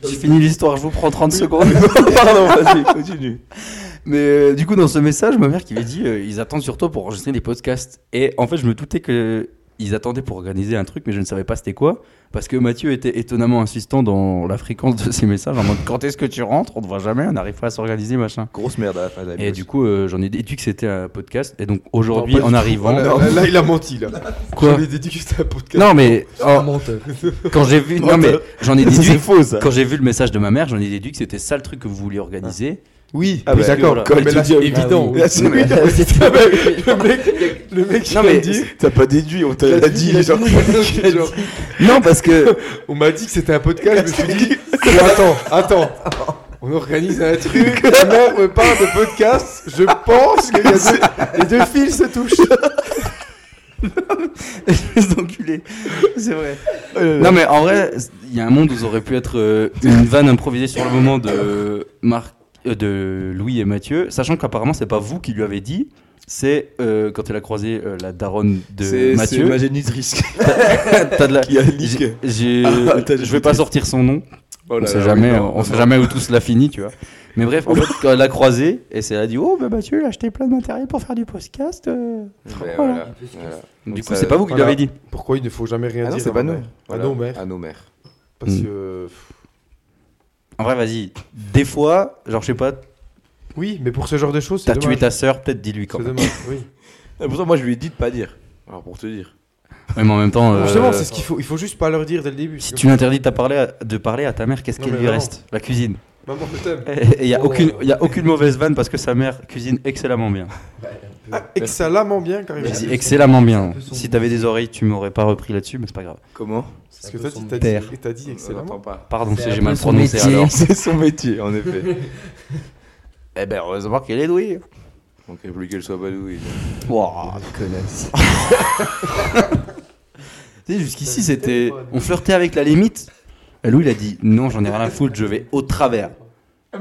j'ai fini l'histoire, je vous prends 30 secondes. Pardon, vas-y, continue. Mais euh, du coup, dans ce message, ma mère qui m'a dit euh, ils attendent sur toi pour enregistrer des podcasts. Et en fait, je me doutais que ils attendaient pour organiser un truc, mais je ne savais pas c'était quoi. Parce que Mathieu était étonnamment insistant dans la fréquence de ses messages en mode quand est-ce que tu rentres On ne voit jamais, on n'arrive pas à s'organiser, machin. Grosse merde à la fin de la Et vidéo. du coup, euh, j'en ai déduit que c'était un podcast. Et donc aujourd'hui, Non, pas en du tout. arrivant. Là, là, là, il a menti là. Quoi Je l'ai déduit que c'était un podcast. Non, mais Un oh, menteur. quand j'ai vu. Non, Menteur. mais j'en ai Ça, déduit. c'est faux ça. Quand j'ai vu le message de ma mère, j'en ai déduit que c'était ça le truc que vous vouliez organiser. Oui, Ah bah, d'accord. quand Mais il là, te dit- c'est évident. Ah oui. Là, c'est Oui, évident. là, c'est- Ah bah, Le mec, le mec, il Non, a mais- dit. T'as pas déduit, on t'a dit. il a genre. dit, genre, Non, parce que. On m'a dit que c'était un podcast, je me suis dit, attends, attends, on organise un truc, la mère me parle de podcast, je pense que y a deux- les deux fils se touchent. Les enculés. C'est vrai. Non, mais en vrai, il y a un monde où ça aurait pu être euh, une vanne improvisée sur le moment de, Marc, euh, de Louis et Mathieu, sachant qu'apparemment, c'est pas vous qui lui avez dit. C'est euh, quand elle a croisé euh, la daronne de C'est c'est Mathieu. ma génitrice T'as de la- qui a J'ai- niqué. j'ai- Ah, t'as Je vais pas ajouté. sortir son nom. Oh on là sait là, jamais, oui, non, on non, sait non. jamais où tout cela finit, tu vois. Mais bref, en fait, quand elle l'a croisé, et c'est elle a dit Oh, bah Mathieu, j'ai acheté plein de matériel pour faire du podcast. euh. Mais Ben Voilà. voilà, voilà. Du Donc coup, ça- c'est pas vous qui voilà. l'avez dit. Pourquoi il ne faut jamais rien Ah non, dire c'est à pas ma nous. mère Voilà, À nos mères, À nos mères. parce Mm. que... euh, pff, En vrai, vas-y. Des fois, genre, je sais pas, Oui, mais pour ce genre de choses, c'est t'as tué dommage. ta sœur, peut-être dis-lui quand C'est même. dommage, oui. Et Eh, pourtant, moi, je lui ai dit de pas dire. Alors, pour te dire. Ouais, mais en même temps, euh, Justement, c'est ce qu'il faut, il faut juste pas leur dire dès le début. si tu interdis de parler à, de parler à ta mère, qu'est-ce Non, qu'elle mais lui vraiment. reste La cuisine. Maman, je t'aime. Et il y a Oh. aucune, y a aucune mauvaise vanne parce que sa mère cuisine excellemment bien. Ah, excellemment bien, carrément. Je dis excellemment bien. peu sombre. Si t'avais des oreilles, tu m'aurais pas repris là-dessus, mais c'est pas grave. Comment Parce que toi, tu t'as père. Euh, dit, t'as dit On excellemment. l'entend pas. Pardon C'est si un j'ai peu mal son prononcé métier. alors. C'est son métier, en effet. Eh ben, heureusement qu'elle est douée. Donc, il faut plus qu'elle soit badouille. Wouah, connasse. tu sais, jusqu'ici, c'était. On flirtait avec la limite. Et Louis, il a dit Non, j'en ai rien à foutre, je vais au travers. Ah,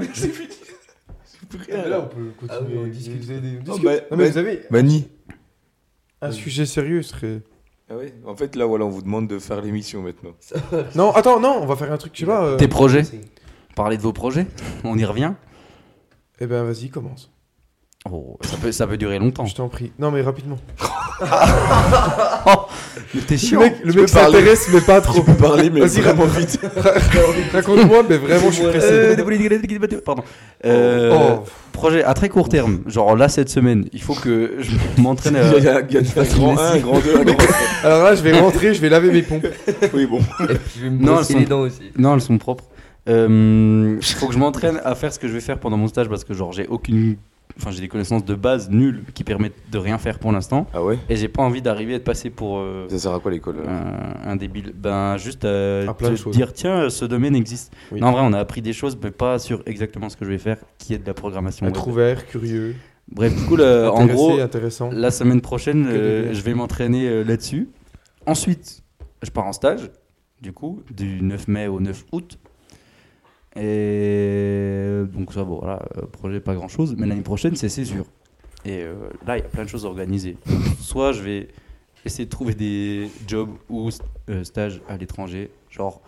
Là, on peut continuer. Ah oui, on Vous discute. avez des- Oh, discute. bah- Non, Ah, mais bah- vous avez Mani. un sujet sérieux serait... Ah oui En fait, là, voilà, on vous demande de faire l'émission maintenant. Non, attends, non, on va faire un truc, je sais pas. euh, Tes projets Parler de vos projets On y revient Eh ben, vas-y, commence. Oh, ça, peut, ça peut durer longtemps. Je t'en prie. Non, mais rapidement. Mais t'es Le chiant. mec, le mec parler. s'intéresse, mais pas trop. Parler, mais Vas-y, vraiment vite. Raconte-moi, mais vraiment, je suis Euh, pressé. des politiques- Pardon. Euh, Oh. Projet à très court terme, genre là cette semaine, il faut que je m'entraîne euh, à. Il y a il y a un grand 1, un grand 2, un grand Alors là, je vais rentrer, je vais laver mes pompes. Oui, bon. Et puis, je vais me Non, elles brosser sont- les dents aussi. Non, elles sont propres. Euh, faut que je m'entraîne à faire ce que je vais faire pendant mon stage parce que genre j'ai aucune, enfin j'ai des connaissances de base nulles qui permettent de rien faire pour l'instant Ah ouais et j'ai pas envie d'arriver à être passé pour euh, Ça sert à quoi l'école là un, un débile. Ben juste euh, À plein de te choses. dire tiens ce domaine existe. Oui. Non en vrai on a appris des choses mais pas sur exactement ce que je vais faire qui est de la programmation. web. Être ouvert, curieux, Bref du coup là, en intéressé, gros intéressant. la semaine prochaine, Que euh, devenir. je vais m'entraîner euh, là-dessus. Ensuite, je pars en stage, du coup, du 9 mai au 9 août. Et donc ça, bon, voilà, euh, projet pas grand-chose, mais l'année prochaine, c'est césure. Et euh, là, il y a plein de choses organisées. Soit je vais essayer de trouver des jobs ou st- euh, stages à l'étranger, genre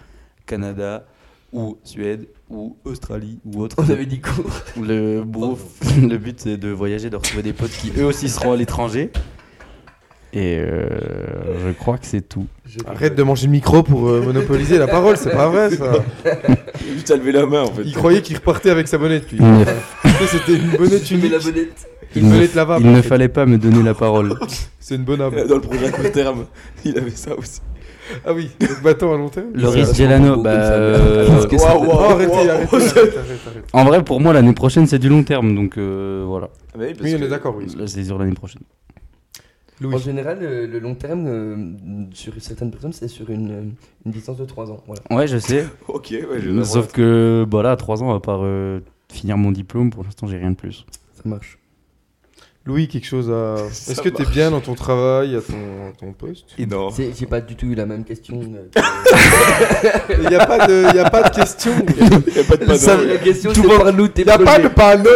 Canada ou Suède ou Australie ou autre. On avait dit cours. Le, bon, le but c'est de voyager, de retrouver des potes qui eux aussi seront à l'étranger. Et euh, je crois que c'est tout. Arrête de manger le micro pour euh, monopoliser la parole, c'est pas vrai ça. Juste à lever la main en fait. Il croyait qu'il repartait avec sa bonnette, lui. Il ne, C'était une bonnette Tu mets la unique, bonnette. une bonnette lavable. il ne fallait pas me donner la parole. C'est une bonne âme. Dans le projet à court terme, il avait ça aussi. Ah oui, donc battant à long terme. Loris Gelano, bah. euh, Waouh, waouh, arrêtez, waouh, arrêtez, waouh. arrêtez, arrêtez, arrêtez. En vrai, pour moi, l'année prochaine, c'est du long terme, donc euh, voilà. Ah, oui, parce Oui, on que- est d'accord, oui. Là, c'est sur l'année prochaine. En général, le, le long terme, euh, sur certaines personnes, c'est sur une, euh, une distance de 3 ans. Voilà. Ouais, je sais. Ok, Sauf que, voilà, à 3 ans, à part euh, finir mon diplôme, pour l'instant, j'ai rien de plus. Ça marche. Louis, quelque chose à. Ça Est-ce que t'es marche. bien dans ton travail, à ton, à ton poste Et non. C'est- J'ai pas du tout eu la même question. euh, Il n'y a, pas de- y a pas de question. Il a pas de La seule- la question, c'est par nous, t'es Il n'y a pas de projet. panneau.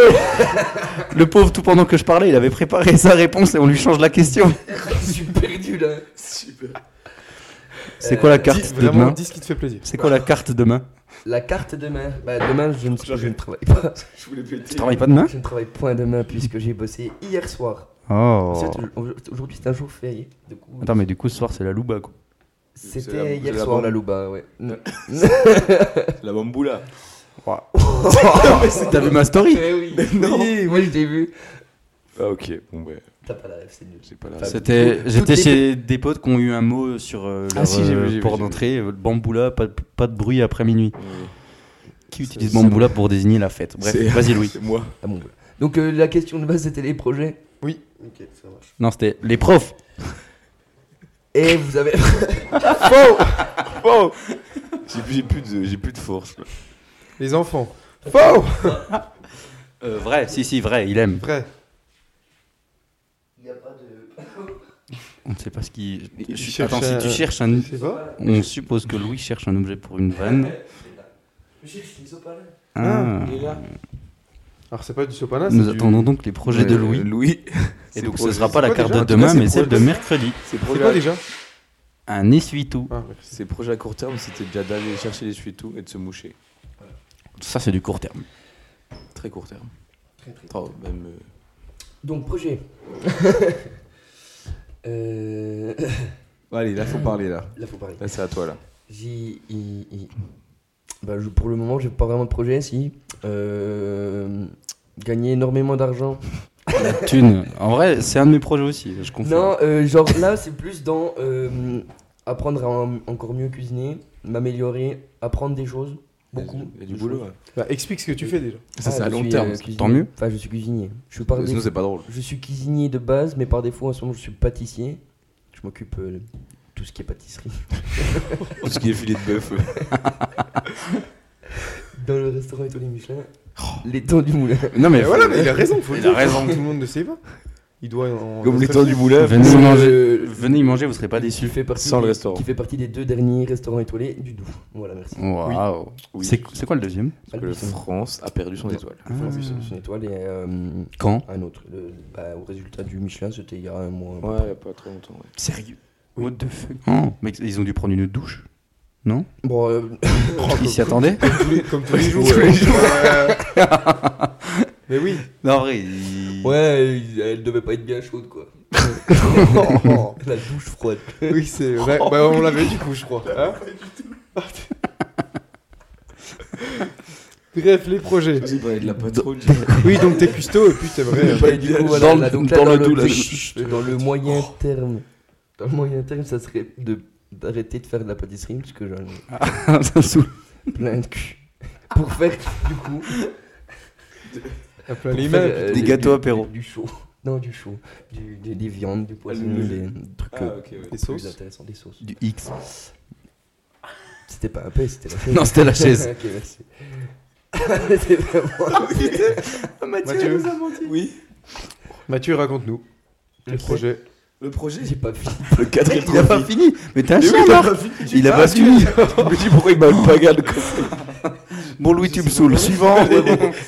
Le pauvre, tout pendant que je parlais, il avait préparé sa réponse et on lui change la question. Euh, Je suis perdu là. Euh, Super. C'est quoi la carte dis- de vraiment, demain dis ce qui te fait plaisir. C'est quoi la carte demain La carte demain. Bah, demain, je ne, je ne travaille pas. Je voulais péter. Tu travailles pas demain Je ne travaille point demain puisque j'ai bossé hier soir. Oh. C'est- Aujourd'hui, c'est un jour férié. Du coup, Attends, mais du coup, ce soir, c'est la louba, quoi. C'est la- C'était c'est hier la soir bombe. la Louba, ouais. La bamboula. T'as vu ma story Eh oui, oui, moi je t'ai vu. Ah, ok. Bon, ouais. T'as pas la rêve, c'est nul. J'ai pas la. Enfin, C'était, toutes j'étais les- chez des potes qui ont eu un mot sur euh, leur Ah, si, j'ai vu, euh, j'ai vu, port j'ai vu. d'entrée, euh, bamboula, pas, pas de bruit après minuit. Qui Ça, utilise ça- bamboula pour désigner la fête Bref, C'est- vas-y Louis. C'est moi. Ah bon, voilà. Donc euh, la question de base c'était les projets. Oui. Ok, ça marche. Non, c'était les profs. Et vous avez. Oh J'ai plus, j'ai plus de, j'ai plus de force. là. Les enfants. Faux Euh, vrai, si, si, vrai, il aime. Vrai. On ne sait pas ce qu'il. Il Je- cherche Attends, un- si tu cherches un. Je sais pas. On suppose que Louis cherche un objet pour Eh, une vanne. Ah. Alors, c'est pas du sopalin, c'est Nous du- attendons donc les projets de Euh, Louis. Louis. Et c'est donc ce projet- sera c'est pas la quoi carte déjà de En tout cas, demain, c'est mais celle de projet- mercredi. Ses C'est projets, quoi à- déjà Un essuie-tout. Ah, merci. ses projets à court terme, c'était déjà d'aller chercher les suites tout et de se moucher. Ça, c'est du court terme. Très court terme. Très, très. Enfin, même. euh, Donc projet. euh... bon, Allez, là, faut parler là. Là faut parler. Là, c'est à toi là. J'ai. il- il- Bah, je- pour le moment, j'ai pas vraiment de projet, si. Euh... Gagner énormément d'argent. La thune. En vrai, c'est un de mes projets aussi. Je confirme. Non, euh, genre là, c'est plus dans euh, apprendre à en- encore mieux cuisiner, m'améliorer, apprendre des choses. Beaucoup. Il y a du de boulot. hein. choses. ouais. Bah, explique ce que tu fais déjà. Ça, Ah, c'est à je long suis, terme. euh, ça. cuisinier. Tant mieux. Enfin, je suis cuisinier. Je suis par Sinon, défaut- c'est pas drôle. Je suis cuisinier de base, mais par défaut, en ce moment, je suis pâtissier. Je m'occupe euh, de tout ce qui est pâtisserie. Tout ce qui est filet de bœuf. euh. Dans le restaurant Étoilé Michelin, les temps du moulin. Non, mais. Mais voilà, mais il a raison, faut le Il a dire. raison. Tout le monde ne sait pas. Il doit en. Comme les temps du moulin. Venez y manger. Euh, Venez y manger, vous serez pas qui déçus. fait partie Sans le des- restaurant. Qui fait partie des deux derniers restaurants étoilés du Doubs. Voilà, merci. Waouh. Oui. C'est c'est quoi le deuxième Parce que la France a perdu son étoile. Ah. Une étoile et euh, Quand un autre. Le- bah, au résultat du Michelin, c'était il y a un mois. à peu Ouais, il y a pas très longtemps. ouais. Sérieux What the fuck Oh, mais ils ont dû prendre une douche. Non Bon, euh, Ils s'y attendaient Comme tous les jours. Tous les ouais. Ouais. Mais oui. Non, en vrai, ils- ouais, il- elle devait pas être bien chaude quoi. La douche froide. Oui, c'est vrai. Bah, on l'avait du coup, je crois. Hein Bref, les projets. Vas-y, parler de la patronne. Oui, donc t'es custo et puis euh, t'es vrai. Et du coup, voilà, Dans le- là, donc là, dans dans le le- doux, là, chut, dans le moyen terme, dans le moyen terme, ça serait de d'arrêter de faire de la pâtisserie parce que j'en ai ça saoule. plein de cul. Pour faire du coup T'as plein pour les faire, mains. euh, des du- gâteaux du- apéro. Du chaud. Non, du chaud. Du, des, des viandes, du poisson, Ah, le- des, des trucs Ah, euh, ok, ouais. Des plus sauces. intéressants, des sauces. Du X. C'était pas un peu, c'était la chaise. Non, c'était la chaise. ok, merci. c'était vraiment. Mathieu, Oui. Mathieu raconte-nous Le les projets. Le projet, J'ai pas fini. le quatrième Il a pas trophy. fini Mais t'es un Mais oui, chien, il a Marc. pas fini. Il a Ah, pas tu- fini Je me dis pourquoi il m'a pas gagné. Bon, Louis, tu me saoules. Suivant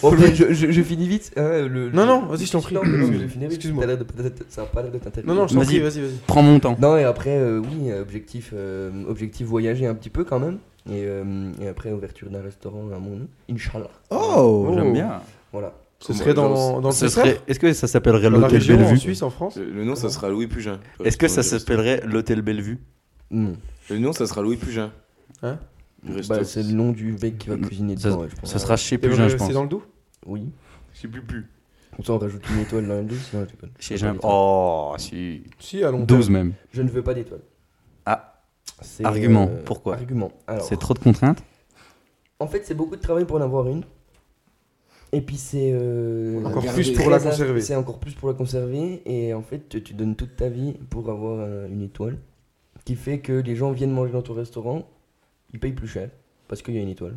Bon, ben, je, je, je finis vite. hein, le- Non, le- non, vas-y, je t'en prie. Non, mais non, je vais finir vite. Excuse-moi. T'as l'air de- Ça a pas l'air de t'intéresser. Non, non, je t'en Vas-y. prie, vas-y, vas-y. Prends mon temps. Non, et après, euh, oui, objectif, euh, objectif voyager un petit peu quand même. Et, euh, et après, ouverture d'un restaurant à mon nom. Inch'Allah. Oh, Oh. j'aime bien. Voilà. Ce serait dans, dans le Ce Tesla serait... Est-ce que ça s'appellerait Dans la l'hôtel région, en Bellevue Suisse, en France Le nom, ça sera Louis Pugin. Est-ce que ça s'appellerait l'hôtel Bellevue Non. Le nom, ça sera Louis Pugin. Hein Le resto. Bah, c'est le nom du mec qui va cuisiner Mm. Ça- dedans, ouais, je pense. Ce sera chez Et Pugin, le- je pense. C'est dans le Doubs Oui. C'est plus plus. Comme ça, on rajoute une étoile dans la douce. Non, je déconne. Chez Gimp. Oh, si. Si, à Londres. 12 même. Je ne veux pas d'étoile. Ah. C'est, Argument, euh, pourquoi Argument. Alors, C'est trop de contraintes En fait, c'est beaucoup de travail pour en avoir une. Et puis c'est euh, Encore garder- plus pour la très à- conserver. C'est encore plus pour la conserver et en fait tu, tu donnes toute ta vie pour avoir euh, une étoile qui fait que les gens viennent manger dans ton restaurant, ils payent plus cher parce qu'il y a une étoile.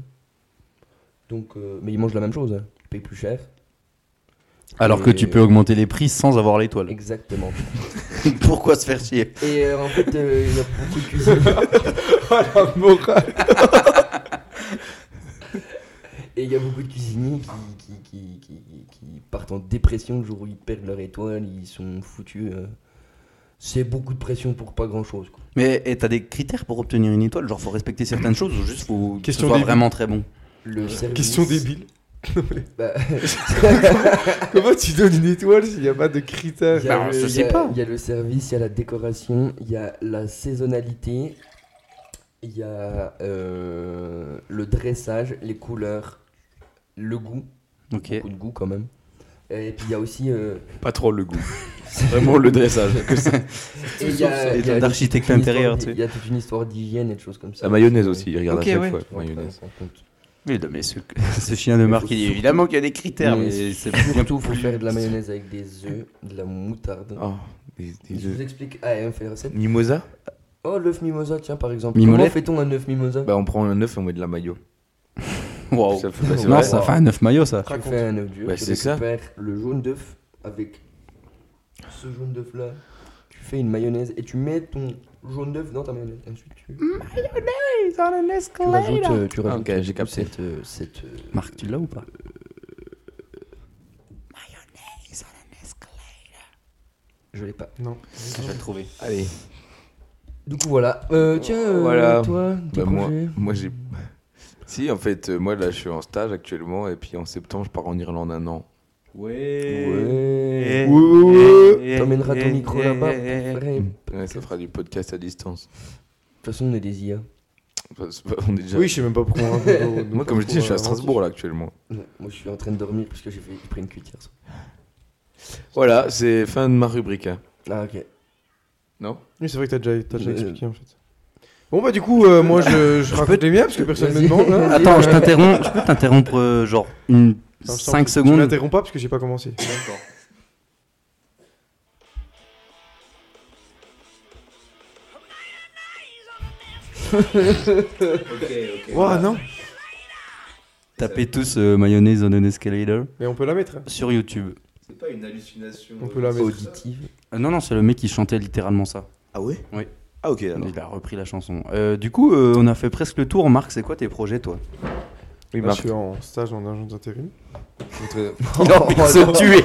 Donc euh, mais ils mangent la même chose, hein. ils payent plus cher. Alors que Et- tu peux augmenter les prix sans avoir l'étoile. Exactement. Pourquoi se faire chier Et euh, en fait euh, il y a beaucoup de cuisine. la morale. Et il y a beaucoup de cuisiniers qui, qui, qui, qui- qui partent en dépression le jour où ils perdent leur étoile, ils sont foutus. euh. C'est beaucoup de pression pour pas grand chose. Quoi. Mais et t'as des critères pour obtenir une étoile Genre faut respecter certaines choses ou juste faut que ce Question soit débile. vraiment très bon Le service- Question débile. Bah, Comment tu donnes une étoile s'il n'y a pas de critères il y a Bah, le- je il y sais a- pas. Il y a le service, il y a la décoration, il y a la saisonnalité, il y a euh, le dressage, les couleurs, le goût. Ok. Beaucoup de goût quand même. Et puis il y a aussi. euh, Pas trop le goût. Vraiment le dressage. et il y a- ça, il y a d'architecte toute une intérieur, histoire tu sais. d'hy- Il y a toute une histoire d'hygiène et de choses comme ça. La mayonnaise aussi, il regarde Ok, à chaque ouais. fois. Ouais, Mayonnaise. on compte. Mais, non, mais ce, ce chien de marque, il dit évidemment qu'il y a des critères, mais, c'est bien Surtout, faut faire de la mayonnaise avec des œufs, de la moutarde. Ah, Oh, des- des Je œufs. vous explique. Ah, et on fait la recette. Mimosa Oh, l'œuf mimosa, tiens, par exemple. Mimolette Comment fait-on un œuf mimosa Bah, on prend un œuf et on met de la mayo. Oh. Wow. Ça fait- bah, c'est Non, vrai. ça fait un 9 maillot ça. Tu fais un œuf dur, Bah, tu c'est ça. récupères le jaune d'œuf avec ce jaune d'œuf-là. Tu fais une mayonnaise et tu mets ton jaune d'œuf dans ta mayonnaise. Ensuite, tu... Tu rajoutes, euh, tu rajoutes ok, j'ai capté. cette, euh, cette, euh, Marc, tu l'as ou pas Je l'ai pas. Non. Je vais le trouver. Allez, Du coup, voilà. Euh, tiens, euh, Voilà. toi, tes bah, moi, projets. moi j'ai. Si, en fait, euh, moi là je suis en stage actuellement et puis en septembre je pars en Irlande un an. Eh, Ouais. Ouais. T'emmèneras ton micro là-bas. Ouais. De Ouais, ça fera du podcast à distance. toute façon, on est des IA. Enfin, c'est pas- on est déjà- Oui, je sais même pas pourquoi. on raconte nos- moi, comme je dis, je euh, suis à Strasbourg là actuellement. Non, moi je suis en train de dormir parce que j'ai fait- j'ai pris une cuillère. ça. Voilà, c'est fin de ma rubrique. hein. Ah ok. Non Oui, c'est vrai que t'as déjà, t'as déjà Euh, expliqué en fait. Bon, bah, du coup, euh, moi je, je raconte les miens parce que personne ne me Vas-y. demande. là. Attends, je t'interromps. Je peux t'interrompre euh, genre une Attends, je t'en 5 prie, Tu secondes m'interromps pas parce que j'ai pas commencé. Ouah, non Tapez tous euh, mayonnaise on an escalator Mais on peut la mettre. hein. sur YouTube. C'est pas une hallucination. On peut la mettre. Auditive. Euh, non, non, c'est le mec qui chantait littéralement ça. Ah ouais Oui. Ah ok, alors. Il a repris la chanson. Euh, du coup, euh, on a fait presque le tour. Marc, c'est quoi tes projets, toi Là, Marc. je suis en stage en agent d'intérim. Il a envie de se tuer.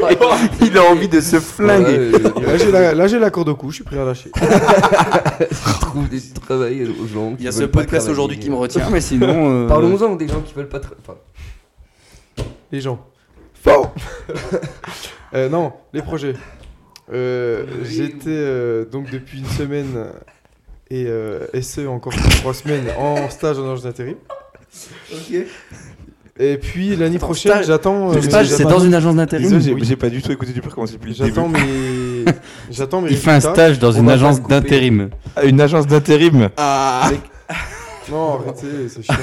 Il a envie de se flinguer. Ouais, je- Et Là, j'ai la, là, j'ai la corde au cou, je suis prêt à lâcher. je trouve des travail aux gens. qui Il y a ce veulent pas podcast travailler. aujourd'hui qui me retient, mais sinon. euh, Parlons-en des gens qui veulent pas travailler. Les gens. Faux Euh, Non, les projets. Euh, J'étais euh, donc depuis une semaine et, euh, et ce encore pour trois semaines en stage en agent d'intérim. Et puis l'année prochaine, stage- j'attends. Le euh, stage, c'est j'attends- dans une agence d'intérim. Désolé, j'ai oui. j'ai pas du tout écouté, tu peux recommencer depuis le début. J'attends mes. J'attends mes. Il fait un résultats. stage dans On une va pas agence le couper. d'intérim. Ah, une agence d'intérim Non, arrêtez, c'est chiant.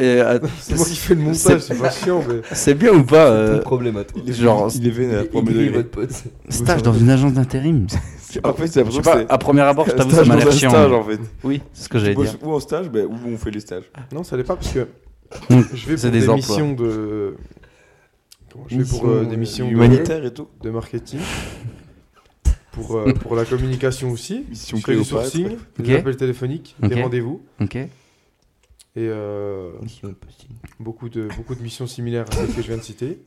Et, euh, C'est moi qui fais le montage, c'est pas chiant, mais. C'est bien ou pas euh, Ton problème à toi. Genre, Il est vénère, Il- premier il est degré. votre pote. stage dans une agence d'intérim. En fait, c'est la Je sais preuve pas, que à premier abord, je c'est un t'avoue, ça stage m'a dans l'air un chiant. stage en fait. Oui, c'est ce que j'allais Tu dire. bosses Ou en stage, bah, ou on fait les stages. Non, ça l'est pas parce que Mm. je vais C'est des pour des, emplois. missions de. Comment Je vais pour Mission, euh, euh, des missions de, Humanitaire et tout. de marketing, pour, euh, pour la communication aussi. Mission je fais du Cléopâtre. sourcing, Ok. des appels téléphoniques, Ok. des rendez-vous Ok. et euh, Mission impossible. beaucoup, de, beaucoup de missions similaires à celles que je viens de citer.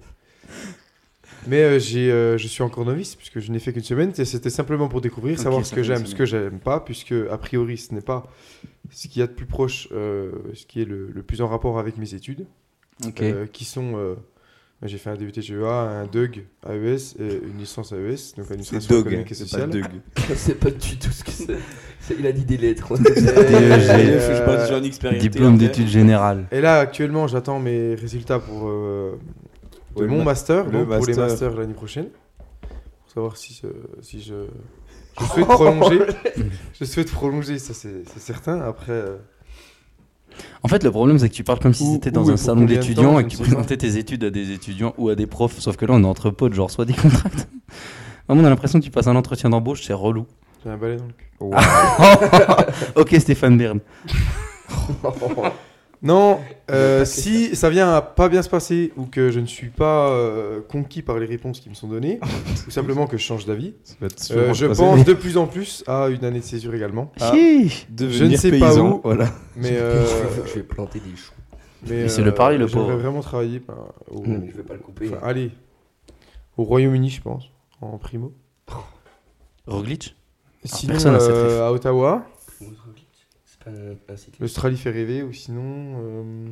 Mais euh, j'ai, euh, je suis encore novice puisque je n'ai fait qu'une semaine. et C'était simplement pour découvrir, Ok, savoir ça ce que fait une j'aime, ce que j'aime pas, puisque a priori ce n'est pas ce qu'il y a de plus proche, euh, ce qui est le- le plus en rapport avec mes études. Ok. euh, qui sont. euh, j'ai fait un DUT GEA, un DUG AES et une licence AES, donc C'est administration Doug, hein, économique et c'est pas sociale. Doug. Je sais pas du tout ce que c'est. C'est- Il a dit des lettres. DEG. E euh, Je suis pas sur une expérience. Diplôme d'études générales. Et là, actuellement, j'attends mes résultats pour euh, de Ouais, mon le master, le donc pour les master. masters l'année prochaine, pour savoir si, euh, si je Je souhaite prolonger. je souhaite prolonger, ça c'est c'est certain. Après, euh, En fait, le problème, c'est que tu parles comme si Où- c'était où dans et un pour salon combien de temps, d'étudiants et je que tu ne sais pas. présentais tes études à des étudiants ou à des profs. Sauf que là, on est entre potes, genre, soit des contracts. Vraiment, on a l'impression que tu passes un entretien d'embauche, c'est relou. j'ai un balai dans le cul. ok, Stéphane Bern. Non, euh, si ça vient à pas bien se passer ou que je ne suis pas euh, conquis par les réponses qui me sont données, ou simplement que je change d'avis, Ça va être euh, sûrement je passé. pense de plus en plus à une année de césure également. Chiche. Ah, Devenir je ne sais pas paysan, où. Voilà. Mais, euh, Je vais planter des choux. mais euh, Mais c'est le pari, le J'aurais pauvre. vraiment travaillé. ben, au, Non, mais je vais pas le couper. enfin, allez, au Royaume-Uni, je pense, en primo. Roglic Sinon, personne à cette euh, ref. à Ottawa, C'est pas un, un cycliste. l'Australie fait rêver, ou sinon, euh,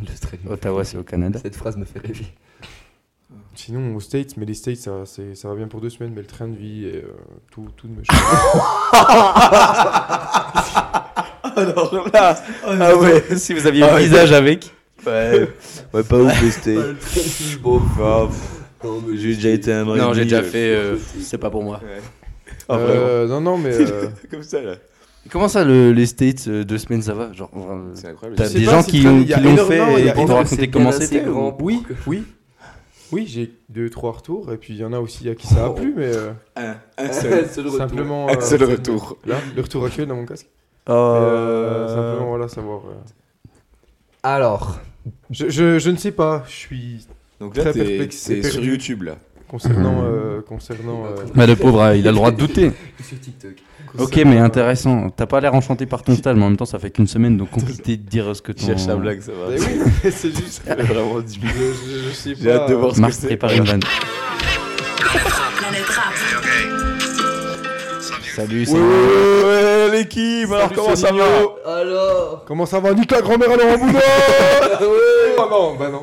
L'Australie. Ottawa, c'est au Canada. Cette phrase me fait rêver. sinon aux States. Mais les States, ça, c'est- ça va bien pour deux semaines, mais le train de vie et euh, tout, tout ne me Alors là, ah ouais, si vous aviez le visage avec. Ouais. ouais, pas ouf, testé. Non, mais J'ai déjà été un Non, j'ai déjà fait. euh, c'est pas pour moi. Ah, vraiment. Euh, non, non, mais. euh, Comme ça, là. Comment ça, le- les States, euh, deux semaines, ça va Genre, euh, C'est incroyable. t'as sais des pas gens si qui Fran- l'ont il y a qui l'ont énormément- il y a fait et pour énormément- te raconter comment c'est c'était. grand. ou- oui, oui. Oui, j'ai deux, trois retours, et puis il y en a aussi à qui ça a plu, mais euh, Un, Seul retour. simplement. Un euh, seul retour. Là, le retour actuel dans mon casque. Mais, euh, simplement, Euh, voilà, savoir. euh. Alors, Je, je- je ne sais pas, je suis Donc là, Très t'es perplexe, c'est t'es sur perdu. YouTube, là. concernant. euh, concernant euh, Bah, le pauvre, euh, il a le droit de douter. sur TikTok. Ok, mais intéressant. T'as pas l'air enchanté par ton style, mais en même temps, ça fait qu'une semaine, donc compliqué de dire ce que Je ton. cherche la blague, ça va. mais Eh oui, c'est juste. C'est vraiment du Je, je- je sais pas. J'ai hâte de voir ce que Marc c'est. prépare une vanne. Salut, c'est Ouais, l'équipe, alors Salut, comment ça Saligno. va Alors, Comment ça va Nique la grand-mère à Laurent Boudin Ouais. Ah non, bah non.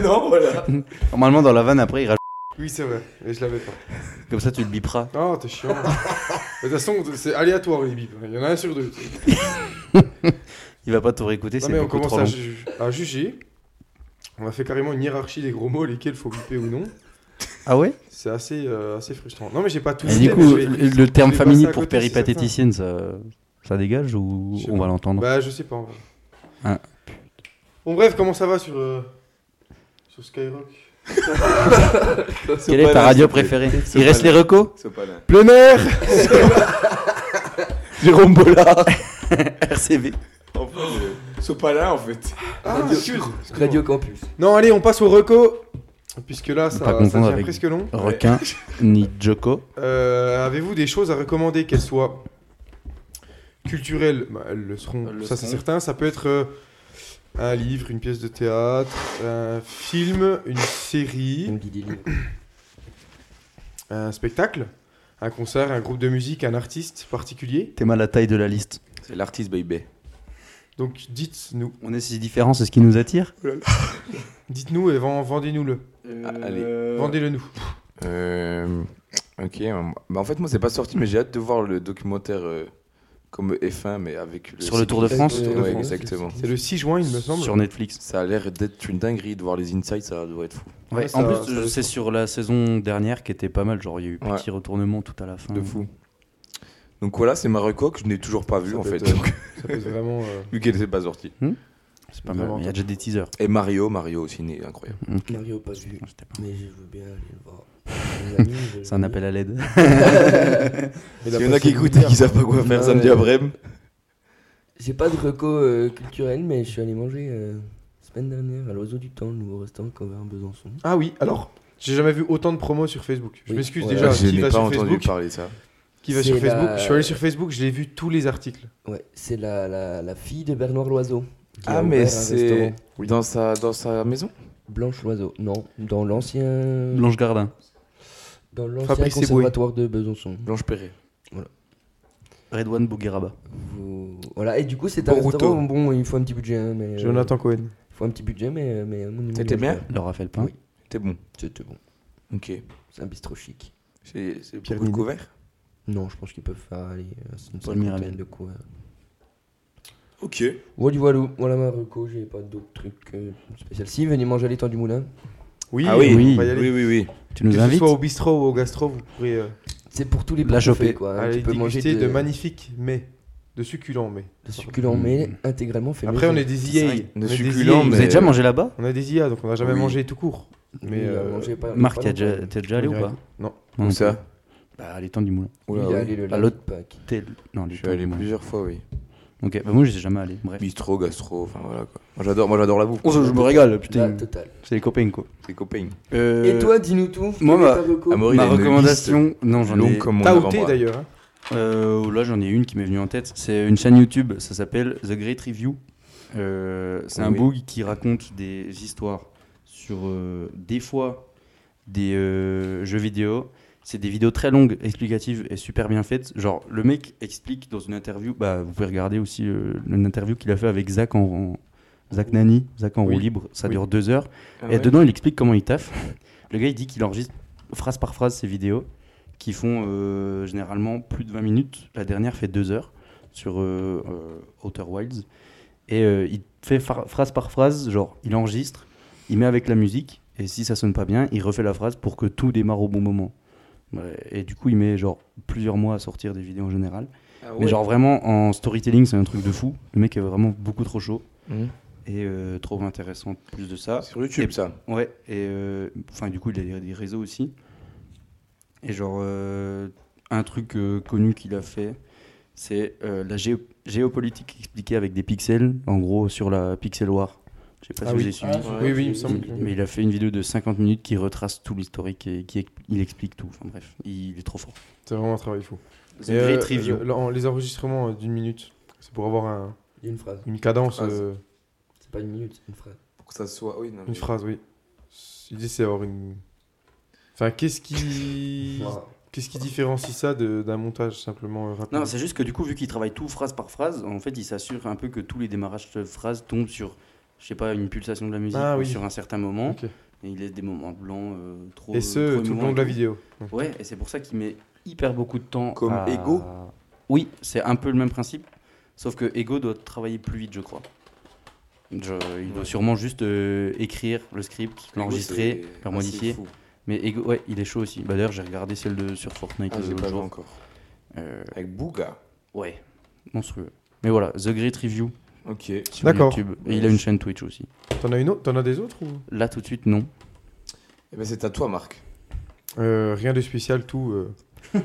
Non, voilà. Normalement, dans la vanne, après, il rajoute. Oui, c'est vrai, mais je l'avais pas. Comme ça, tu le biperas. Ah, t'es chiant. De toute façon, c'est aléatoire les bips. Il y en a un sur deux. Il va pas tout réécouter, Non c'est mais on beaucoup commence trop à, long. ju- à juger. On a fait carrément une hiérarchie des gros mots, lesquels faut couper ou non. Ah ouais C'est assez, euh, assez frustrant. Non mais j'ai pas tout. Et du cité, mais coup, je vais- le le terme je vais familier passer à pour côté, c'est péripatéticienne, ça, ça dégage ou Je sais on va pas. l'entendre Bah je sais pas. en vrai. Ah. Bon bref, comment ça va sur euh, sur Skyrock Quelle est ta Sopalin, radio s'il te plaît. préférée Il Sopalin. reste les recos Sopalin. Plein air. Jérôme Bollard RCV. En fait, euh, Sopalin, en fait. Ah, Radio- excuse. Radio Campus. Non allez, on passe au reco. Puisque là, ça, Pas ça confondre devient avec- presque long. Requin, ni Joko. Euh, Avez-vous des choses à recommander, qu'elles soient culturelles bah, Elles le seront, Elles le ça c'est seront. certain. Ça peut être euh, un livre, une pièce de théâtre, un film, une série, un spectacle, un concert, un groupe de musique, un artiste particulier. T'es mal à la taille de la liste. C'est l'artiste, baby. Donc dites-nous, On est si différents, c'est ce qui nous attire dites-nous et ven- vendez-nous-le. Euh, Ah, allez. Vendez-le nous. Euh, ok. euh, Bah, en fait, moi, c'est pas sorti, mais j'ai hâte de voir le documentaire euh, comme F1, mais avec le. Sur le Tour de France Tour de Ouais, France. exactement. C'est le 6 juin, il me semble. Sur Netflix. Ça a l'air d'être une dinguerie de voir les insights, ça doit être fou. Ouais, Ouais, ça- en ça plus, va euh, c'est être- sur la saison dernière qui était pas mal. Genre, il y a eu petit retournement tout à la fin. De Mm. fou. Donc voilà, c'est ma reco que je n'ai toujours pas vu Ça en peut fait, être, euh, donc, Ça peut être vraiment. euh, vu qu'elle n'est pas sortie. C'est pas mal. Vraiment Euh, Il y a déjà des teasers. Et Mario, Mario aussi, né, incroyable. Mario, pas vu. C'était pas- Mais je veux bien aller le voir. Les amis, je- C'est un appel à l'aide. euh, il a Il y en a passé qui écoutent et l'hiver. qui savent pas quoi faire Ouais. samedi après J'ai pas de reco euh, culturel, mais je suis allé manger euh, semaine dernière à l'Oiseau du Temps, le nouveau restaurant qu'on va à Besançon. Ah oui, alors. J'ai jamais vu autant de promos sur Facebook. Je Oui. m'excuse Ouais, déjà. je qui n'ai va pas sur entendu Facebook parler de ça. Qui va C'est sur Facebook la- Je suis allé sur Facebook, je l'ai vu tous les articles. Ouais, c'est la, la, la fille de Bernard Loiseau. qui a Ah, ouvert mais un c'est. restaurant. Dans sa, dans sa maison Blanche Loiseau. Non, dans l'ancien. Blanche Gardin. Dans l'ancien Fabrice Eboué. conservatoire de Besançon. Blanche Perret. Redouane Bougueraba. Vous- Voilà, et du coup, c'est un Boruto. restaurant. Bon, il faut un petit budget. hein, mais, euh, Jonathan Cohen. Il faut un petit budget, mais. euh, mais euh, mon- C'était mon- bien Laura Felpin. Oui. T'es bon. C'était bon. Ok. C'est un bistrot chic. C'est c'est Pierre beaucoup Ninet. de couverts Non, je pense qu'ils peuvent faire allez, euh, une Paul cinquantaine Mirabel. de coups. Ok. Wally Walou, voilà ma reco, j'ai pas d'autres trucs euh, spécial. Si, venez manger à l'étang du moulin. Oui, Ah oui, on oui, va y aller. oui, oui, oui. Tu nous que ce invites soit au bistrot ou au gastro, vous pourrez euh, C'est pour tous les La bouffés, choper. quoi. hein. aller tu peux manger déguster de, de... magnifiques mets, de succulents mets. de succulents, mais intégralement fait Après, on maison. est des C'est IA. vrai que on de est des succulents, IA, Vous mais- avez déjà mangé là-bas On a des IA, donc on n'a jamais Oui. mangé tout court. Mais Il a euh, mangé pas- Marc, pas t'es déjà, longtemps. t'es déjà allé on ou dirait- pas Non. Moi non Où plus. ça Bah, les temps du moulin. Oula, Il est oui. allé le Bah, lundi l'autre- de Pâques. T'es- Non, les Je suis temps du allé moulin. plusieurs fois, oui. Ok, bah moi, je suis jamais allé. Bref. Bistrot, gastro, enfin voilà quoi. Moi j'adore, moi j'adore la bouffe. Oh, quoi. je me régale, La putain. totale. C'est les copains, quoi. Les copains. Et toi, dis-nous tout. moi, Quelle est ma- ta reco Amaury, il Ma Euh, a une recommandation, non, j'en longue ai. comme mon T'as outé avant-bras. d'ailleurs. hein. Euh, là, j'en ai une qui m'est venue en tête. C'est une chaîne YouTube, ça s'appelle The Great Review. Euh, c'est un Oui. boug qui raconte des histoires sur euh, des fois des euh, jeux vidéo. C'est des vidéos très longues, explicatives et super bien faites. Genre, le mec explique dans une interview, bah, vous pouvez regarder aussi euh, une interview qu'il a fait avec Zach en, en- Zach Nani, Zach en Oui. roue libre, ça Oui. dure deux heures. Ah Et ouais. dedans, il explique comment il taffe. Le gars, il dit qu'il enregistre phrase par phrase ses vidéos qui font euh, généralement plus de 20 minutes. La dernière fait 2 heures sur euh, euh, Outer Wilds. Et euh, il fait phar- phrase par phrase, genre il enregistre, il met avec la musique, et si ça sonne pas bien, il refait la phrase pour que tout démarre au bon moment. Ouais, Et du coup, il met genre plusieurs mois à sortir des vidéos en général. Mais genre vraiment en storytelling, c'est un truc de fou. Le mec est vraiment beaucoup trop chaud Mhm. et euh, trop intéressant. Plus de ça, Sur YouTube ça. Ouais, et euh, enfin, du coup, il a des réseaux aussi. Et genre, euh, un truc euh, connu qu'il a fait, c'est euh, la géo- géopolitique expliquée avec des pixels, en gros, sur la Pixel War. Je sais pas Ah si oui. vous avez suivi. Oui, oui, il me semble Il- que. Mais il a fait une vidéo de 50 minutes qui retrace tout l'historique et qui ex- il explique tout. Enfin bref, il est trop fort. C'est vraiment un travail fou. The Et, euh, Great Review. le- le- les enregistrements euh, d'une minute, c'est pour avoir un- Il y a une phrase. une cadence, Phrase. euh, C'est pas une minute, c'est une phrase. Pour que ça soit. Oui, non, une mais- phrase, oui. L'idée, c'est avoir une. Enfin, qu'est-ce qui. Voilà. Qu'est-ce qui différencie ça de- d'un montage simplement euh, rapide Non, c'est juste que du coup, vu qu'il travaille tout phrase par phrase, en fait, il s'assure un peu que tous les démarrages de phrases tombent sur, je sais pas, une pulsation de la musique Ah ou oui. sur un certain moment. Ok. Et il laisse des moments blancs euh, trop. Et ce, trop tout le émouvants long et de la tout. vidéo. Ouais, et c'est pour ça qu'il met hyper beaucoup de temps. Comme à- Ego Oui, c'est un peu le même principe, sauf que Ego doit travailler plus vite, je crois. Je- il doit sûrement juste euh, écrire le script, l'enregistrer, c'est le assez modifier. fou. Mais Ego, ouais, il est chaud aussi. Bah, D'ailleurs, j'ai regardé celle de sur Fortnite Ah, euh, j'ai l'autre pas vu jour. encore. Euh, Avec Bouga. ouais, monstrueux. Mais voilà, The Great Review Ok. sur D'accord. YouTube. Et il a une chaîne Twitch aussi. T'en as une autre T'en as des autres ou Là, tout de suite, non. Eh ben c'est à toi, Marc. Euh, Rien de spécial, tout. euh,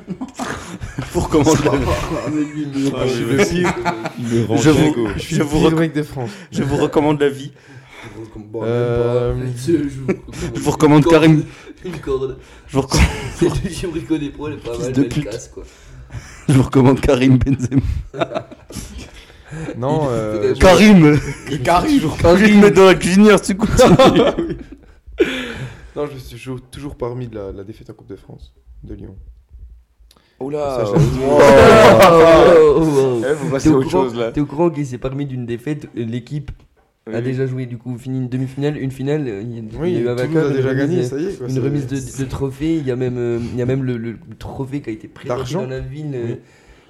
Pour commencer, Ah, Ah, je veux dire, il me rend Je vous- dingo. Je suis Je le vous pire rec- mec de France. je vous recommande la vie. Bon, Euh, même pas. Je vous recommande je vous recommande une corde. Karim. Une corde. Je vous recommande, C'est du Jimrico des pros, elle est pas Fils mal. de belle pute. classe, quoi. je vous recommande Karim Benzema. Non, euh, Bon, Karim Karim, Karim mais dans la junior, tu continues. non, je suis toujours, toujours parmi de la, la défaite en Coupe de France de Lyon. Oula. Ça, là. je- Oh, oh, oh. Eh, faut T'es passer à au, autre chose courant- là. t'es au courant qu'il s'est parmi d'une défaite, euh, l'équipe a Oui. déjà joué du coup, fini une demi-finale, une finale, euh, il y a, Oui, il y a eu un Toulouse vainqueur, a une déjà remise, gagné, euh, ça y est. quoi, Une c'est- remise de, de trophée, il y a même, euh, il y a même le, le- le trophée qui a été présenté D'argent. dans la ville. euh, Oui.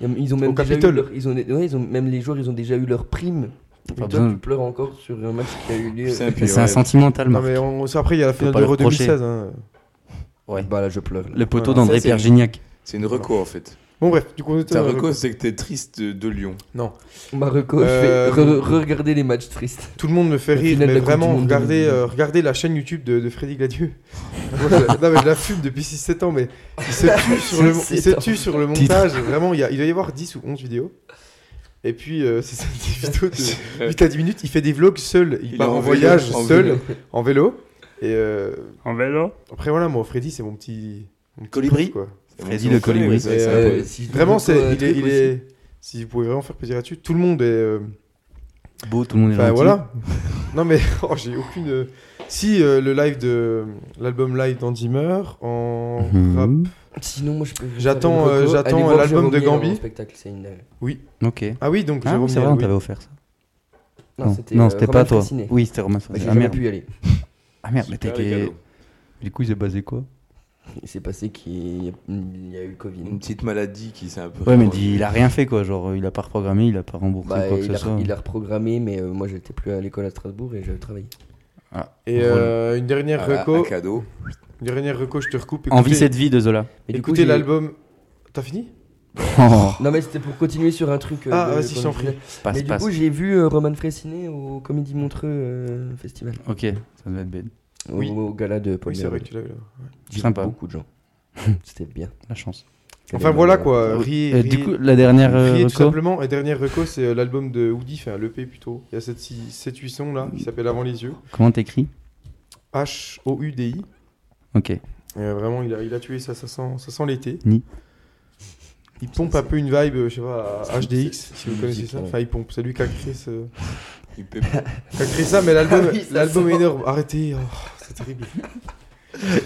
il y a- Ils ont même Au déjà eu Capitole. leur- ils ont, ouais, ils ont- même les joueurs, ils ont déjà eu leur prime. Pas Et toi, besoin. tu pleures encore sur un match qui a eu lieu. Putain, puis, C'est un ouais. sentimental, Non, Marc. mais on, on sait, après, il y a la finale pas d'Euro le reprocher. 2016. hein. Ouais. Bah là, je pleure. Le poteau Voilà. d'André Ça, c'est- Pierre Gignac. C'est une reco en fait. Bon, bref, du coup, on était euh, Ta dans la- reco, c'est que t'es triste de, de Lyon. Marocco, Euh, je vais re- re- regarder les matchs tristes. Tout le monde me fait La rire, finale de mais la Coupe du vraiment, Monde regardez, 2022. euh, regardez la chaîne YouTube de, de Freddy Gladieux. Moi, je- non, mais je la fume depuis 6-7 ans, mais il se tue sur le, il se tue sur le montage. Vraiment, il, y a- il doit y avoir 10 ou 11 vidéos. Et puis, euh, c'est ça, des vidéos de 8 à 10 minutes. Il fait des vlogs seul, il, Il part est en en voyage vélo, en seul, Euh, vélo. en vélo. Et euh, En vélo après, voilà, moi, Freddy, c'est mon petit. mon petit Colibri. pote, quoi. Freddy le colibri. C'est Et, un euh, peu- si je Vraiment, dois c'est, encore un il est, truc il est- Si vous pouvez vraiment faire plaisir là-dessus, tout le monde est. euh, Beau, tout le monde est Enfin gentil. voilà. non mais oh, j'ai aucune. euh, Si euh, le live de l'album live d'Andy Meur en rap. Mhm. aussi. Sinon, moi, je peux. faire J'attends, une euh, reco, j'attends allez voir l'album Jérôme de Niel en Gambi. spectacle, c'est une euh, dingue. Ok. Ah oui donc Ah, Jérôme c'est vrai, Niel, on oui. t'avait offert ça. Non, Non, c'était non, euh, c'était Romain pas toi. Frassinet. Bah, Oui, c'était Romain Parce Frassinet. que Ah j'aurais merde. pu y aller. Ah merde, mais t'as Super, les été. cadeaux. Du coup, il s'est basé quoi Il s'est passé qu'il y, a- il y a eu le Covid. Une petite maladie qui s'est un peu. Ouais, mais dis- il a rien fait quoi. Genre, il a pas reprogrammé, il a pas remboursé Bah, quoi que il, ce a, soit. il a reprogrammé, mais euh, moi j'étais plus à l'école à Strasbourg et j'avais travaillé. Ah, Et drôle. euh, une dernière Ah, Voilà, reco. Ah, un cadeau. Une dernière reco, je te recoupe. Envie, Écoutez- cette vie de Zola. Mais du coup, Écoutez j'ai- l'album. T'as fini Non, mais c'était pour continuer sur un truc. euh, Ah, de- vas-y, qu'on je t'en disait. prie. Oh. Passe, Mais du passe. coup, j'ai vu euh, Roman Fraissinet au Comédie Montreux euh, Festival. Ok, ça doit être bête. Au- Oui. Au, gala de Paul Oui, c'est Mérode. vrai que tu l'as vu là. J'ai vu Sympa. beaucoup de gens. C'était bien. La chance. Enfin Et voilà ben, quoi, Euh, riez. euh, riez. du coup, la dernière euh, Riez, tout reco simplement. Et dernière reco, c'est euh, l'album de Woody, enfin l'EP plutôt. Il y a cette, si- cette huisson là qui s'appelle Avant les yeux. Comment t'écris H-O-U-D-I. Ok. Et, euh, vraiment, il a, il a tué ça, ça sent, ça sent l'été. Ni. Il pompe un peu une vibe, euh, je sais pas, à HDX, si vous une connaissez musique, ça. ouais. Enfin, il pompe, c'est lui qui a créé, ce... Il peut pas. qui a créé ça, mais l'album Ah oui, ça l'album sent. est énorme. Arrêtez, oh, c'est terrible.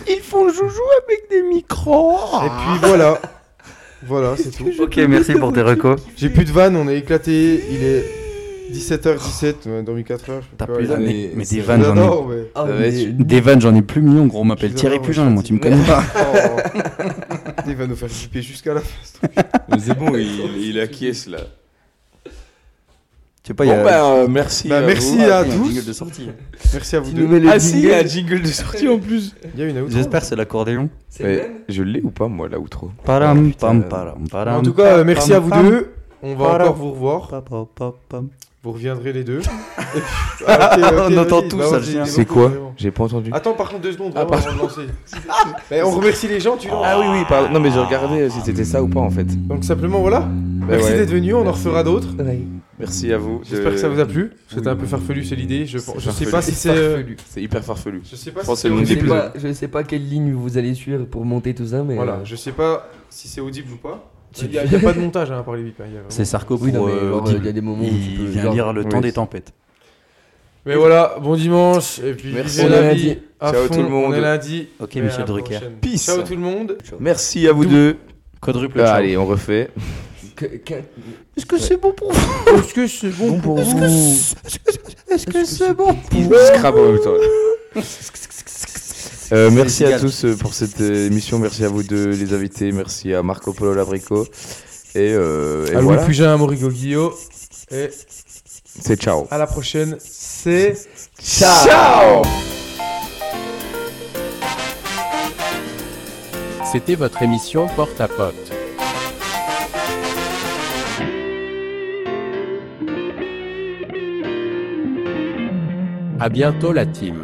Ils font joujou avec des micros Et puis voilà, voilà, c'est tout. Ok, merci pour tes recos. J'ai plus de vannes, on est éclaté. Il est 17h17, euh, dans 4 heures. T'as plus la- de- mais- mais, mais des vannes, j'en ai... J'adore, mais. Ah, Ça va mais- être- Des vannes, j'en ai plus million, gros. On m'appelle Je Thierry l'adore, Pugin, je moi, tu me suis connais pas. Oh. Il va nous faire flipper jusqu'à la fin. ce truc. Mais c'est bon, il, il acquiesce là. Tu sais pas, Bon, il y a... bah, euh, merci. Bah, à merci vous. à Ah, tous. jingle de sortie. Merci à vous Tu deux. nous mets le Ah, si, il y a un jingle. jingle de sortie en plus. Il y a une outro. J'espère que c'est l'accordéon. C'est le Mais même je l'ai ou pas, moi, là, outro Param, pam, euh. param, param. En tout cas, euh, merci à vous pam, deux. On va Voilà. encore vous revoir. Pam, pam, pam, pam. Vous reviendrez les deux. Et puis- Ah, ok, ok, On entend vas-y. tout, Bah, ça, vas-y, je viens. dis C'est beaucoup, quoi vraiment. J'ai pas entendu. Attends, par contre, deux secondes. vraiment, avant de lancer. Mais on remercie les gens, tu lances. Ah oui, oui, pardon. Non, mais j'ai regardé si c'était ça ou pas, en fait. Bah Donc, simplement, voilà. Hmm. Merci Eh ouais. d'être venu. On en refera d'autres. Ouais. Merci à vous. J'espère de- que ça vous a plu. C'était un peu farfelu, c'est l'idée. Je, C'est je sais farfelu. pas si c'est. euh, farfelu. C'est hyper farfelu. Je sais pas Je pense si que c'est le nom Je sais Des audible. pas- Je sais pas quelle ligne vous allez suivre pour monter tout ça, mais. Voilà, euh, je sais pas si c'est audible ou pas. Tu- Il n'y a, il y a pas de montage hein, à part les bips. hein, il y a vraiment- C'est Sarko pour Oui, non, mais euh, genre, il Audible. y a des moments où tu Il peux, vient genre, lire le temps oui. des tempêtes. Mais voilà, bon dimanche. Et puis, Merci. vivez On la est vie lundi. à Ciao fond, tout le monde. On est lundi. Ok, Et à la Michel Drucker. prochaine. Peace. Ciao tout le monde. Merci à vous deux. Quadruple Ah, ciao. allez, on refait. que- que- Est-ce que c'est bon pour vous Est-ce que c'est bon pour vous Est-ce que c'est bon Scrap en même temps. Euh, merci à tous euh, pour cette euh, émission, merci à vous deux les invités, merci à Marco Polo Labrico et, euh, et À Louis voilà, Pugin, à Mauricio Guillot. Et c'est ciao. à la prochaine. C'est. Ciao C'était votre émission Porte à Pote. À bientôt la team.